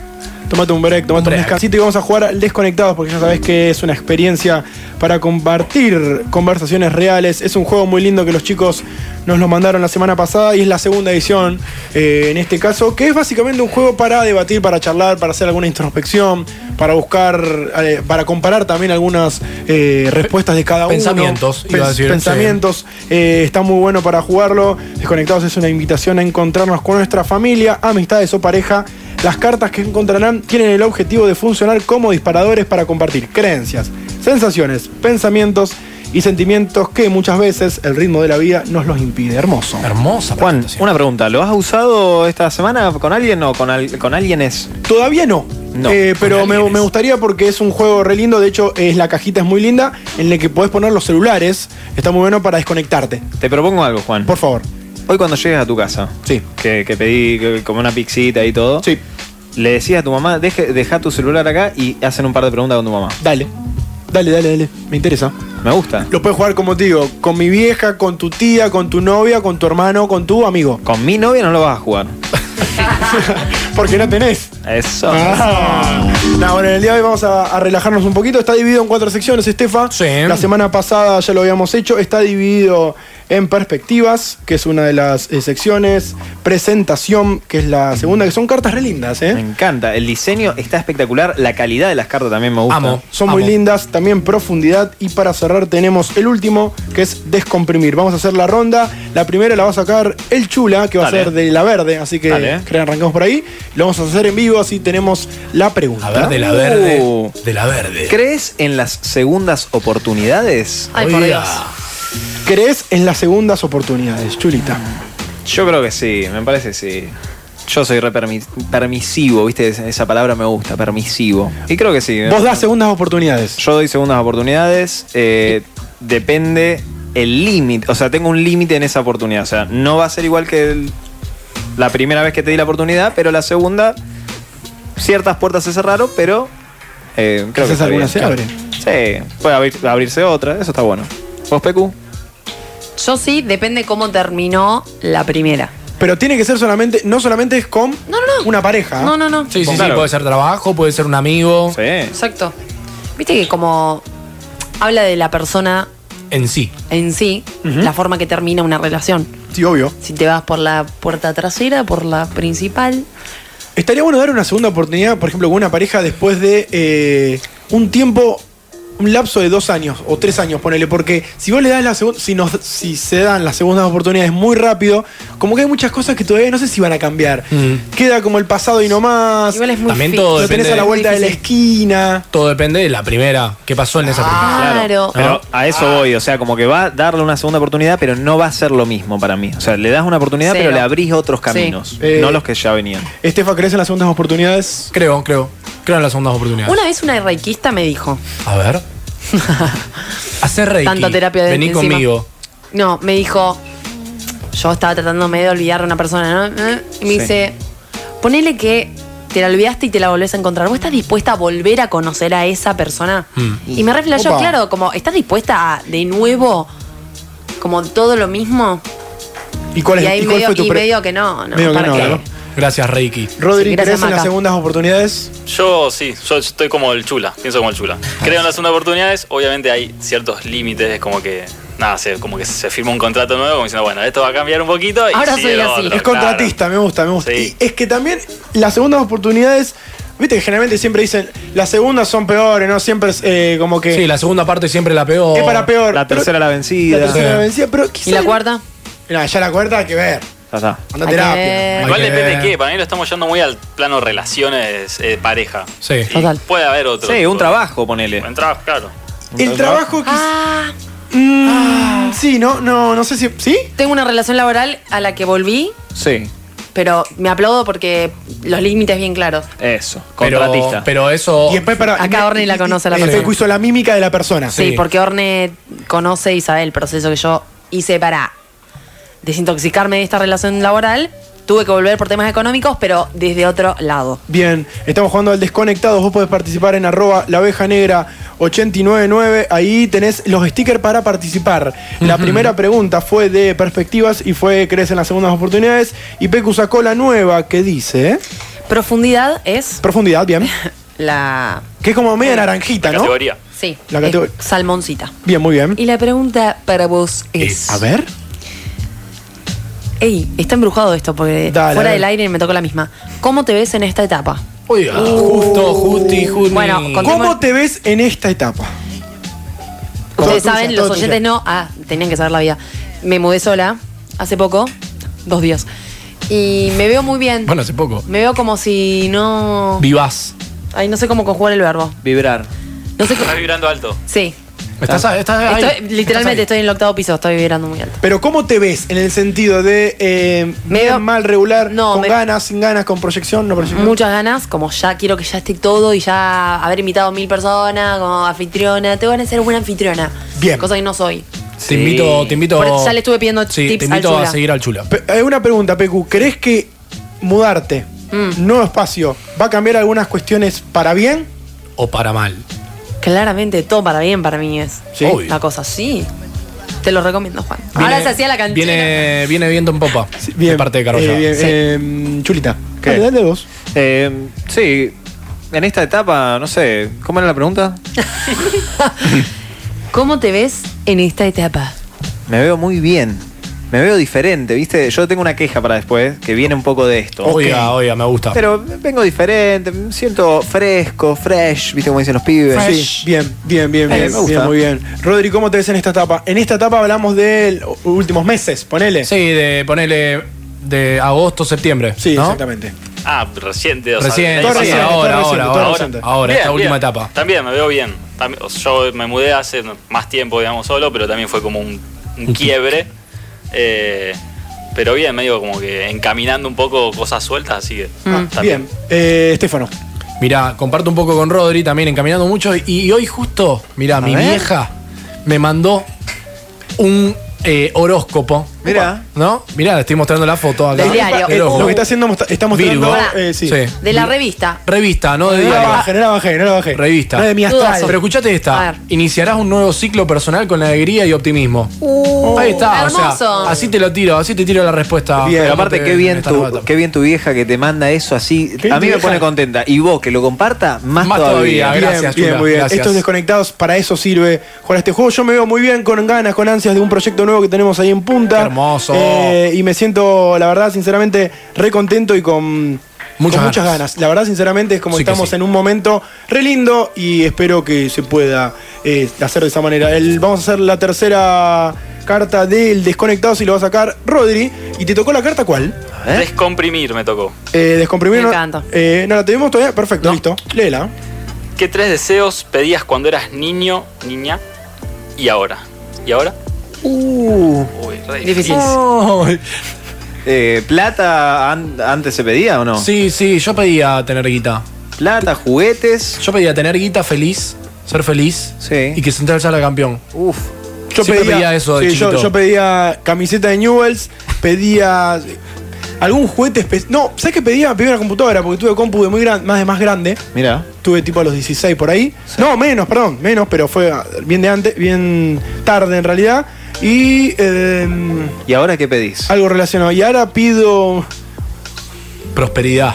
[SPEAKER 8] Tomate un break, tomate un, descansito y vamos a jugar al Desconectados porque ya sabés que es una experiencia para compartir conversaciones reales. Es un juego muy lindo que los chicos nos lo mandaron la semana pasada y es la segunda edición eh, en este caso, que es básicamente un juego para debatir, para charlar, para hacer alguna introspección, para buscar, eh, para comparar también algunas eh, respuestas de cada
[SPEAKER 10] Pensamientos,
[SPEAKER 8] uno.
[SPEAKER 10] iba a decir,
[SPEAKER 8] Pensamientos.
[SPEAKER 10] sí.
[SPEAKER 8] Desconectados, eh, está muy bueno para jugarlo. Desconectados es una invitación a encontrarnos con nuestra familia, amistades o pareja. Las cartas que encontrarán tienen el objetivo de funcionar como disparadores para compartir creencias, sensaciones, pensamientos y sentimientos que muchas veces el ritmo de la vida nos los impide. Hermoso.
[SPEAKER 10] Hermosa.
[SPEAKER 13] Juan, una pregunta: ¿lo has usado esta semana con alguien o con, al- con alguienes?
[SPEAKER 8] Todavía no. No, Eh, pero me, me gustaría porque es un juego re lindo. De hecho, es, la cajita es muy linda en la que podés poner los celulares. Está muy bueno para desconectarte.
[SPEAKER 13] Te propongo algo, Juan.
[SPEAKER 8] Por favor.
[SPEAKER 13] Hoy cuando llegues a tu casa, que, que pedí que- como una pixita y todo, le decías a tu mamá, deje, deja tu celular acá y hacen un par de preguntas con tu mamá.
[SPEAKER 8] Dale. Dale, dale, dale. Me interesa.
[SPEAKER 13] Me gusta.
[SPEAKER 8] Lo puedes jugar como te digo, con mi vieja, con tu tía, con tu novia, con tu hermano, con tu amigo.
[SPEAKER 13] Con mi novia no lo vas a jugar.
[SPEAKER 8] Porque no tenés. Ah.
[SPEAKER 13] Eso.
[SPEAKER 8] No, bueno, en el día de hoy vamos a, a relajarnos un poquito. Está dividido en cuatro secciones, Estefa. La semana pasada ya lo habíamos hecho. Está dividido en perspectivas, que es una de las eh, secciones. Presentación, que es la segunda, que son cartas re lindas, ¿eh?
[SPEAKER 13] Me encanta. El diseño está espectacular. La calidad de las cartas también me gusta.
[SPEAKER 8] Son muy lindas, también profundidad. Y para cerrar tenemos el último, que es descomprimir. Vamos a hacer la ronda. La primera la va a sacar el Chula, que va
[SPEAKER 13] Dale.
[SPEAKER 8] a ser de la verde. Así que
[SPEAKER 13] Dale.
[SPEAKER 8] creo que arrancamos por ahí. Lo vamos a hacer en vivo, así tenemos la pregunta.
[SPEAKER 13] Uh. ¿Crees en las segundas oportunidades?
[SPEAKER 8] Ay, por Oiga. Dios. ¿Crees en las segundas oportunidades, Chulita?
[SPEAKER 13] Yo creo que sí, me parece que sí. Yo soy re permi- permisivo, ¿viste? Es- Esa palabra me gusta, permisivo. Y creo que sí.
[SPEAKER 8] Vos das segundas oportunidades.
[SPEAKER 13] Yo doy segundas oportunidades. eh, depende el límite. O sea, tengo un límite en esa oportunidad. O sea, no va a ser igual que el- la primera vez que te di la oportunidad, pero la segunda, ciertas puertas se cerraron, pero eh, creo
[SPEAKER 8] Quizás
[SPEAKER 13] que. está
[SPEAKER 8] alguna
[SPEAKER 13] bien.
[SPEAKER 8] se abre.
[SPEAKER 13] Sí, puede abrir- abrirse otra, eso está bueno. ¿Vos, Pecu?
[SPEAKER 2] Yo sí, depende cómo terminó la primera.
[SPEAKER 8] Pero tiene que ser solamente, no solamente es con una pareja.
[SPEAKER 2] No, no, no.
[SPEAKER 10] Ah. Sí, sí,
[SPEAKER 8] Claro.
[SPEAKER 10] sí. Puede ser trabajo, puede ser un amigo.
[SPEAKER 2] Exacto. Viste que como habla de la persona
[SPEAKER 10] En sí.
[SPEAKER 2] en sí, la forma que termina una relación.
[SPEAKER 8] Sí, obvio.
[SPEAKER 2] Si te vas por la puerta trasera, por la principal.
[SPEAKER 8] Estaría bueno dar una segunda oportunidad, por ejemplo, con una pareja después de eh, un tiempo, un lapso de dos años o tres años, ponele, porque si vos le das la segunda, si, nos- si se dan las segundas oportunidades muy rápido, como que hay muchas cosas que todavía no sé si van a cambiar. Queda como el pasado y no más.
[SPEAKER 2] Igual es muy
[SPEAKER 10] También difícil. todo
[SPEAKER 8] Lo tenés
[SPEAKER 10] depende-
[SPEAKER 8] a la vuelta de la
[SPEAKER 10] difícil.
[SPEAKER 8] esquina.
[SPEAKER 10] Todo depende de la primera. ¿Qué pasó en esa
[SPEAKER 8] Ah.
[SPEAKER 10] primera?
[SPEAKER 2] Claro.
[SPEAKER 13] Pero a eso voy, o sea, como que va a darle una segunda oportunidad, pero no va a ser lo mismo para mí. O sea, le das una oportunidad,
[SPEAKER 8] Cero.
[SPEAKER 13] pero le abrís otros caminos,
[SPEAKER 8] Sí. Eh,
[SPEAKER 13] no los que ya venían.
[SPEAKER 8] Estefa, ¿crees en las segundas oportunidades?
[SPEAKER 10] Creo, creo. Creo en las segundas oportunidades.
[SPEAKER 2] Una vez una reikista me dijo.
[SPEAKER 10] A ver. Hacer reiki.
[SPEAKER 2] Tanta terapia de
[SPEAKER 10] Vení
[SPEAKER 2] encima.
[SPEAKER 10] conmigo.
[SPEAKER 2] No, me dijo. Yo estaba tratándome de olvidar a una persona, ¿no? Eh, Y me
[SPEAKER 10] Sí.
[SPEAKER 2] dice. Ponele que te la olvidaste y te la volvés a encontrar. ¿Vos estás dispuesta a volver a conocer a esa persona?
[SPEAKER 10] Mm.
[SPEAKER 2] Y me reflejó,
[SPEAKER 11] Opa.
[SPEAKER 2] claro, como, ¿estás dispuesta a, de nuevo, como todo lo mismo?
[SPEAKER 8] ¿Y cuál, es,
[SPEAKER 2] y ahí
[SPEAKER 8] y cuál
[SPEAKER 2] medio,
[SPEAKER 8] fue tu
[SPEAKER 2] y
[SPEAKER 8] pre-
[SPEAKER 2] medio que no, no.
[SPEAKER 8] medio que
[SPEAKER 2] ¿para
[SPEAKER 8] no,
[SPEAKER 2] qué?
[SPEAKER 8] ¿no?
[SPEAKER 10] Gracias, Reiki.
[SPEAKER 8] Rodri,
[SPEAKER 2] Sí, gracias,
[SPEAKER 8] ¿crees en las
[SPEAKER 2] Maca.
[SPEAKER 8] segundas oportunidades?
[SPEAKER 17] Yo sí, yo estoy como el chula, pienso como el chula. Creo en las segundas oportunidades, obviamente hay ciertos límites, es como que. Nada, se, como que se firma un contrato nuevo, como diciendo, bueno, esto va a cambiar un poquito. Y sigue el otro,
[SPEAKER 8] Es
[SPEAKER 17] claro.
[SPEAKER 8] contratista, me gusta, me gusta. Y es que también las segundas oportunidades, viste que generalmente siempre dicen, las segundas son peores, ¿no? Siempre es eh, como que.
[SPEAKER 10] Sí, la segunda parte siempre la peor.
[SPEAKER 8] Es para peor.
[SPEAKER 10] La
[SPEAKER 13] tercera la vencida.
[SPEAKER 8] La tercera la vencida, pero quizás.
[SPEAKER 2] ¿Y la cuarta?
[SPEAKER 8] No, ya la cuarta hay que ver.
[SPEAKER 13] Ya está.
[SPEAKER 8] Anda a terapia.
[SPEAKER 17] Igual
[SPEAKER 8] Hay que
[SPEAKER 17] depende de
[SPEAKER 8] ver.
[SPEAKER 17] qué, para mí lo estamos yendo muy al plano relaciones, eh, pareja.
[SPEAKER 10] Sí,
[SPEAKER 17] total. Puede haber otro.
[SPEAKER 13] Sí, un
[SPEAKER 17] tipo.
[SPEAKER 13] trabajo, ponele.
[SPEAKER 17] Un trabajo, claro.
[SPEAKER 8] El trabajo quizás.
[SPEAKER 2] ah.
[SPEAKER 8] Mm, Sí, no, no, no sé si. ¿Sí?
[SPEAKER 2] Tengo una relación laboral a la que volví,
[SPEAKER 13] Sí,
[SPEAKER 2] pero me aplaudo porque los límites bien claros.
[SPEAKER 13] eso.
[SPEAKER 10] Pero-
[SPEAKER 13] Contratista.
[SPEAKER 10] Pero, eso.
[SPEAKER 8] Y después para.
[SPEAKER 2] Acá Orne la conoce a la
[SPEAKER 8] el
[SPEAKER 2] persona.
[SPEAKER 8] Pecu hizo la mímica de la persona.
[SPEAKER 2] Sí, porque Orne conoce y sabe el proceso que yo hice para desintoxicarme de esta relación laboral. Tuve que volver por temas económicos, pero desde otro lado.
[SPEAKER 8] Bien, estamos jugando al Desconectados. Vos podés participar en arroba la oveja negra 899. Ahí tenés los stickers para participar. La primera pregunta fue de perspectivas y fue crees en las segundas oportunidades. Y Pecu sacó la nueva que dice.
[SPEAKER 2] Profundidad es.
[SPEAKER 8] Profundidad, bien.
[SPEAKER 2] La.
[SPEAKER 8] Que es como media naranjita, ¿no?
[SPEAKER 2] Sí.
[SPEAKER 8] La categoría.
[SPEAKER 2] es Salmoncita.
[SPEAKER 8] Bien, muy bien.
[SPEAKER 2] Y la pregunta para vos es.
[SPEAKER 8] Eh, A ver.
[SPEAKER 2] Ey, está embrujado esto porque
[SPEAKER 10] Dale,
[SPEAKER 2] fuera
[SPEAKER 10] a ver.
[SPEAKER 2] del aire me tocó la misma. ¿Cómo te ves en esta etapa?
[SPEAKER 10] Oiga, ah,
[SPEAKER 8] Uh.
[SPEAKER 10] justo, justi, justi.
[SPEAKER 2] Bueno,
[SPEAKER 8] ¿Cómo
[SPEAKER 2] continuemos.
[SPEAKER 8] te ves en esta etapa?
[SPEAKER 2] Ustedes
[SPEAKER 8] Todo
[SPEAKER 2] saben,
[SPEAKER 8] tuyo,
[SPEAKER 2] los
[SPEAKER 8] todo
[SPEAKER 2] oyentes
[SPEAKER 8] tuyo.
[SPEAKER 2] no. Ah, tenían que saber la vida. Me mudé sola hace poco, dos días. Y me veo muy bien.
[SPEAKER 10] Bueno, hace poco.
[SPEAKER 2] Me veo como si no.
[SPEAKER 10] Vivaz.
[SPEAKER 2] Ay, no sé cómo conjugar el verbo.
[SPEAKER 13] Vibrar.
[SPEAKER 2] No sé cómo.
[SPEAKER 17] Estás vibrando alto.
[SPEAKER 2] Sí.
[SPEAKER 10] Estás, estás ahí.
[SPEAKER 2] Estoy-
[SPEAKER 10] Estás
[SPEAKER 2] literalmente
[SPEAKER 10] ahí.
[SPEAKER 2] estoy en el octavo piso, estoy vibrando muy alto.
[SPEAKER 8] Pero ¿cómo te ves en el sentido de eh, bien, mal, regular, con ganas, sin ganas, con proyección, no proyección?
[SPEAKER 2] Muchas ganas, como ya quiero que ya esté todo y ya haber invitado mil personas, como anfitriona, te van a ser buena anfitriona.
[SPEAKER 8] Bien.
[SPEAKER 2] Cosa que no soy.
[SPEAKER 10] Te invito, te invito.
[SPEAKER 2] Por eso ya le estuve pidiendo
[SPEAKER 10] Sí,
[SPEAKER 2] tips
[SPEAKER 10] te invito
[SPEAKER 2] al
[SPEAKER 10] a
[SPEAKER 2] Zula.
[SPEAKER 10] seguir al Chula.
[SPEAKER 8] Pe- Hay una pregunta, Pecu. ¿Crees que mudarte, nuevo espacio, va a cambiar algunas cuestiones para bien?
[SPEAKER 10] O para mal.
[SPEAKER 2] Claramente, todo para bien para mí es.
[SPEAKER 10] Sí. Obvio.
[SPEAKER 2] La cosa, sí. Te lo recomiendo, Juan.
[SPEAKER 10] Viene-
[SPEAKER 2] Ahora se hacía la canchera.
[SPEAKER 10] Viene, viene viento en popa. De parte de Carolla.
[SPEAKER 8] Eh, bien, eh, Chulita, dale, dale vos.
[SPEAKER 13] Eh, sí, en esta etapa, no sé, ¿cómo era la pregunta?
[SPEAKER 2] ¿Cómo te ves en esta etapa?
[SPEAKER 13] Me veo muy bien. Me veo diferente, ¿viste? Yo tengo una queja para después, que viene un poco de esto.
[SPEAKER 10] Oiga, oiga, me gusta.
[SPEAKER 13] Pero vengo diferente, me siento fresco, fresh, ¿viste cómo dicen los pibes?
[SPEAKER 8] Sí, bien, bien, bien,
[SPEAKER 13] Eh,
[SPEAKER 8] bien,
[SPEAKER 13] me gusta.
[SPEAKER 8] bien, muy bien. Rodri, ¿cómo te ves en esta etapa? En esta etapa hablamos de l- últimos meses, ponele.
[SPEAKER 10] Sí, de ponele de agosto, septiembre.
[SPEAKER 8] Sí,
[SPEAKER 10] ¿no?
[SPEAKER 8] exactamente.
[SPEAKER 17] Ah, reciente. O
[SPEAKER 10] Reciente,
[SPEAKER 17] del año
[SPEAKER 10] sí,
[SPEAKER 17] pasado.
[SPEAKER 10] ahora, ahora, ahora, ahora, esta última etapa.
[SPEAKER 17] También me veo bien. También- o sea, yo me mudé hace más tiempo, digamos, solo, pero también fue como un, un quiebre. Eh, pero bien, medio como que encaminando un poco cosas sueltas, así que.
[SPEAKER 2] Mm.
[SPEAKER 17] ah, está
[SPEAKER 8] Ah, Bien, eh, Estefano.
[SPEAKER 10] Mira, comparto un poco con Rodri también, encaminando mucho. Y, y hoy justo, mira, mi
[SPEAKER 13] ver.
[SPEAKER 10] vieja me mandó un eh, horóscopo.
[SPEAKER 13] Mira.
[SPEAKER 10] ¿No? Mira, le estoy mostrando la foto acá.
[SPEAKER 2] Del diario. Eh, uh.
[SPEAKER 10] Del ojo.
[SPEAKER 8] Eh, Lo que está haciendo mostra- está mostrando.
[SPEAKER 10] Virgo.
[SPEAKER 8] eh, sí.
[SPEAKER 10] Sí.
[SPEAKER 2] De la revista.
[SPEAKER 10] Revista, no de
[SPEAKER 8] No la
[SPEAKER 10] diario.
[SPEAKER 8] bajé, no la bajé, no la bajé.
[SPEAKER 10] Revista.
[SPEAKER 8] No de mi astral. Dudoso.
[SPEAKER 10] Pero escuchate
[SPEAKER 2] A
[SPEAKER 10] esta.
[SPEAKER 2] ver.
[SPEAKER 10] Iniciarás un nuevo ciclo personal con alegría y optimismo. Ahí está, o
[SPEAKER 2] Uh, hermoso.
[SPEAKER 10] sea, así te lo tiro, así te tiro la respuesta.
[SPEAKER 13] Pero aparte, qué bien,
[SPEAKER 10] Esta nueva
[SPEAKER 13] tu,
[SPEAKER 10] etapa.
[SPEAKER 13] qué bien tu vieja que te manda eso así.
[SPEAKER 8] bien
[SPEAKER 13] A
[SPEAKER 8] tu
[SPEAKER 13] mí me
[SPEAKER 8] vieja.
[SPEAKER 13] pone contenta. Y vos, que lo comparta, más,
[SPEAKER 10] Más todavía,
[SPEAKER 13] todavía.
[SPEAKER 10] Ah, gracias.
[SPEAKER 8] bien,
[SPEAKER 10] Chula,
[SPEAKER 8] muy bien.
[SPEAKER 10] gracias.
[SPEAKER 8] Estos desconectados para eso sirve. Jugar este juego yo me veo muy bien, con ganas, con ansias de un proyecto nuevo que tenemos ahí en punta.
[SPEAKER 10] hermoso.
[SPEAKER 8] Eh, y me siento, la verdad, sinceramente, re contento y con
[SPEAKER 10] Muchas
[SPEAKER 8] con muchas
[SPEAKER 10] ganas.
[SPEAKER 8] ganas. La verdad, sinceramente, es como
[SPEAKER 10] Sí que
[SPEAKER 8] estamos
[SPEAKER 10] sí.
[SPEAKER 8] en un momento re lindo y espero que se pueda eh, hacer de esa manera. El- vamos a hacer la tercera carta del desconectado si lo va a sacar Rodri. ¿Y te tocó la carta cuál?
[SPEAKER 13] ¿Eh?
[SPEAKER 17] Descomprimir me tocó.
[SPEAKER 8] Eh, descomprimir.
[SPEAKER 17] Me
[SPEAKER 8] no-
[SPEAKER 17] encanta.
[SPEAKER 8] eh, no la tuvimos todavía. Perfecto, listo. Léela.
[SPEAKER 17] ¿Qué tres deseos pedías cuando eras niño, niña y ahora? ¿Y ahora? Uy, re difícil.
[SPEAKER 13] Eh, ¿Plata an- antes se pedía o no?
[SPEAKER 10] Sí, sí, yo pedía tener guita.
[SPEAKER 13] Plata, juguetes.
[SPEAKER 10] Yo pedía tener guita feliz, ser feliz y que Central sea la campeón.
[SPEAKER 13] Uf.
[SPEAKER 8] Yo
[SPEAKER 10] Siempre pedía, eso de
[SPEAKER 8] sí, yo,
[SPEAKER 10] chiquito.
[SPEAKER 8] yo pedía camiseta de Newells, pedía algún juguete especial. No, ¿sabes qué pedía? Pedía una computadora porque tuve compu de muy gran- más de más grande.
[SPEAKER 13] Mira.
[SPEAKER 8] Tuve tipo a los 16 por ahí. No, menos, perdón, menos, pero fue ah, bien de antes, bien tarde en realidad. Y em,
[SPEAKER 13] ¿Y ahora qué pedís?
[SPEAKER 8] algo relacionado. Y ahora pido.
[SPEAKER 10] Prosperidad.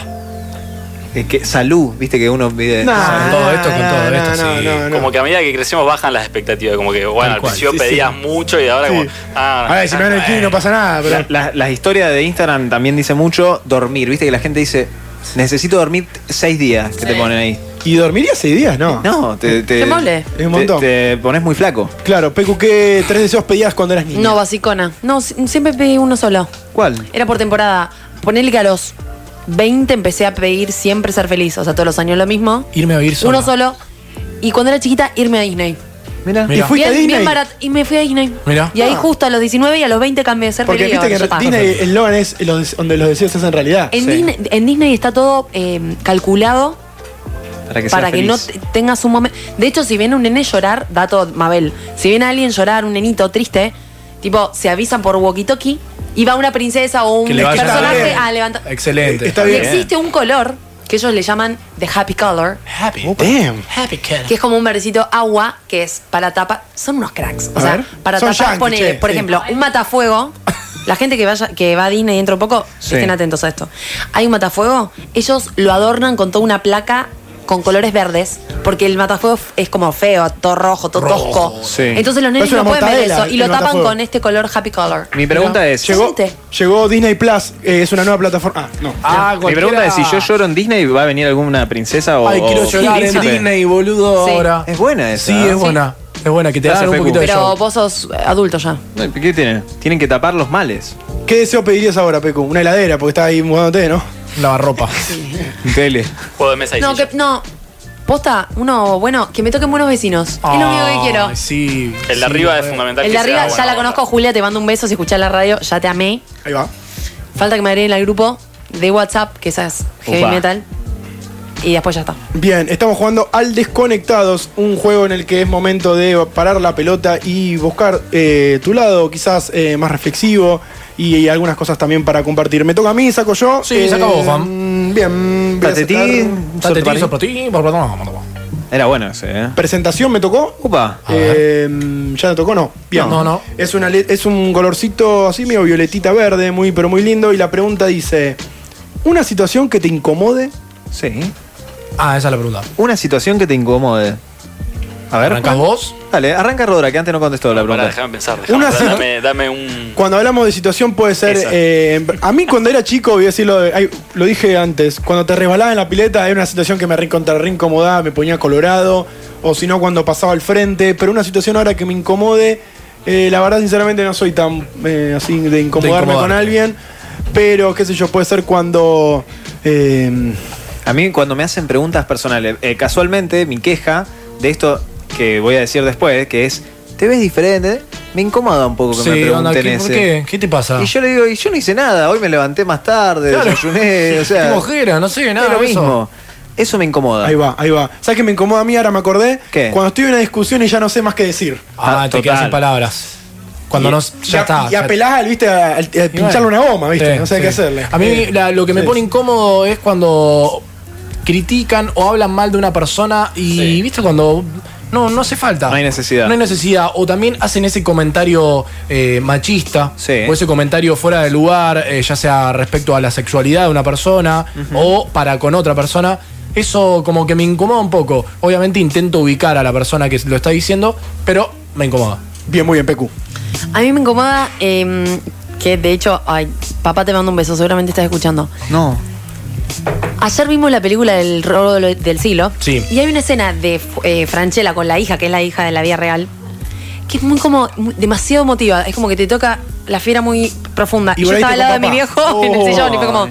[SPEAKER 13] Eh, que- salud, viste que uno pide.
[SPEAKER 8] Nah,
[SPEAKER 10] Eh, Con todo esto, con todo
[SPEAKER 8] no,
[SPEAKER 10] esto,
[SPEAKER 8] no,
[SPEAKER 10] sí.
[SPEAKER 8] no, no.
[SPEAKER 17] Como que a medida que crecemos bajan las expectativas. Como que, bueno,
[SPEAKER 10] Tal
[SPEAKER 17] al
[SPEAKER 10] cual,
[SPEAKER 17] principio
[SPEAKER 10] sí,
[SPEAKER 17] pedías mucho y ahora
[SPEAKER 8] Sí.
[SPEAKER 17] como. Ah,
[SPEAKER 8] A ver, si me dan el kilo no pasa nada, pero.
[SPEAKER 13] La- la- las historias de Instagram también dice mucho dormir, viste que la gente dice. Necesito dormir seis días que te ponen ahí.
[SPEAKER 8] ¿Y dormiría seis días? No.
[SPEAKER 13] No, te. te
[SPEAKER 2] Qué mole.
[SPEAKER 8] Es un montón.
[SPEAKER 13] Te, te pones muy flaco.
[SPEAKER 8] Claro, Pecu, ¿qué tres deseos pedías cuando eras niño?
[SPEAKER 2] No, basicona. No, si- siempre pedí uno solo.
[SPEAKER 13] ¿Cuál?
[SPEAKER 2] Era por temporada. Ponerle que a los 20 empecé a pedir siempre ser feliz. O sea, todos los años lo mismo.
[SPEAKER 10] Irme a vivir solo.
[SPEAKER 2] Uno solo. Y cuando era chiquita, irme a Disney.
[SPEAKER 13] Mira.
[SPEAKER 10] Mirá.
[SPEAKER 8] ¿Y
[SPEAKER 2] bien,
[SPEAKER 8] fuiste a Disney?
[SPEAKER 2] bien barato. Y me fui a Disney.
[SPEAKER 10] Mirá.
[SPEAKER 2] Y ahí
[SPEAKER 8] Ah.
[SPEAKER 2] justo a los 19 y a los 20 cambié de ser
[SPEAKER 8] Porque
[SPEAKER 2] feliz.
[SPEAKER 8] viste que
[SPEAKER 2] Ya está.
[SPEAKER 8] en Disney el Logan es eh, los des- donde los deseos se hacen realidad.
[SPEAKER 2] En, Disney, en Disney está todo eh, calculado
[SPEAKER 13] Para que
[SPEAKER 2] para
[SPEAKER 13] seas
[SPEAKER 2] que no
[SPEAKER 13] feliz.
[SPEAKER 2] te- tengas un momento. De hecho, si viene un nene llorar, dato Mabel, si viene alguien llorar, un nenito triste, tipo, se avisan por walkie-talkie y va una princesa o un
[SPEAKER 10] Que le vaya
[SPEAKER 2] personaje
[SPEAKER 10] bien.
[SPEAKER 2] a levantar.
[SPEAKER 10] Excelente.
[SPEAKER 8] Está
[SPEAKER 2] Y
[SPEAKER 8] bien.
[SPEAKER 2] existe un color que ellos le llaman the happy color,
[SPEAKER 10] Happy.
[SPEAKER 8] Damn.
[SPEAKER 10] Happy kid.
[SPEAKER 2] que es como un verdecito agua, que es para tapar. Son unos cracks. O
[SPEAKER 8] A
[SPEAKER 2] sea,
[SPEAKER 8] ver.
[SPEAKER 2] para
[SPEAKER 8] Son
[SPEAKER 2] tapar,
[SPEAKER 8] yankees,
[SPEAKER 2] ponele,
[SPEAKER 8] che,
[SPEAKER 2] por
[SPEAKER 8] sí.
[SPEAKER 2] ejemplo, un matafuego. La gente que vaya, que va a Disney dentro de poco,
[SPEAKER 13] Sí.
[SPEAKER 2] estén atentos a esto. Hay un matafuego, ellos lo adornan con toda una placa con colores verdes, porque el matafuego es como feo, todo rojo, todo
[SPEAKER 10] Rojo,
[SPEAKER 2] tosco.
[SPEAKER 13] sí.
[SPEAKER 2] Entonces los nenes
[SPEAKER 8] Parece
[SPEAKER 2] no
[SPEAKER 8] una
[SPEAKER 2] pueden ver
[SPEAKER 8] mortadela
[SPEAKER 2] eso y
[SPEAKER 8] el
[SPEAKER 2] lo tapan
[SPEAKER 8] matafuego.
[SPEAKER 2] con este color happy color.
[SPEAKER 13] Mi pregunta
[SPEAKER 2] No.
[SPEAKER 13] es-
[SPEAKER 8] Llegó,
[SPEAKER 2] Gente.
[SPEAKER 8] llegó Disney Plus, eh, es una nueva plataforma. Ah, no.
[SPEAKER 10] Ah,
[SPEAKER 13] Mi
[SPEAKER 10] cualquiera-
[SPEAKER 13] pregunta es si yo lloro en Disney va a venir alguna princesa o.
[SPEAKER 10] Ay, quiero
[SPEAKER 13] o
[SPEAKER 10] llorar en
[SPEAKER 13] príncipe?
[SPEAKER 10] Disney, boludo,
[SPEAKER 2] Sí.
[SPEAKER 10] ahora.
[SPEAKER 13] Es buena esa.
[SPEAKER 10] Sí, es buena. Es buena, que te
[SPEAKER 13] Gracias,
[SPEAKER 10] hagan un
[SPEAKER 13] Facu.
[SPEAKER 10] poquito de
[SPEAKER 2] Pero
[SPEAKER 10] show.
[SPEAKER 2] vos sos eh, adulto ya.
[SPEAKER 13] No, ¿Qué tienen? Tienen que tapar los males.
[SPEAKER 8] Ah, ¿Qué deseo pedirías ahora, Pecu? Una heladera, porque estás ahí mudándote, ¿no?
[SPEAKER 10] Lavarropa.
[SPEAKER 13] Tele.
[SPEAKER 17] Juego de mesa y
[SPEAKER 2] No,
[SPEAKER 17] silla.
[SPEAKER 2] que, no. Posta, uno bueno, que me toquen buenos vecinos.
[SPEAKER 8] Ah,
[SPEAKER 2] es lo único que quiero.
[SPEAKER 10] Ay, Sí.
[SPEAKER 17] El de arriba es fundamental.
[SPEAKER 2] El de
[SPEAKER 17] que
[SPEAKER 2] arriba
[SPEAKER 17] sea
[SPEAKER 2] ya
[SPEAKER 17] buena
[SPEAKER 2] la
[SPEAKER 17] onda.
[SPEAKER 2] conozco, Julia, te mando un beso si escuchás la radio, ya te amé.
[SPEAKER 8] Ahí va.
[SPEAKER 2] Falta que me agreguen al grupo de WhatsApp, que esa es heavy
[SPEAKER 8] Upa.
[SPEAKER 2] metal. Y después ya está.
[SPEAKER 8] Bien, estamos jugando al Desconectados, un juego en el que es momento de parar la pelota y buscar eh, tu lado quizás eh, más reflexivo y, y algunas cosas también para compartir. ¿Me toca a mí? ¿Saco yo? Eh,
[SPEAKER 10] Sí, saca vos, Juan.
[SPEAKER 8] Bien, voy a
[SPEAKER 10] Date ti,
[SPEAKER 8] sacar-
[SPEAKER 10] date ti, soplatí, por favor, no, no, no.
[SPEAKER 13] Era bueno ese, ¿eh?
[SPEAKER 8] Presentación me tocó.
[SPEAKER 13] Upa.
[SPEAKER 8] Eh, ya me tocó, no. Bien.
[SPEAKER 10] No, no.
[SPEAKER 8] Es, una le- es un colorcito así, medio violetita verde, muy, pero muy lindo. Y la pregunta dice: ¿Una situación que te incomode?
[SPEAKER 13] Sí.
[SPEAKER 10] Ah, esa es la pregunta.
[SPEAKER 13] Una situación que te incomode. A ver.
[SPEAKER 10] ¿Arrancás vos?
[SPEAKER 13] Dale, arranca Rodra, que antes no contestó la pregunta.
[SPEAKER 17] Pará, déjame pensar. dejame
[SPEAKER 8] Una
[SPEAKER 17] pensar,
[SPEAKER 8] situ-
[SPEAKER 17] dame, dame un.
[SPEAKER 8] Cuando hablamos de situación puede ser.
[SPEAKER 17] Esa.
[SPEAKER 8] eh, a mí cuando era chico, voy a decirlo, de- ay, lo dije antes, cuando te resbalaba en la pileta era una situación que me recontra reincomodaba, me ponía colorado, o si no cuando pasaba al frente, pero una situación ahora que me incomode, eh, la verdad sinceramente no soy tan eh, así de incomodarme con
[SPEAKER 13] incomodarte.
[SPEAKER 8] alguien, pero qué sé yo, puede ser cuando... eh,
[SPEAKER 13] A mí cuando me hacen preguntas personales, eh, casualmente mi queja de esto que voy a decir después, que es, ¿te ves diferente? Me incomoda un poco que
[SPEAKER 10] Sí,
[SPEAKER 13] me pregunten
[SPEAKER 10] onda, ¿qué, ¿por
[SPEAKER 13] ese.
[SPEAKER 10] qué? ¿Qué te pasa?
[SPEAKER 13] Y yo le digo, y yo no hice nada, hoy me levanté más tarde,
[SPEAKER 10] Claro.
[SPEAKER 13] desayuné, o sea.
[SPEAKER 10] Tengo ojeras, no sé, nada,
[SPEAKER 13] Es lo
[SPEAKER 10] eso.
[SPEAKER 13] mismo. Eso me incomoda.
[SPEAKER 8] Ahí va, ahí va. ¿Sabes qué me incomoda a mí? Ahora me acordé.
[SPEAKER 13] Ah. ¿Qué?
[SPEAKER 8] Cuando estoy en una discusión y ya no sé más qué decir.
[SPEAKER 10] Ah, te quedas sin palabras. Cuando no.
[SPEAKER 8] y,
[SPEAKER 10] Ya está.
[SPEAKER 8] Y
[SPEAKER 10] ya-
[SPEAKER 8] apelás, al, viste, a, al- a pincharle una goma, viste.
[SPEAKER 10] Sí,
[SPEAKER 8] no sé
[SPEAKER 10] sí.
[SPEAKER 8] qué hacerle.
[SPEAKER 10] A mí
[SPEAKER 8] Eh,
[SPEAKER 10] la- lo que me
[SPEAKER 8] sí.
[SPEAKER 10] pone incómodo es cuando critican o hablan mal de una persona y viste cuando no no hace falta.
[SPEAKER 13] No hay necesidad.
[SPEAKER 10] No hay necesidad. O también hacen ese comentario eh, machista o ese comentario fuera de lugar, eh, ya sea respecto a la sexualidad de una persona o para con otra persona. Eso como que me incomoda un poco. Obviamente intento ubicar a la persona que lo está diciendo, pero me incomoda.
[SPEAKER 8] Bien, muy bien, PQ.
[SPEAKER 2] A mí me incomoda eh, que, de hecho, ay, papá te manda un beso, seguramente estás escuchando.
[SPEAKER 13] No.
[SPEAKER 2] Ayer vimos la película El robo del del siglo.
[SPEAKER 10] Sí.
[SPEAKER 2] Y hay una escena de eh, Franchella con la hija, que es la hija de la vida real, que es muy como muy- demasiado emotiva. Es como que te toca la fiera muy profunda.
[SPEAKER 6] Y
[SPEAKER 2] Y, yo
[SPEAKER 6] por ahí
[SPEAKER 2] estaba al
[SPEAKER 6] te
[SPEAKER 2] lado de mi
[SPEAKER 6] con
[SPEAKER 2] viejo
[SPEAKER 6] papá.
[SPEAKER 2] en el sillón y fue
[SPEAKER 6] Oh.
[SPEAKER 2] como,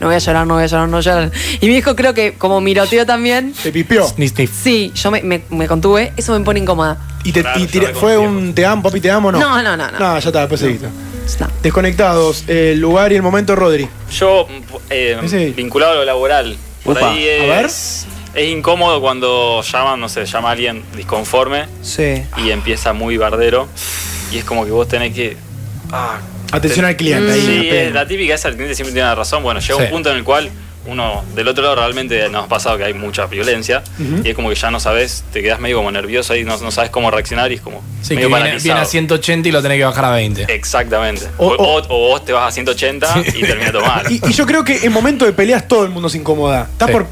[SPEAKER 2] no voy a llorar, no voy a llorar, no voy a llorar. Y mi viejo creo que como miroteó también.
[SPEAKER 8] Te pipió.
[SPEAKER 10] Sniff, sniff.
[SPEAKER 2] Sí, yo me, me- me contuve. Eso me pone incómoda.
[SPEAKER 8] Y, te, y tira- fue un te amo, papi, te amo, ¿no?
[SPEAKER 2] No, no, no, no.
[SPEAKER 8] ya está, después seguiste.
[SPEAKER 2] No.
[SPEAKER 8] Desconectados, el lugar y el momento, Rodri.
[SPEAKER 17] Yo, eh,
[SPEAKER 8] Ese.
[SPEAKER 17] vinculado a lo laboral, por
[SPEAKER 8] Upa,
[SPEAKER 17] ahí
[SPEAKER 8] a ver.
[SPEAKER 17] es, es incómodo cuando llaman, no sé, llama a alguien disconforme
[SPEAKER 13] Sí.
[SPEAKER 17] y empieza muy bardero. Y es como que vos tenés que. ah,
[SPEAKER 8] Atención
[SPEAKER 17] te-
[SPEAKER 8] al cliente. ahí,
[SPEAKER 17] Sí,
[SPEAKER 8] una pena.
[SPEAKER 17] es la típica esa, el cliente siempre tiene la razón. Bueno, llega
[SPEAKER 8] Sí.
[SPEAKER 17] un punto en el cual uno, del otro lado realmente nos ha pasado que hay mucha violencia
[SPEAKER 10] Ujú.
[SPEAKER 17] y es como que ya no sabes, te quedas medio como nervioso ahí, no, no sabes cómo reaccionar y es como
[SPEAKER 10] Sí, que
[SPEAKER 17] medio
[SPEAKER 10] viene,
[SPEAKER 17] paralizado.
[SPEAKER 10] viene a 180 y lo tenés que bajar a 20.
[SPEAKER 17] Exactamente. O, o- o vos te vas a 180 y terminas mal.
[SPEAKER 8] Y, y yo creo que en momento de peleas todo el mundo se incomoda. Estás
[SPEAKER 17] Sí.
[SPEAKER 8] por.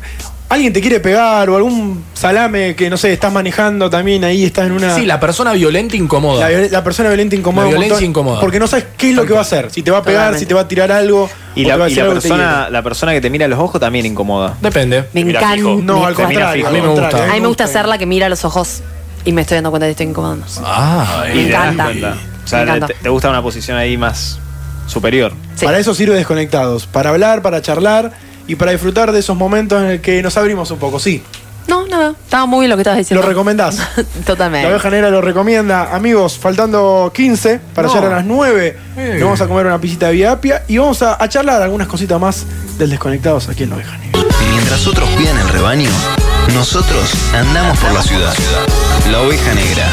[SPEAKER 8] Alguien te quiere pegar o algún salame que no sé, estás manejando también ahí, estás en una.
[SPEAKER 10] Sí, la persona violenta incomoda.
[SPEAKER 8] La, viol- Ah. la persona violenta incomoda. un
[SPEAKER 10] La violencia
[SPEAKER 8] montón,
[SPEAKER 10] incomoda.
[SPEAKER 8] Porque no sabes qué es lo que va a hacer. Si te va a pegar,
[SPEAKER 10] Totalmente.
[SPEAKER 8] si te va a tirar algo. o
[SPEAKER 13] Y,
[SPEAKER 8] te va a
[SPEAKER 13] la, y
[SPEAKER 8] decir
[SPEAKER 13] la
[SPEAKER 8] algo que te
[SPEAKER 13] persona, la persona que te mira a los ojos también incomoda.
[SPEAKER 10] Depende.
[SPEAKER 2] Me
[SPEAKER 13] Mira
[SPEAKER 2] encanta.
[SPEAKER 13] fijo.
[SPEAKER 8] No, al
[SPEAKER 13] Te mira
[SPEAKER 8] contrario,
[SPEAKER 13] fijo.
[SPEAKER 8] a mí me gusta.
[SPEAKER 2] A mí me gusta ser la que mira a los ojos y me estoy dando cuenta de que estoy incomodando.
[SPEAKER 10] Ah,
[SPEAKER 2] Me
[SPEAKER 13] y te das
[SPEAKER 2] encanta.
[SPEAKER 13] cuenta. O sea,
[SPEAKER 2] Me encanta.
[SPEAKER 13] Te, te gusta una posición ahí más superior.
[SPEAKER 8] Para eso sirve Desconectados, para hablar, para charlar y para disfrutar de esos momentos en el que nos abrimos un poco, sí.
[SPEAKER 2] No, nada. Estaba muy bien lo que estabas diciendo.
[SPEAKER 8] ¿Lo recomendás? La
[SPEAKER 2] Totalmente.
[SPEAKER 8] oveja negra lo recomienda. Amigos, faltando 15 para
[SPEAKER 2] No.
[SPEAKER 8] llegar a las 9,
[SPEAKER 2] Eh.
[SPEAKER 8] le vamos a comer una pisita de viapia y vamos a, a charlar algunas cositas más del Desconectados aquí en la oveja negra.
[SPEAKER 3] Mientras otros cuidan el rebaño, nosotros andamos por la ciudad. La oveja negra.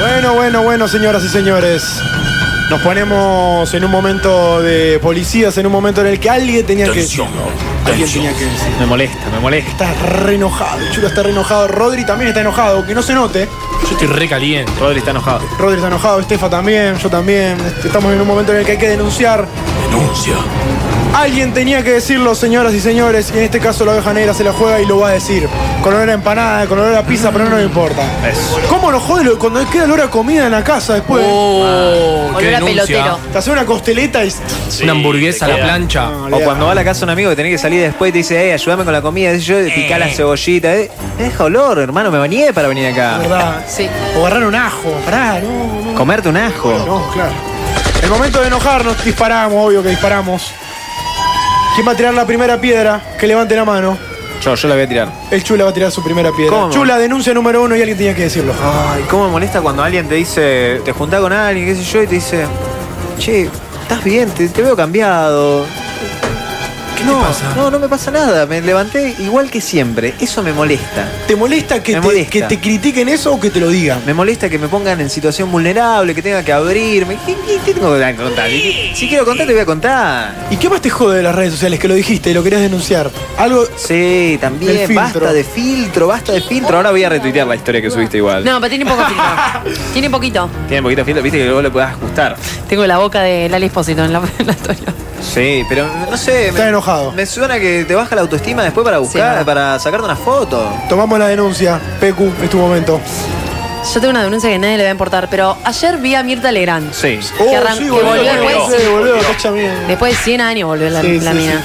[SPEAKER 8] Bueno, bueno, bueno, señoras y señores. Nos ponemos en un momento de policías, en un momento en el que alguien tenía que decir. Alguien tenía que decir.
[SPEAKER 13] Me molesta, me molesta.
[SPEAKER 8] Está re enojado, el Chulo está re enojado, Rodri también está enojado, que no se note.
[SPEAKER 10] Yo estoy re caliente.
[SPEAKER 13] Rodri está enojado.
[SPEAKER 8] Rodri está enojado, Estefa también, yo también. Este, Estamos en un momento en el que hay que denunciar.
[SPEAKER 10] Denuncia.
[SPEAKER 8] Alguien tenía que decirlo, señoras y señores, y en este caso la oveja negra se la juega y lo va a decir. Con olor a empanada, con olor a pizza, pero no le importa. ¿Cómo nos jode lo- cuando queda olor a comida en la casa después?
[SPEAKER 10] Oh, Ah. qué Olor a denuncia. pelotero.
[SPEAKER 8] Te hace una costeleta y...
[SPEAKER 10] Una hamburguesa a la plancha.
[SPEAKER 13] o cuando va a la casa de un amigo que tenés que salir después y te dice, hey, ayúdame con la comida. Y yo picá la cebollita. Eh. Deja olor, hermano, me bañé para venir acá.
[SPEAKER 8] ¿Verdad?
[SPEAKER 2] Sí.
[SPEAKER 8] O agarrar un ajo. Pará, no, no.
[SPEAKER 13] Comerte un ajo.
[SPEAKER 8] No, claro. El momento de enojarnos, disparamos, obvio que disparamos. ¿Quién va a tirar la primera piedra? Que levante la mano.
[SPEAKER 13] Yo, yo la voy a tirar.
[SPEAKER 8] El Chula va a tirar su primera piedra.
[SPEAKER 13] ¿Cómo? Ah,
[SPEAKER 8] Chula, denuncia número uno y alguien tenía que decirlo.
[SPEAKER 13] Ay, cómo me molesta cuando alguien te dice, te juntás con alguien, qué sé yo, y te dice, che, estás bien, te, te veo cambiado. ¿Qué no, pasa? No, no me pasa nada, me levanté igual que siempre, eso me molesta.
[SPEAKER 8] ¿Te molesta que,
[SPEAKER 13] Me
[SPEAKER 8] te,
[SPEAKER 13] molesta.
[SPEAKER 8] que te critiquen eso o que te lo digan?
[SPEAKER 13] Me molesta que me pongan en situación vulnerable, que tenga que abrirme. ¿Qué, qué- qué tengo que contar? Si si quiero contar, te voy a contar.
[SPEAKER 8] ¿Y qué más te jode de las redes sociales que lo dijiste y lo querías denunciar? Algo.
[SPEAKER 13] Sí, también, basta de filtro, basta de filtro. Ahora voy a retuitear la historia que subiste igual.
[SPEAKER 2] No, pero tiene poco filtro. tiene poquito.
[SPEAKER 13] Tiene poquito filtro, viste que luego lo podés ajustar.
[SPEAKER 2] Tengo la boca de Lali Espósito en la, en la historia.
[SPEAKER 13] Sí, pero no sé.
[SPEAKER 8] Estás enojado.
[SPEAKER 13] Me suena que te baja la autoestima después para buscar, para sacarte una foto.
[SPEAKER 8] Tomamos la denuncia. Pecu, es tu momento.
[SPEAKER 2] Yo tengo una denuncia que nadie le va a importar, pero ayer vi a Mirta Legrand.
[SPEAKER 13] Sí.
[SPEAKER 2] Que
[SPEAKER 8] Oh,
[SPEAKER 2] arran- que volvió después.
[SPEAKER 8] Sí, volvió, cacha bien.
[SPEAKER 2] Después de 100 años volvió la,
[SPEAKER 8] Sí,
[SPEAKER 2] la
[SPEAKER 8] sí,
[SPEAKER 2] mina.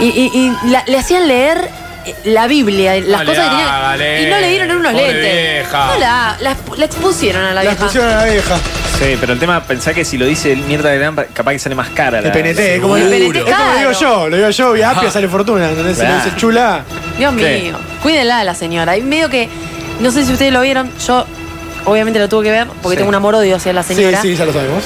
[SPEAKER 2] Y, y- y la- le hacían leer eh, la Biblia, las
[SPEAKER 10] Dale,
[SPEAKER 2] cosas que tenían.
[SPEAKER 10] dale,
[SPEAKER 2] y no le dieron unos
[SPEAKER 10] pobre
[SPEAKER 2] lentes.
[SPEAKER 10] vieja.
[SPEAKER 2] No la, la expu- la expusieron a la, vieja.
[SPEAKER 8] a la vieja.
[SPEAKER 13] Sí, pero el tema, pensá que si lo dice el mierda de gran, capaz que sale más cara.
[SPEAKER 8] El PNT, como
[SPEAKER 2] El PNT,
[SPEAKER 8] Esto lo digo
[SPEAKER 2] claro.
[SPEAKER 8] yo, lo digo yo, y Apia sale fortuna, ¿entendés? Se lo
[SPEAKER 13] Claro.
[SPEAKER 8] dice chula.
[SPEAKER 2] Dios
[SPEAKER 8] ¿Qué?
[SPEAKER 2] mío. Cuídenla a la señora. Y medio que, no sé si ustedes lo vieron, yo obviamente lo tuve que ver porque
[SPEAKER 8] Sí.
[SPEAKER 2] tengo un amor odio hacia la
[SPEAKER 8] Sí,
[SPEAKER 2] señora.
[SPEAKER 8] sí, ya lo sabemos.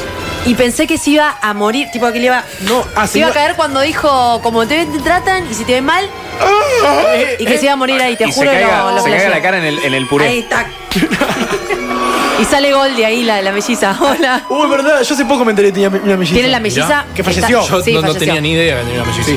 [SPEAKER 2] Y pensé que se iba a morir, tipo que le iba,
[SPEAKER 8] No, ah,
[SPEAKER 2] se iba a
[SPEAKER 8] señora-
[SPEAKER 2] caer cuando dijo, como te, ven, te tratan y si te ven mal,
[SPEAKER 8] Ah.
[SPEAKER 2] y que se iba a morir ahí, te
[SPEAKER 13] y
[SPEAKER 2] juro
[SPEAKER 13] se caiga,
[SPEAKER 2] lo, lo
[SPEAKER 13] se caiga
[SPEAKER 2] flasheé.
[SPEAKER 13] la cara en el, en el puré.
[SPEAKER 2] Ahí está. y sale Goldie ahí, la, la melliza. Hola.
[SPEAKER 8] Uy, verdad, yo hace poco me enteré que tenía una melliza.
[SPEAKER 2] Tiene la melliza.
[SPEAKER 8] Que falleció.
[SPEAKER 2] Está-
[SPEAKER 10] Yo
[SPEAKER 2] sí,
[SPEAKER 10] no, no
[SPEAKER 2] falleció.
[SPEAKER 10] tenía ni idea que tenía una melliza.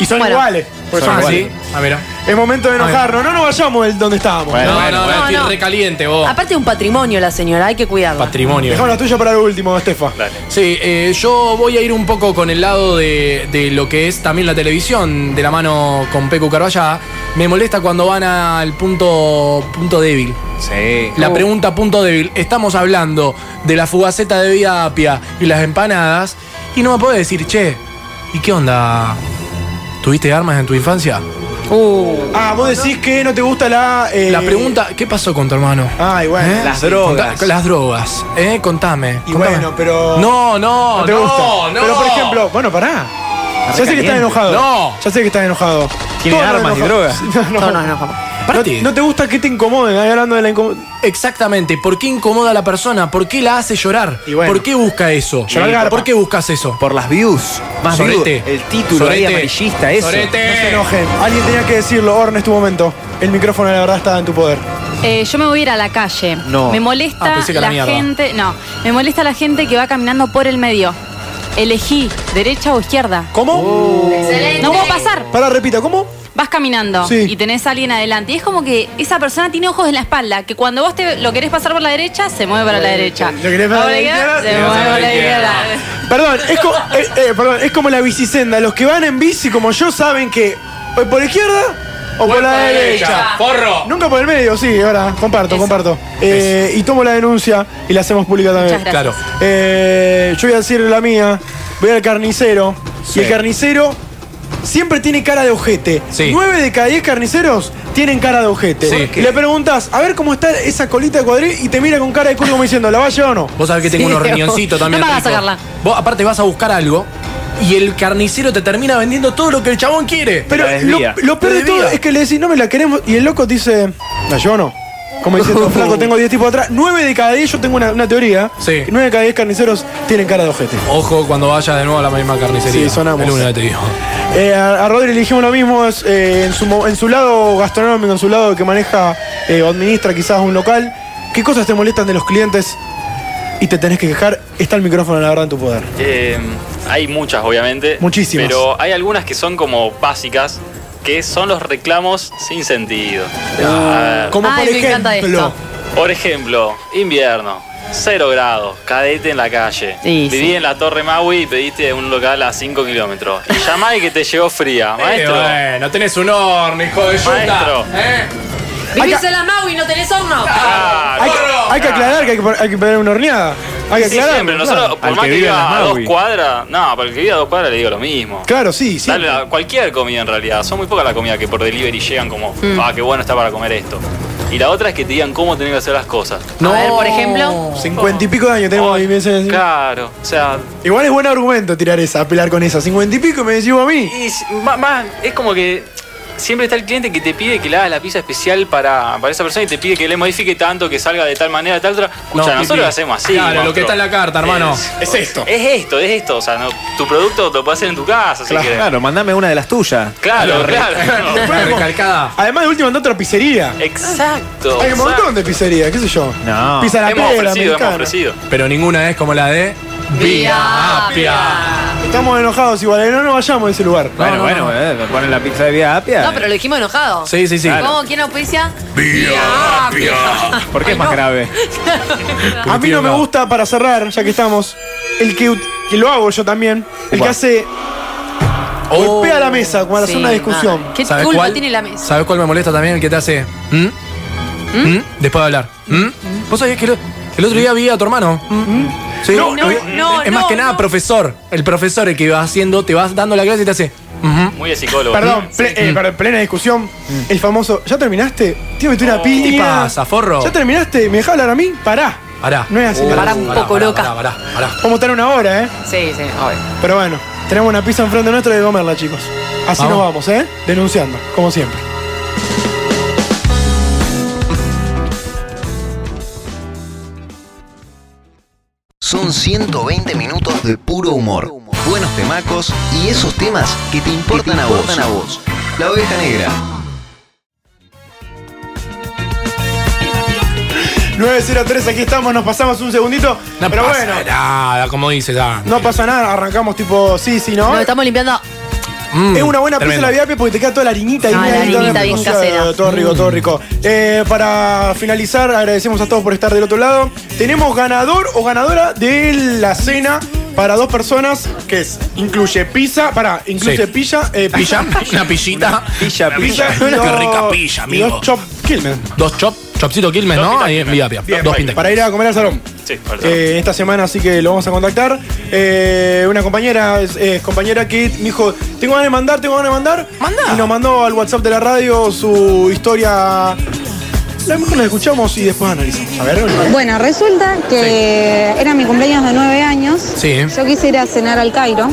[SPEAKER 8] Y son
[SPEAKER 2] Bueno.
[SPEAKER 8] iguales. porque son
[SPEAKER 10] Ah,
[SPEAKER 8] así.
[SPEAKER 10] sí. Ah, mira.
[SPEAKER 8] Es momento de enojarnos, no nos vayamos del donde estábamos.
[SPEAKER 10] no, no, no, estoy
[SPEAKER 2] no.
[SPEAKER 10] recaliente vos.
[SPEAKER 2] Aparte un patrimonio la señora, hay que cuidarla.
[SPEAKER 10] Patrimonio.
[SPEAKER 8] Dejamos la tuya para lo último, Estefa.
[SPEAKER 10] Sí, eh, yo voy a ir un poco con el lado de, de lo que es también la televisión, de la mano con Pecu Carballá. Me molesta cuando van al punto, punto débil.
[SPEAKER 13] Sí.
[SPEAKER 10] La pregunta punto débil. Estamos hablando de la fugaceta de vida apia y las empanadas. Y no me puede decir, che, ¿y qué onda? ¿Tuviste armas en tu infancia?
[SPEAKER 8] Ah, vos decís que no te gusta la. eh,
[SPEAKER 10] La pregunta, ¿qué pasó con tu hermano?
[SPEAKER 8] Ay, bueno.
[SPEAKER 10] ¿Eh?
[SPEAKER 13] Las
[SPEAKER 10] Contá-
[SPEAKER 13] drogas.
[SPEAKER 10] las drogas, ¿eh? Contame.
[SPEAKER 8] Y
[SPEAKER 10] contame.
[SPEAKER 8] bueno, pero.
[SPEAKER 10] No, no,
[SPEAKER 8] No te
[SPEAKER 10] no,
[SPEAKER 8] gusta.
[SPEAKER 10] no.
[SPEAKER 8] Pero por ejemplo, bueno, pará. Ya sé que estás
[SPEAKER 13] caliente.
[SPEAKER 8] enojado.
[SPEAKER 10] No.
[SPEAKER 8] Ya sé que estás enojado.
[SPEAKER 13] Tiene
[SPEAKER 8] Todos nos
[SPEAKER 13] armas y
[SPEAKER 8] enojamos. No, no.
[SPEAKER 2] No, no, no, papá.
[SPEAKER 10] Aparte-
[SPEAKER 8] No te gusta que te incomoden, ahí hablando de la incomodidad.
[SPEAKER 10] Exactamente, ¿por qué incomoda a la persona? ¿Por qué la hace llorar?
[SPEAKER 8] Y bueno.
[SPEAKER 10] ¿Por qué busca eso?
[SPEAKER 8] Llorar garpa.
[SPEAKER 10] ¿Por qué buscas eso?
[SPEAKER 13] Por las views. Más
[SPEAKER 10] Sorete.
[SPEAKER 13] views. El título ahí
[SPEAKER 10] Sorete.
[SPEAKER 13] amarillista, eso.
[SPEAKER 10] Sorete.
[SPEAKER 8] No se enojen. Alguien tenía que decirlo, Orne, es tu momento. El micrófono, la verdad, está en tu poder.
[SPEAKER 11] Eh, yo me voy a ir a la calle.
[SPEAKER 13] No.
[SPEAKER 11] Me
[SPEAKER 10] Ah,
[SPEAKER 11] molesta
[SPEAKER 10] pensé que a la
[SPEAKER 11] la,
[SPEAKER 10] mierda.
[SPEAKER 11] gente. No, me molesta la gente que va caminando por el medio. Elegí derecha o izquierda.
[SPEAKER 8] ¿Cómo?
[SPEAKER 11] No puedo pasar.
[SPEAKER 8] Pará, repita, ¿cómo?
[SPEAKER 11] Vas caminando
[SPEAKER 8] Sí.
[SPEAKER 11] y tenés a alguien adelante. Y es como que esa persona tiene ojos en la espalda, que cuando vos te lo querés pasar por la derecha, se mueve para la derecha.
[SPEAKER 8] Lo querés para
[SPEAKER 11] Ahora
[SPEAKER 8] la
[SPEAKER 11] que-
[SPEAKER 8] izquierda,
[SPEAKER 11] se
[SPEAKER 8] te
[SPEAKER 11] mueve
[SPEAKER 8] vas a
[SPEAKER 11] para la izquierda.
[SPEAKER 8] Perdón, es como, eh, eh, perdón, es como la bicisenda. Los que van en bici como yo saben que o por la izquierda o por la derecha.
[SPEAKER 10] ¡Porro!
[SPEAKER 8] Nunca por el medio, sí, ahora, comparto, comparto. Eh, y tomo la denuncia y la hacemos pública también.
[SPEAKER 11] Muchas gracias.
[SPEAKER 10] Claro.
[SPEAKER 8] Eh, yo voy a decir la mía. Voy al carnicero. Y el carnicero siempre tiene cara de ojete.
[SPEAKER 10] Sí.
[SPEAKER 8] 9 de cada 10 carniceros tienen cara de ojete.
[SPEAKER 10] Sí.
[SPEAKER 8] ¿Por qué? Le preguntas, a ver cómo está esa colita de cuadril y te mira con cara de culo como diciendo, ¿la va a llevar o no?
[SPEAKER 10] Vos sabés que tengo
[SPEAKER 2] Sí,
[SPEAKER 10] unos
[SPEAKER 2] vos-
[SPEAKER 10] riñoncitos también.
[SPEAKER 2] no me hagas
[SPEAKER 10] rico.
[SPEAKER 2] sacarla.
[SPEAKER 10] Vos aparte vas a buscar algo y el carnicero te termina vendiendo todo lo que el chabón quiere.
[SPEAKER 8] Pero
[SPEAKER 13] La
[SPEAKER 8] lo,
[SPEAKER 13] desvía.
[SPEAKER 8] lo peor
[SPEAKER 10] La
[SPEAKER 8] de todo
[SPEAKER 10] desvía.
[SPEAKER 8] es que le decís, no me la queremos. Y el loco te dice, ¿la llevo o no? Como diciendo, flaco, tengo 10 tipos atrás. 9 de cada 10, yo tengo una, una teoría.
[SPEAKER 10] Sí.
[SPEAKER 8] 9 de cada 10 carniceros tienen cara de ojete.
[SPEAKER 10] Ojo cuando vayas de nuevo a la misma carnicería.
[SPEAKER 8] Sí, sonamos.
[SPEAKER 10] El único que te digo.
[SPEAKER 8] Eh, a, a Rodri le dijimos lo mismo, es, eh, en, su, mo- en su lado gastronómico, en su lado que maneja eh, o administra quizás un local. ¿Qué cosas te molestan de los clientes y te tenés que quejar? Está el micrófono, la verdad, en tu poder.
[SPEAKER 17] Eh, hay muchas, obviamente.
[SPEAKER 8] Muchísimas.
[SPEAKER 17] Pero hay algunas que son como básicas, que son los reclamos sin sentido. A ver,
[SPEAKER 10] Ah.
[SPEAKER 8] Como
[SPEAKER 2] Ay,
[SPEAKER 8] por
[SPEAKER 2] me encanta
[SPEAKER 8] ejemplo,
[SPEAKER 2] esto.
[SPEAKER 17] Por ejemplo, invierno. Cero grados, cadete en la calle.
[SPEAKER 2] Sí,
[SPEAKER 17] Viví
[SPEAKER 2] sí.
[SPEAKER 17] en la Torre Maui y pediste un local a 5 kilómetros. Y llamá y que te llegó fría, maestro.
[SPEAKER 10] Eh, bueno, tenés un horno, hijo de yuta.
[SPEAKER 17] Maestro.
[SPEAKER 10] ¿Eh?
[SPEAKER 2] ¿Vivís en la Maui y no tenés horno?
[SPEAKER 8] Hay, que- hay que aclarar que hay que, poner- hay que poner una horneada. Hay que
[SPEAKER 17] Sí,
[SPEAKER 8] aclarar.
[SPEAKER 17] siempre,
[SPEAKER 8] claro.
[SPEAKER 17] nosotros, por más que, viva a dos cuadras, no, para el que viva a dos cuadras le digo lo mismo.
[SPEAKER 8] Claro, sí, sí.
[SPEAKER 17] Dale a cualquier comida en realidad. Son muy pocas las comidas que por delivery llegan como,
[SPEAKER 2] Mm.
[SPEAKER 17] ah, qué bueno está para comer esto. Y la otra es que te digan cómo tenés que hacer las cosas.
[SPEAKER 2] A ver, por ejemplo.
[SPEAKER 8] 50 y pico de años tenemos ahí, me dicen-
[SPEAKER 17] Claro, o sea.
[SPEAKER 8] Igual es buen argumento tirar esa, apelar con esa. 50 y pico me decís vos a mí.
[SPEAKER 17] Y s- ma- más, es como que siempre está el cliente que te pide que le hagas la pizza especial para, para esa persona y te pide que le modifique tanto, que salga de tal manera, de tal otra. Escucha,
[SPEAKER 10] No,
[SPEAKER 17] nosotros
[SPEAKER 10] pipí.
[SPEAKER 17] lo hacemos así.
[SPEAKER 10] Claro, lo
[SPEAKER 17] monstruo.
[SPEAKER 10] que está en la carta, hermano.
[SPEAKER 17] Es, esto. Es esto, es esto. O sea, no- tu producto lo puedes hacer en tu casa, si querés.
[SPEAKER 13] Claro, mandame una de las tuyas.
[SPEAKER 17] Claro,
[SPEAKER 13] Re-
[SPEAKER 17] claro.
[SPEAKER 10] Recalcada.
[SPEAKER 8] Además, de último andó a otra pizzería.
[SPEAKER 17] Exacto.
[SPEAKER 8] Hay un montón de pizzerías, qué sé yo.
[SPEAKER 10] No.
[SPEAKER 8] Pizza la piedra,
[SPEAKER 10] Hemos ofrecido, hemos
[SPEAKER 8] mexicana.
[SPEAKER 17] ofrecido.
[SPEAKER 10] Pero ninguna es como la de.
[SPEAKER 8] Vía Estamos enojados igual, eh, no nos vayamos de ese lugar.
[SPEAKER 13] Bueno, bueno, eh, me ponen la pizza de vía apia.
[SPEAKER 2] No, pero lo dijimos enojado.
[SPEAKER 13] Sí, sí, sí.
[SPEAKER 2] ¿Cómo? ¿Quién auspicia?
[SPEAKER 13] ¿Por qué es más grave?
[SPEAKER 8] A mí no me gusta, para cerrar, ya que estamos, el que, que lo hago yo también, el que hace. golpea la mesa para hacer
[SPEAKER 2] Sí,
[SPEAKER 8] una discusión.
[SPEAKER 2] nada. ¿Qué culpa tiene la mesa?
[SPEAKER 10] ¿Sabes cuál me molesta también? El que te hace. ¿Mm? ¿Mm? Después de hablar. ¿Mm? ¿Vos sabías que el, el otro día vi a tu hermano? ¿Mm? Sí. eh,
[SPEAKER 2] No, no, no,
[SPEAKER 10] Es más
[SPEAKER 2] no,
[SPEAKER 10] que nada, profesor. El profesor el que va haciendo, te vas dando la clase y te hace.
[SPEAKER 17] Muy de psicólogo.
[SPEAKER 8] Perdón, ple- eh, perdón, plena discusión. El famoso, ¿ya terminaste? Tío, metí una piña.
[SPEAKER 10] Mm. Oh, ¿Qué pasa, forro?
[SPEAKER 8] ¿Ya terminaste? ¿Me dejás hablar a mí? Pará.
[SPEAKER 10] Pará.
[SPEAKER 8] No es así.
[SPEAKER 10] Pará un poco
[SPEAKER 2] loca.
[SPEAKER 10] Pará, pará.
[SPEAKER 8] Vamos a estar una hora, ¿eh?
[SPEAKER 2] Sí, sí,
[SPEAKER 8] Pero bueno, tenemos una pizza enfrente nuestra de comerla, chicos. Así
[SPEAKER 10] Vamos.
[SPEAKER 8] nos vamos, ¿eh? Denunciando, como siempre.
[SPEAKER 3] Son 120 minutos de puro humor, buenos temacos y esos temas que te importan, a, vos. La oveja negra.
[SPEAKER 8] 903, aquí estamos, nos pasamos un segundito.
[SPEAKER 10] No
[SPEAKER 8] pero
[SPEAKER 10] pasa
[SPEAKER 8] bueno,
[SPEAKER 10] nada, como dice, ya.
[SPEAKER 8] no pasa nada, arrancamos tipo, sí, sí, ¿no?
[SPEAKER 2] Nos estamos limpiando.
[SPEAKER 8] es una buena
[SPEAKER 10] Mm, tremendo.
[SPEAKER 8] pizza la viape porque te queda toda la harinita
[SPEAKER 2] Ah,
[SPEAKER 8] ahí,
[SPEAKER 2] la
[SPEAKER 8] ahí, toda
[SPEAKER 2] harinita bien
[SPEAKER 8] cosa,
[SPEAKER 2] casera. Mm.
[SPEAKER 8] Todo rico, todo rico. Eh, para finalizar, agradecemos a todos por estar del otro lado. Tenemos ganador o ganadora de la cena para dos personas, que es, incluye pizza, para, incluye
[SPEAKER 10] Sí.
[SPEAKER 8] pilla, eh,
[SPEAKER 10] Pilla, una pillita. Pilla,
[SPEAKER 8] y
[SPEAKER 10] Qué
[SPEAKER 8] dos-
[SPEAKER 10] rica pilla,
[SPEAKER 8] y
[SPEAKER 10] amigo.
[SPEAKER 8] Dos chop Kilmen.
[SPEAKER 10] Dos chop, chopcito Quilmes, ¿no? Ahí en Vía Pia. Dos pintas.
[SPEAKER 8] Para ir a comer al salón.
[SPEAKER 17] Sí,
[SPEAKER 8] Eh, esta semana, así que lo vamos a contactar. Eh, una compañera, es- es compañera que me dijo, tengo ganas de mandar, tengo ganas de mandar. Y nos mandó al WhatsApp de la radio su historia. La mejor la escuchamos y después analizamos. A ver, ¿no?
[SPEAKER 19] Bueno, resulta que era mi cumpleaños de nueve años.
[SPEAKER 8] Sí.
[SPEAKER 19] Yo quise ir a cenar al Cairo.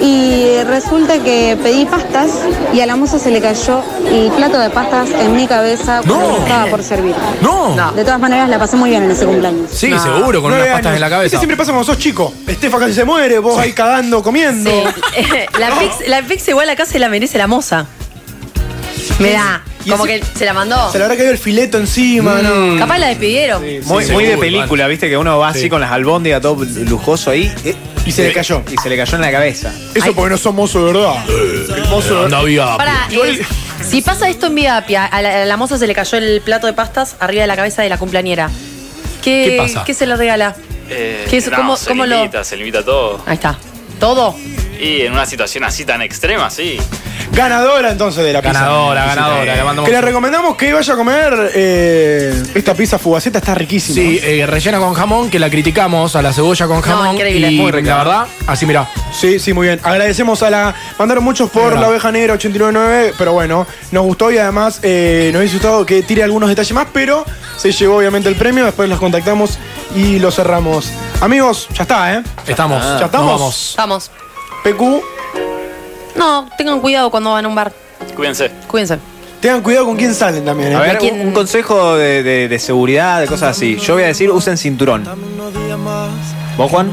[SPEAKER 19] Y resulta que pedí pastas y a la moza se le cayó el plato de pastas en mi cabeza cuando
[SPEAKER 10] No.
[SPEAKER 19] estaba por servir.
[SPEAKER 10] No.
[SPEAKER 19] De todas maneras la pasé muy bien en ese cumpleaños.
[SPEAKER 10] Sí, seguro, con
[SPEAKER 8] Nueve
[SPEAKER 10] unas pastas
[SPEAKER 8] años.
[SPEAKER 10] en la cabeza.
[SPEAKER 8] Eso siempre pasa cuando sos chico. Estefa casi se muere, vos ahí cagando, comiendo.
[SPEAKER 2] la, pizza, la pizza igual acá se la merece la moza. Me da.
[SPEAKER 8] Y
[SPEAKER 2] Como
[SPEAKER 8] así-
[SPEAKER 2] que se la mandó.
[SPEAKER 8] Se le habrá caído el fileto encima, ¿no?
[SPEAKER 2] Capaz la despidieron.
[SPEAKER 13] Muy, muy de película, viste que uno va así con las albóndigas todo lujoso ahí. eh,
[SPEAKER 8] y se le cayó.
[SPEAKER 13] Y se le cayó en la cabeza.
[SPEAKER 8] Eso porque no sos mozo de verdad. mozo de
[SPEAKER 10] Anda, Vía Apia.
[SPEAKER 2] Pará, eh, si pasa esto en Vidapia, a la, a la moza se le cayó el plato de pastas arriba de la cabeza de la cumpleañera. ¿Qué,
[SPEAKER 17] ¿Qué pasa?
[SPEAKER 2] qué se le regala?
[SPEAKER 17] Eh,
[SPEAKER 2] ¿Qué es-
[SPEAKER 17] no,
[SPEAKER 2] cómo-
[SPEAKER 17] se
[SPEAKER 2] cómo lo-
[SPEAKER 17] limita, se limita todo.
[SPEAKER 2] Ahí está. ¿Todo?
[SPEAKER 17] Y en una situación así tan extrema, sí.
[SPEAKER 8] Ganadora entonces de la pizza.
[SPEAKER 10] Ganadora, ganadora, le mandamos-
[SPEAKER 8] Que le recomendamos que vaya a comer eh, esta pizza fugaceta, está riquísima.
[SPEAKER 10] Sí, eh, rellena con jamón, que la criticamos, a la cebolla con jamón.
[SPEAKER 8] increíble,
[SPEAKER 10] y
[SPEAKER 8] muy rica.
[SPEAKER 10] La verdad, así mira.
[SPEAKER 8] Sí, sí, muy bien. Agradecemos a la. Mandaron muchos por la oveja negra 899, pero bueno, nos gustó y además eh, nos hubiese gustado que tire algunos detalles más, pero se llevó obviamente el premio, después los contactamos y lo cerramos. Amigos, ya está, ¿eh?
[SPEAKER 10] Estamos.
[SPEAKER 8] ¿Ya estamos?
[SPEAKER 10] Nos vamos.
[SPEAKER 2] Vamos.
[SPEAKER 8] PQ,
[SPEAKER 2] No, tengan cuidado cuando van a un bar.
[SPEAKER 17] Cuídense.
[SPEAKER 2] Cuídense.
[SPEAKER 8] tengan cuidado con quién salen también, ¿eh?
[SPEAKER 13] A ver,
[SPEAKER 8] ¿Quién-
[SPEAKER 13] un, un consejo de, de- de seguridad, de cosas así. Yo voy a decir, usen cinturón. ¿Vos, Juan?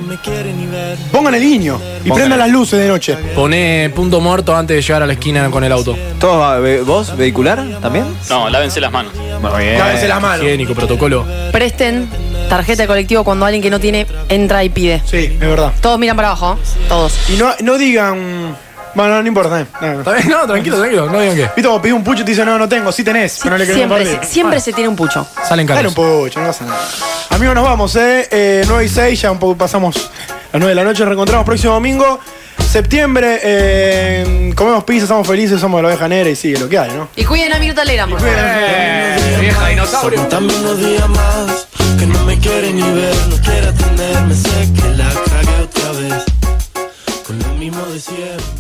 [SPEAKER 8] Pongan el niño y prendan las luces de noche.
[SPEAKER 10] Poné punto muerto antes de llegar a la esquina con el auto.
[SPEAKER 13] ¿Todos, eh, ¿Vos, vehicular también?
[SPEAKER 17] No, lávense las manos.
[SPEAKER 13] Muy bien.
[SPEAKER 10] Lávense las manos. Eh, Higiénico, protocolo.
[SPEAKER 2] Presten tarjeta de colectivo cuando alguien que no tiene entra y pide.
[SPEAKER 8] Sí, es verdad.
[SPEAKER 2] Todos miran para abajo, ¿eh? todos.
[SPEAKER 8] Y no, no digan. Bueno, no, no importa. eh. No,
[SPEAKER 10] no, tranquilo, tranquilo. No digan qué.
[SPEAKER 8] Viste, como pide un pucho y te dice, no, no tengo, sí tenés. pero Ah, no le querés
[SPEAKER 2] siempre
[SPEAKER 8] compartir.
[SPEAKER 2] se, siempre se tiene un pucho.
[SPEAKER 10] Salen
[SPEAKER 8] Dale un pucho, no pasa nada. Amigos, nos vamos, ¿eh? eh 9 y 6, ya un poco pasamos las 9 de la noche. Nos reencontramos próximo domingo. Septiembre, eh, comemos pizza, estamos felices, somos de la oveja negra y sigue lo que hay, ¿no?
[SPEAKER 2] Y cuiden a Mirta Legrand, por favor.
[SPEAKER 10] Vieja dinosaurio.
[SPEAKER 20] Contame unos días más que no me quiere ni ver, no quiere atenderme. Sé que la cagué otra vez con lo mismo de siempre.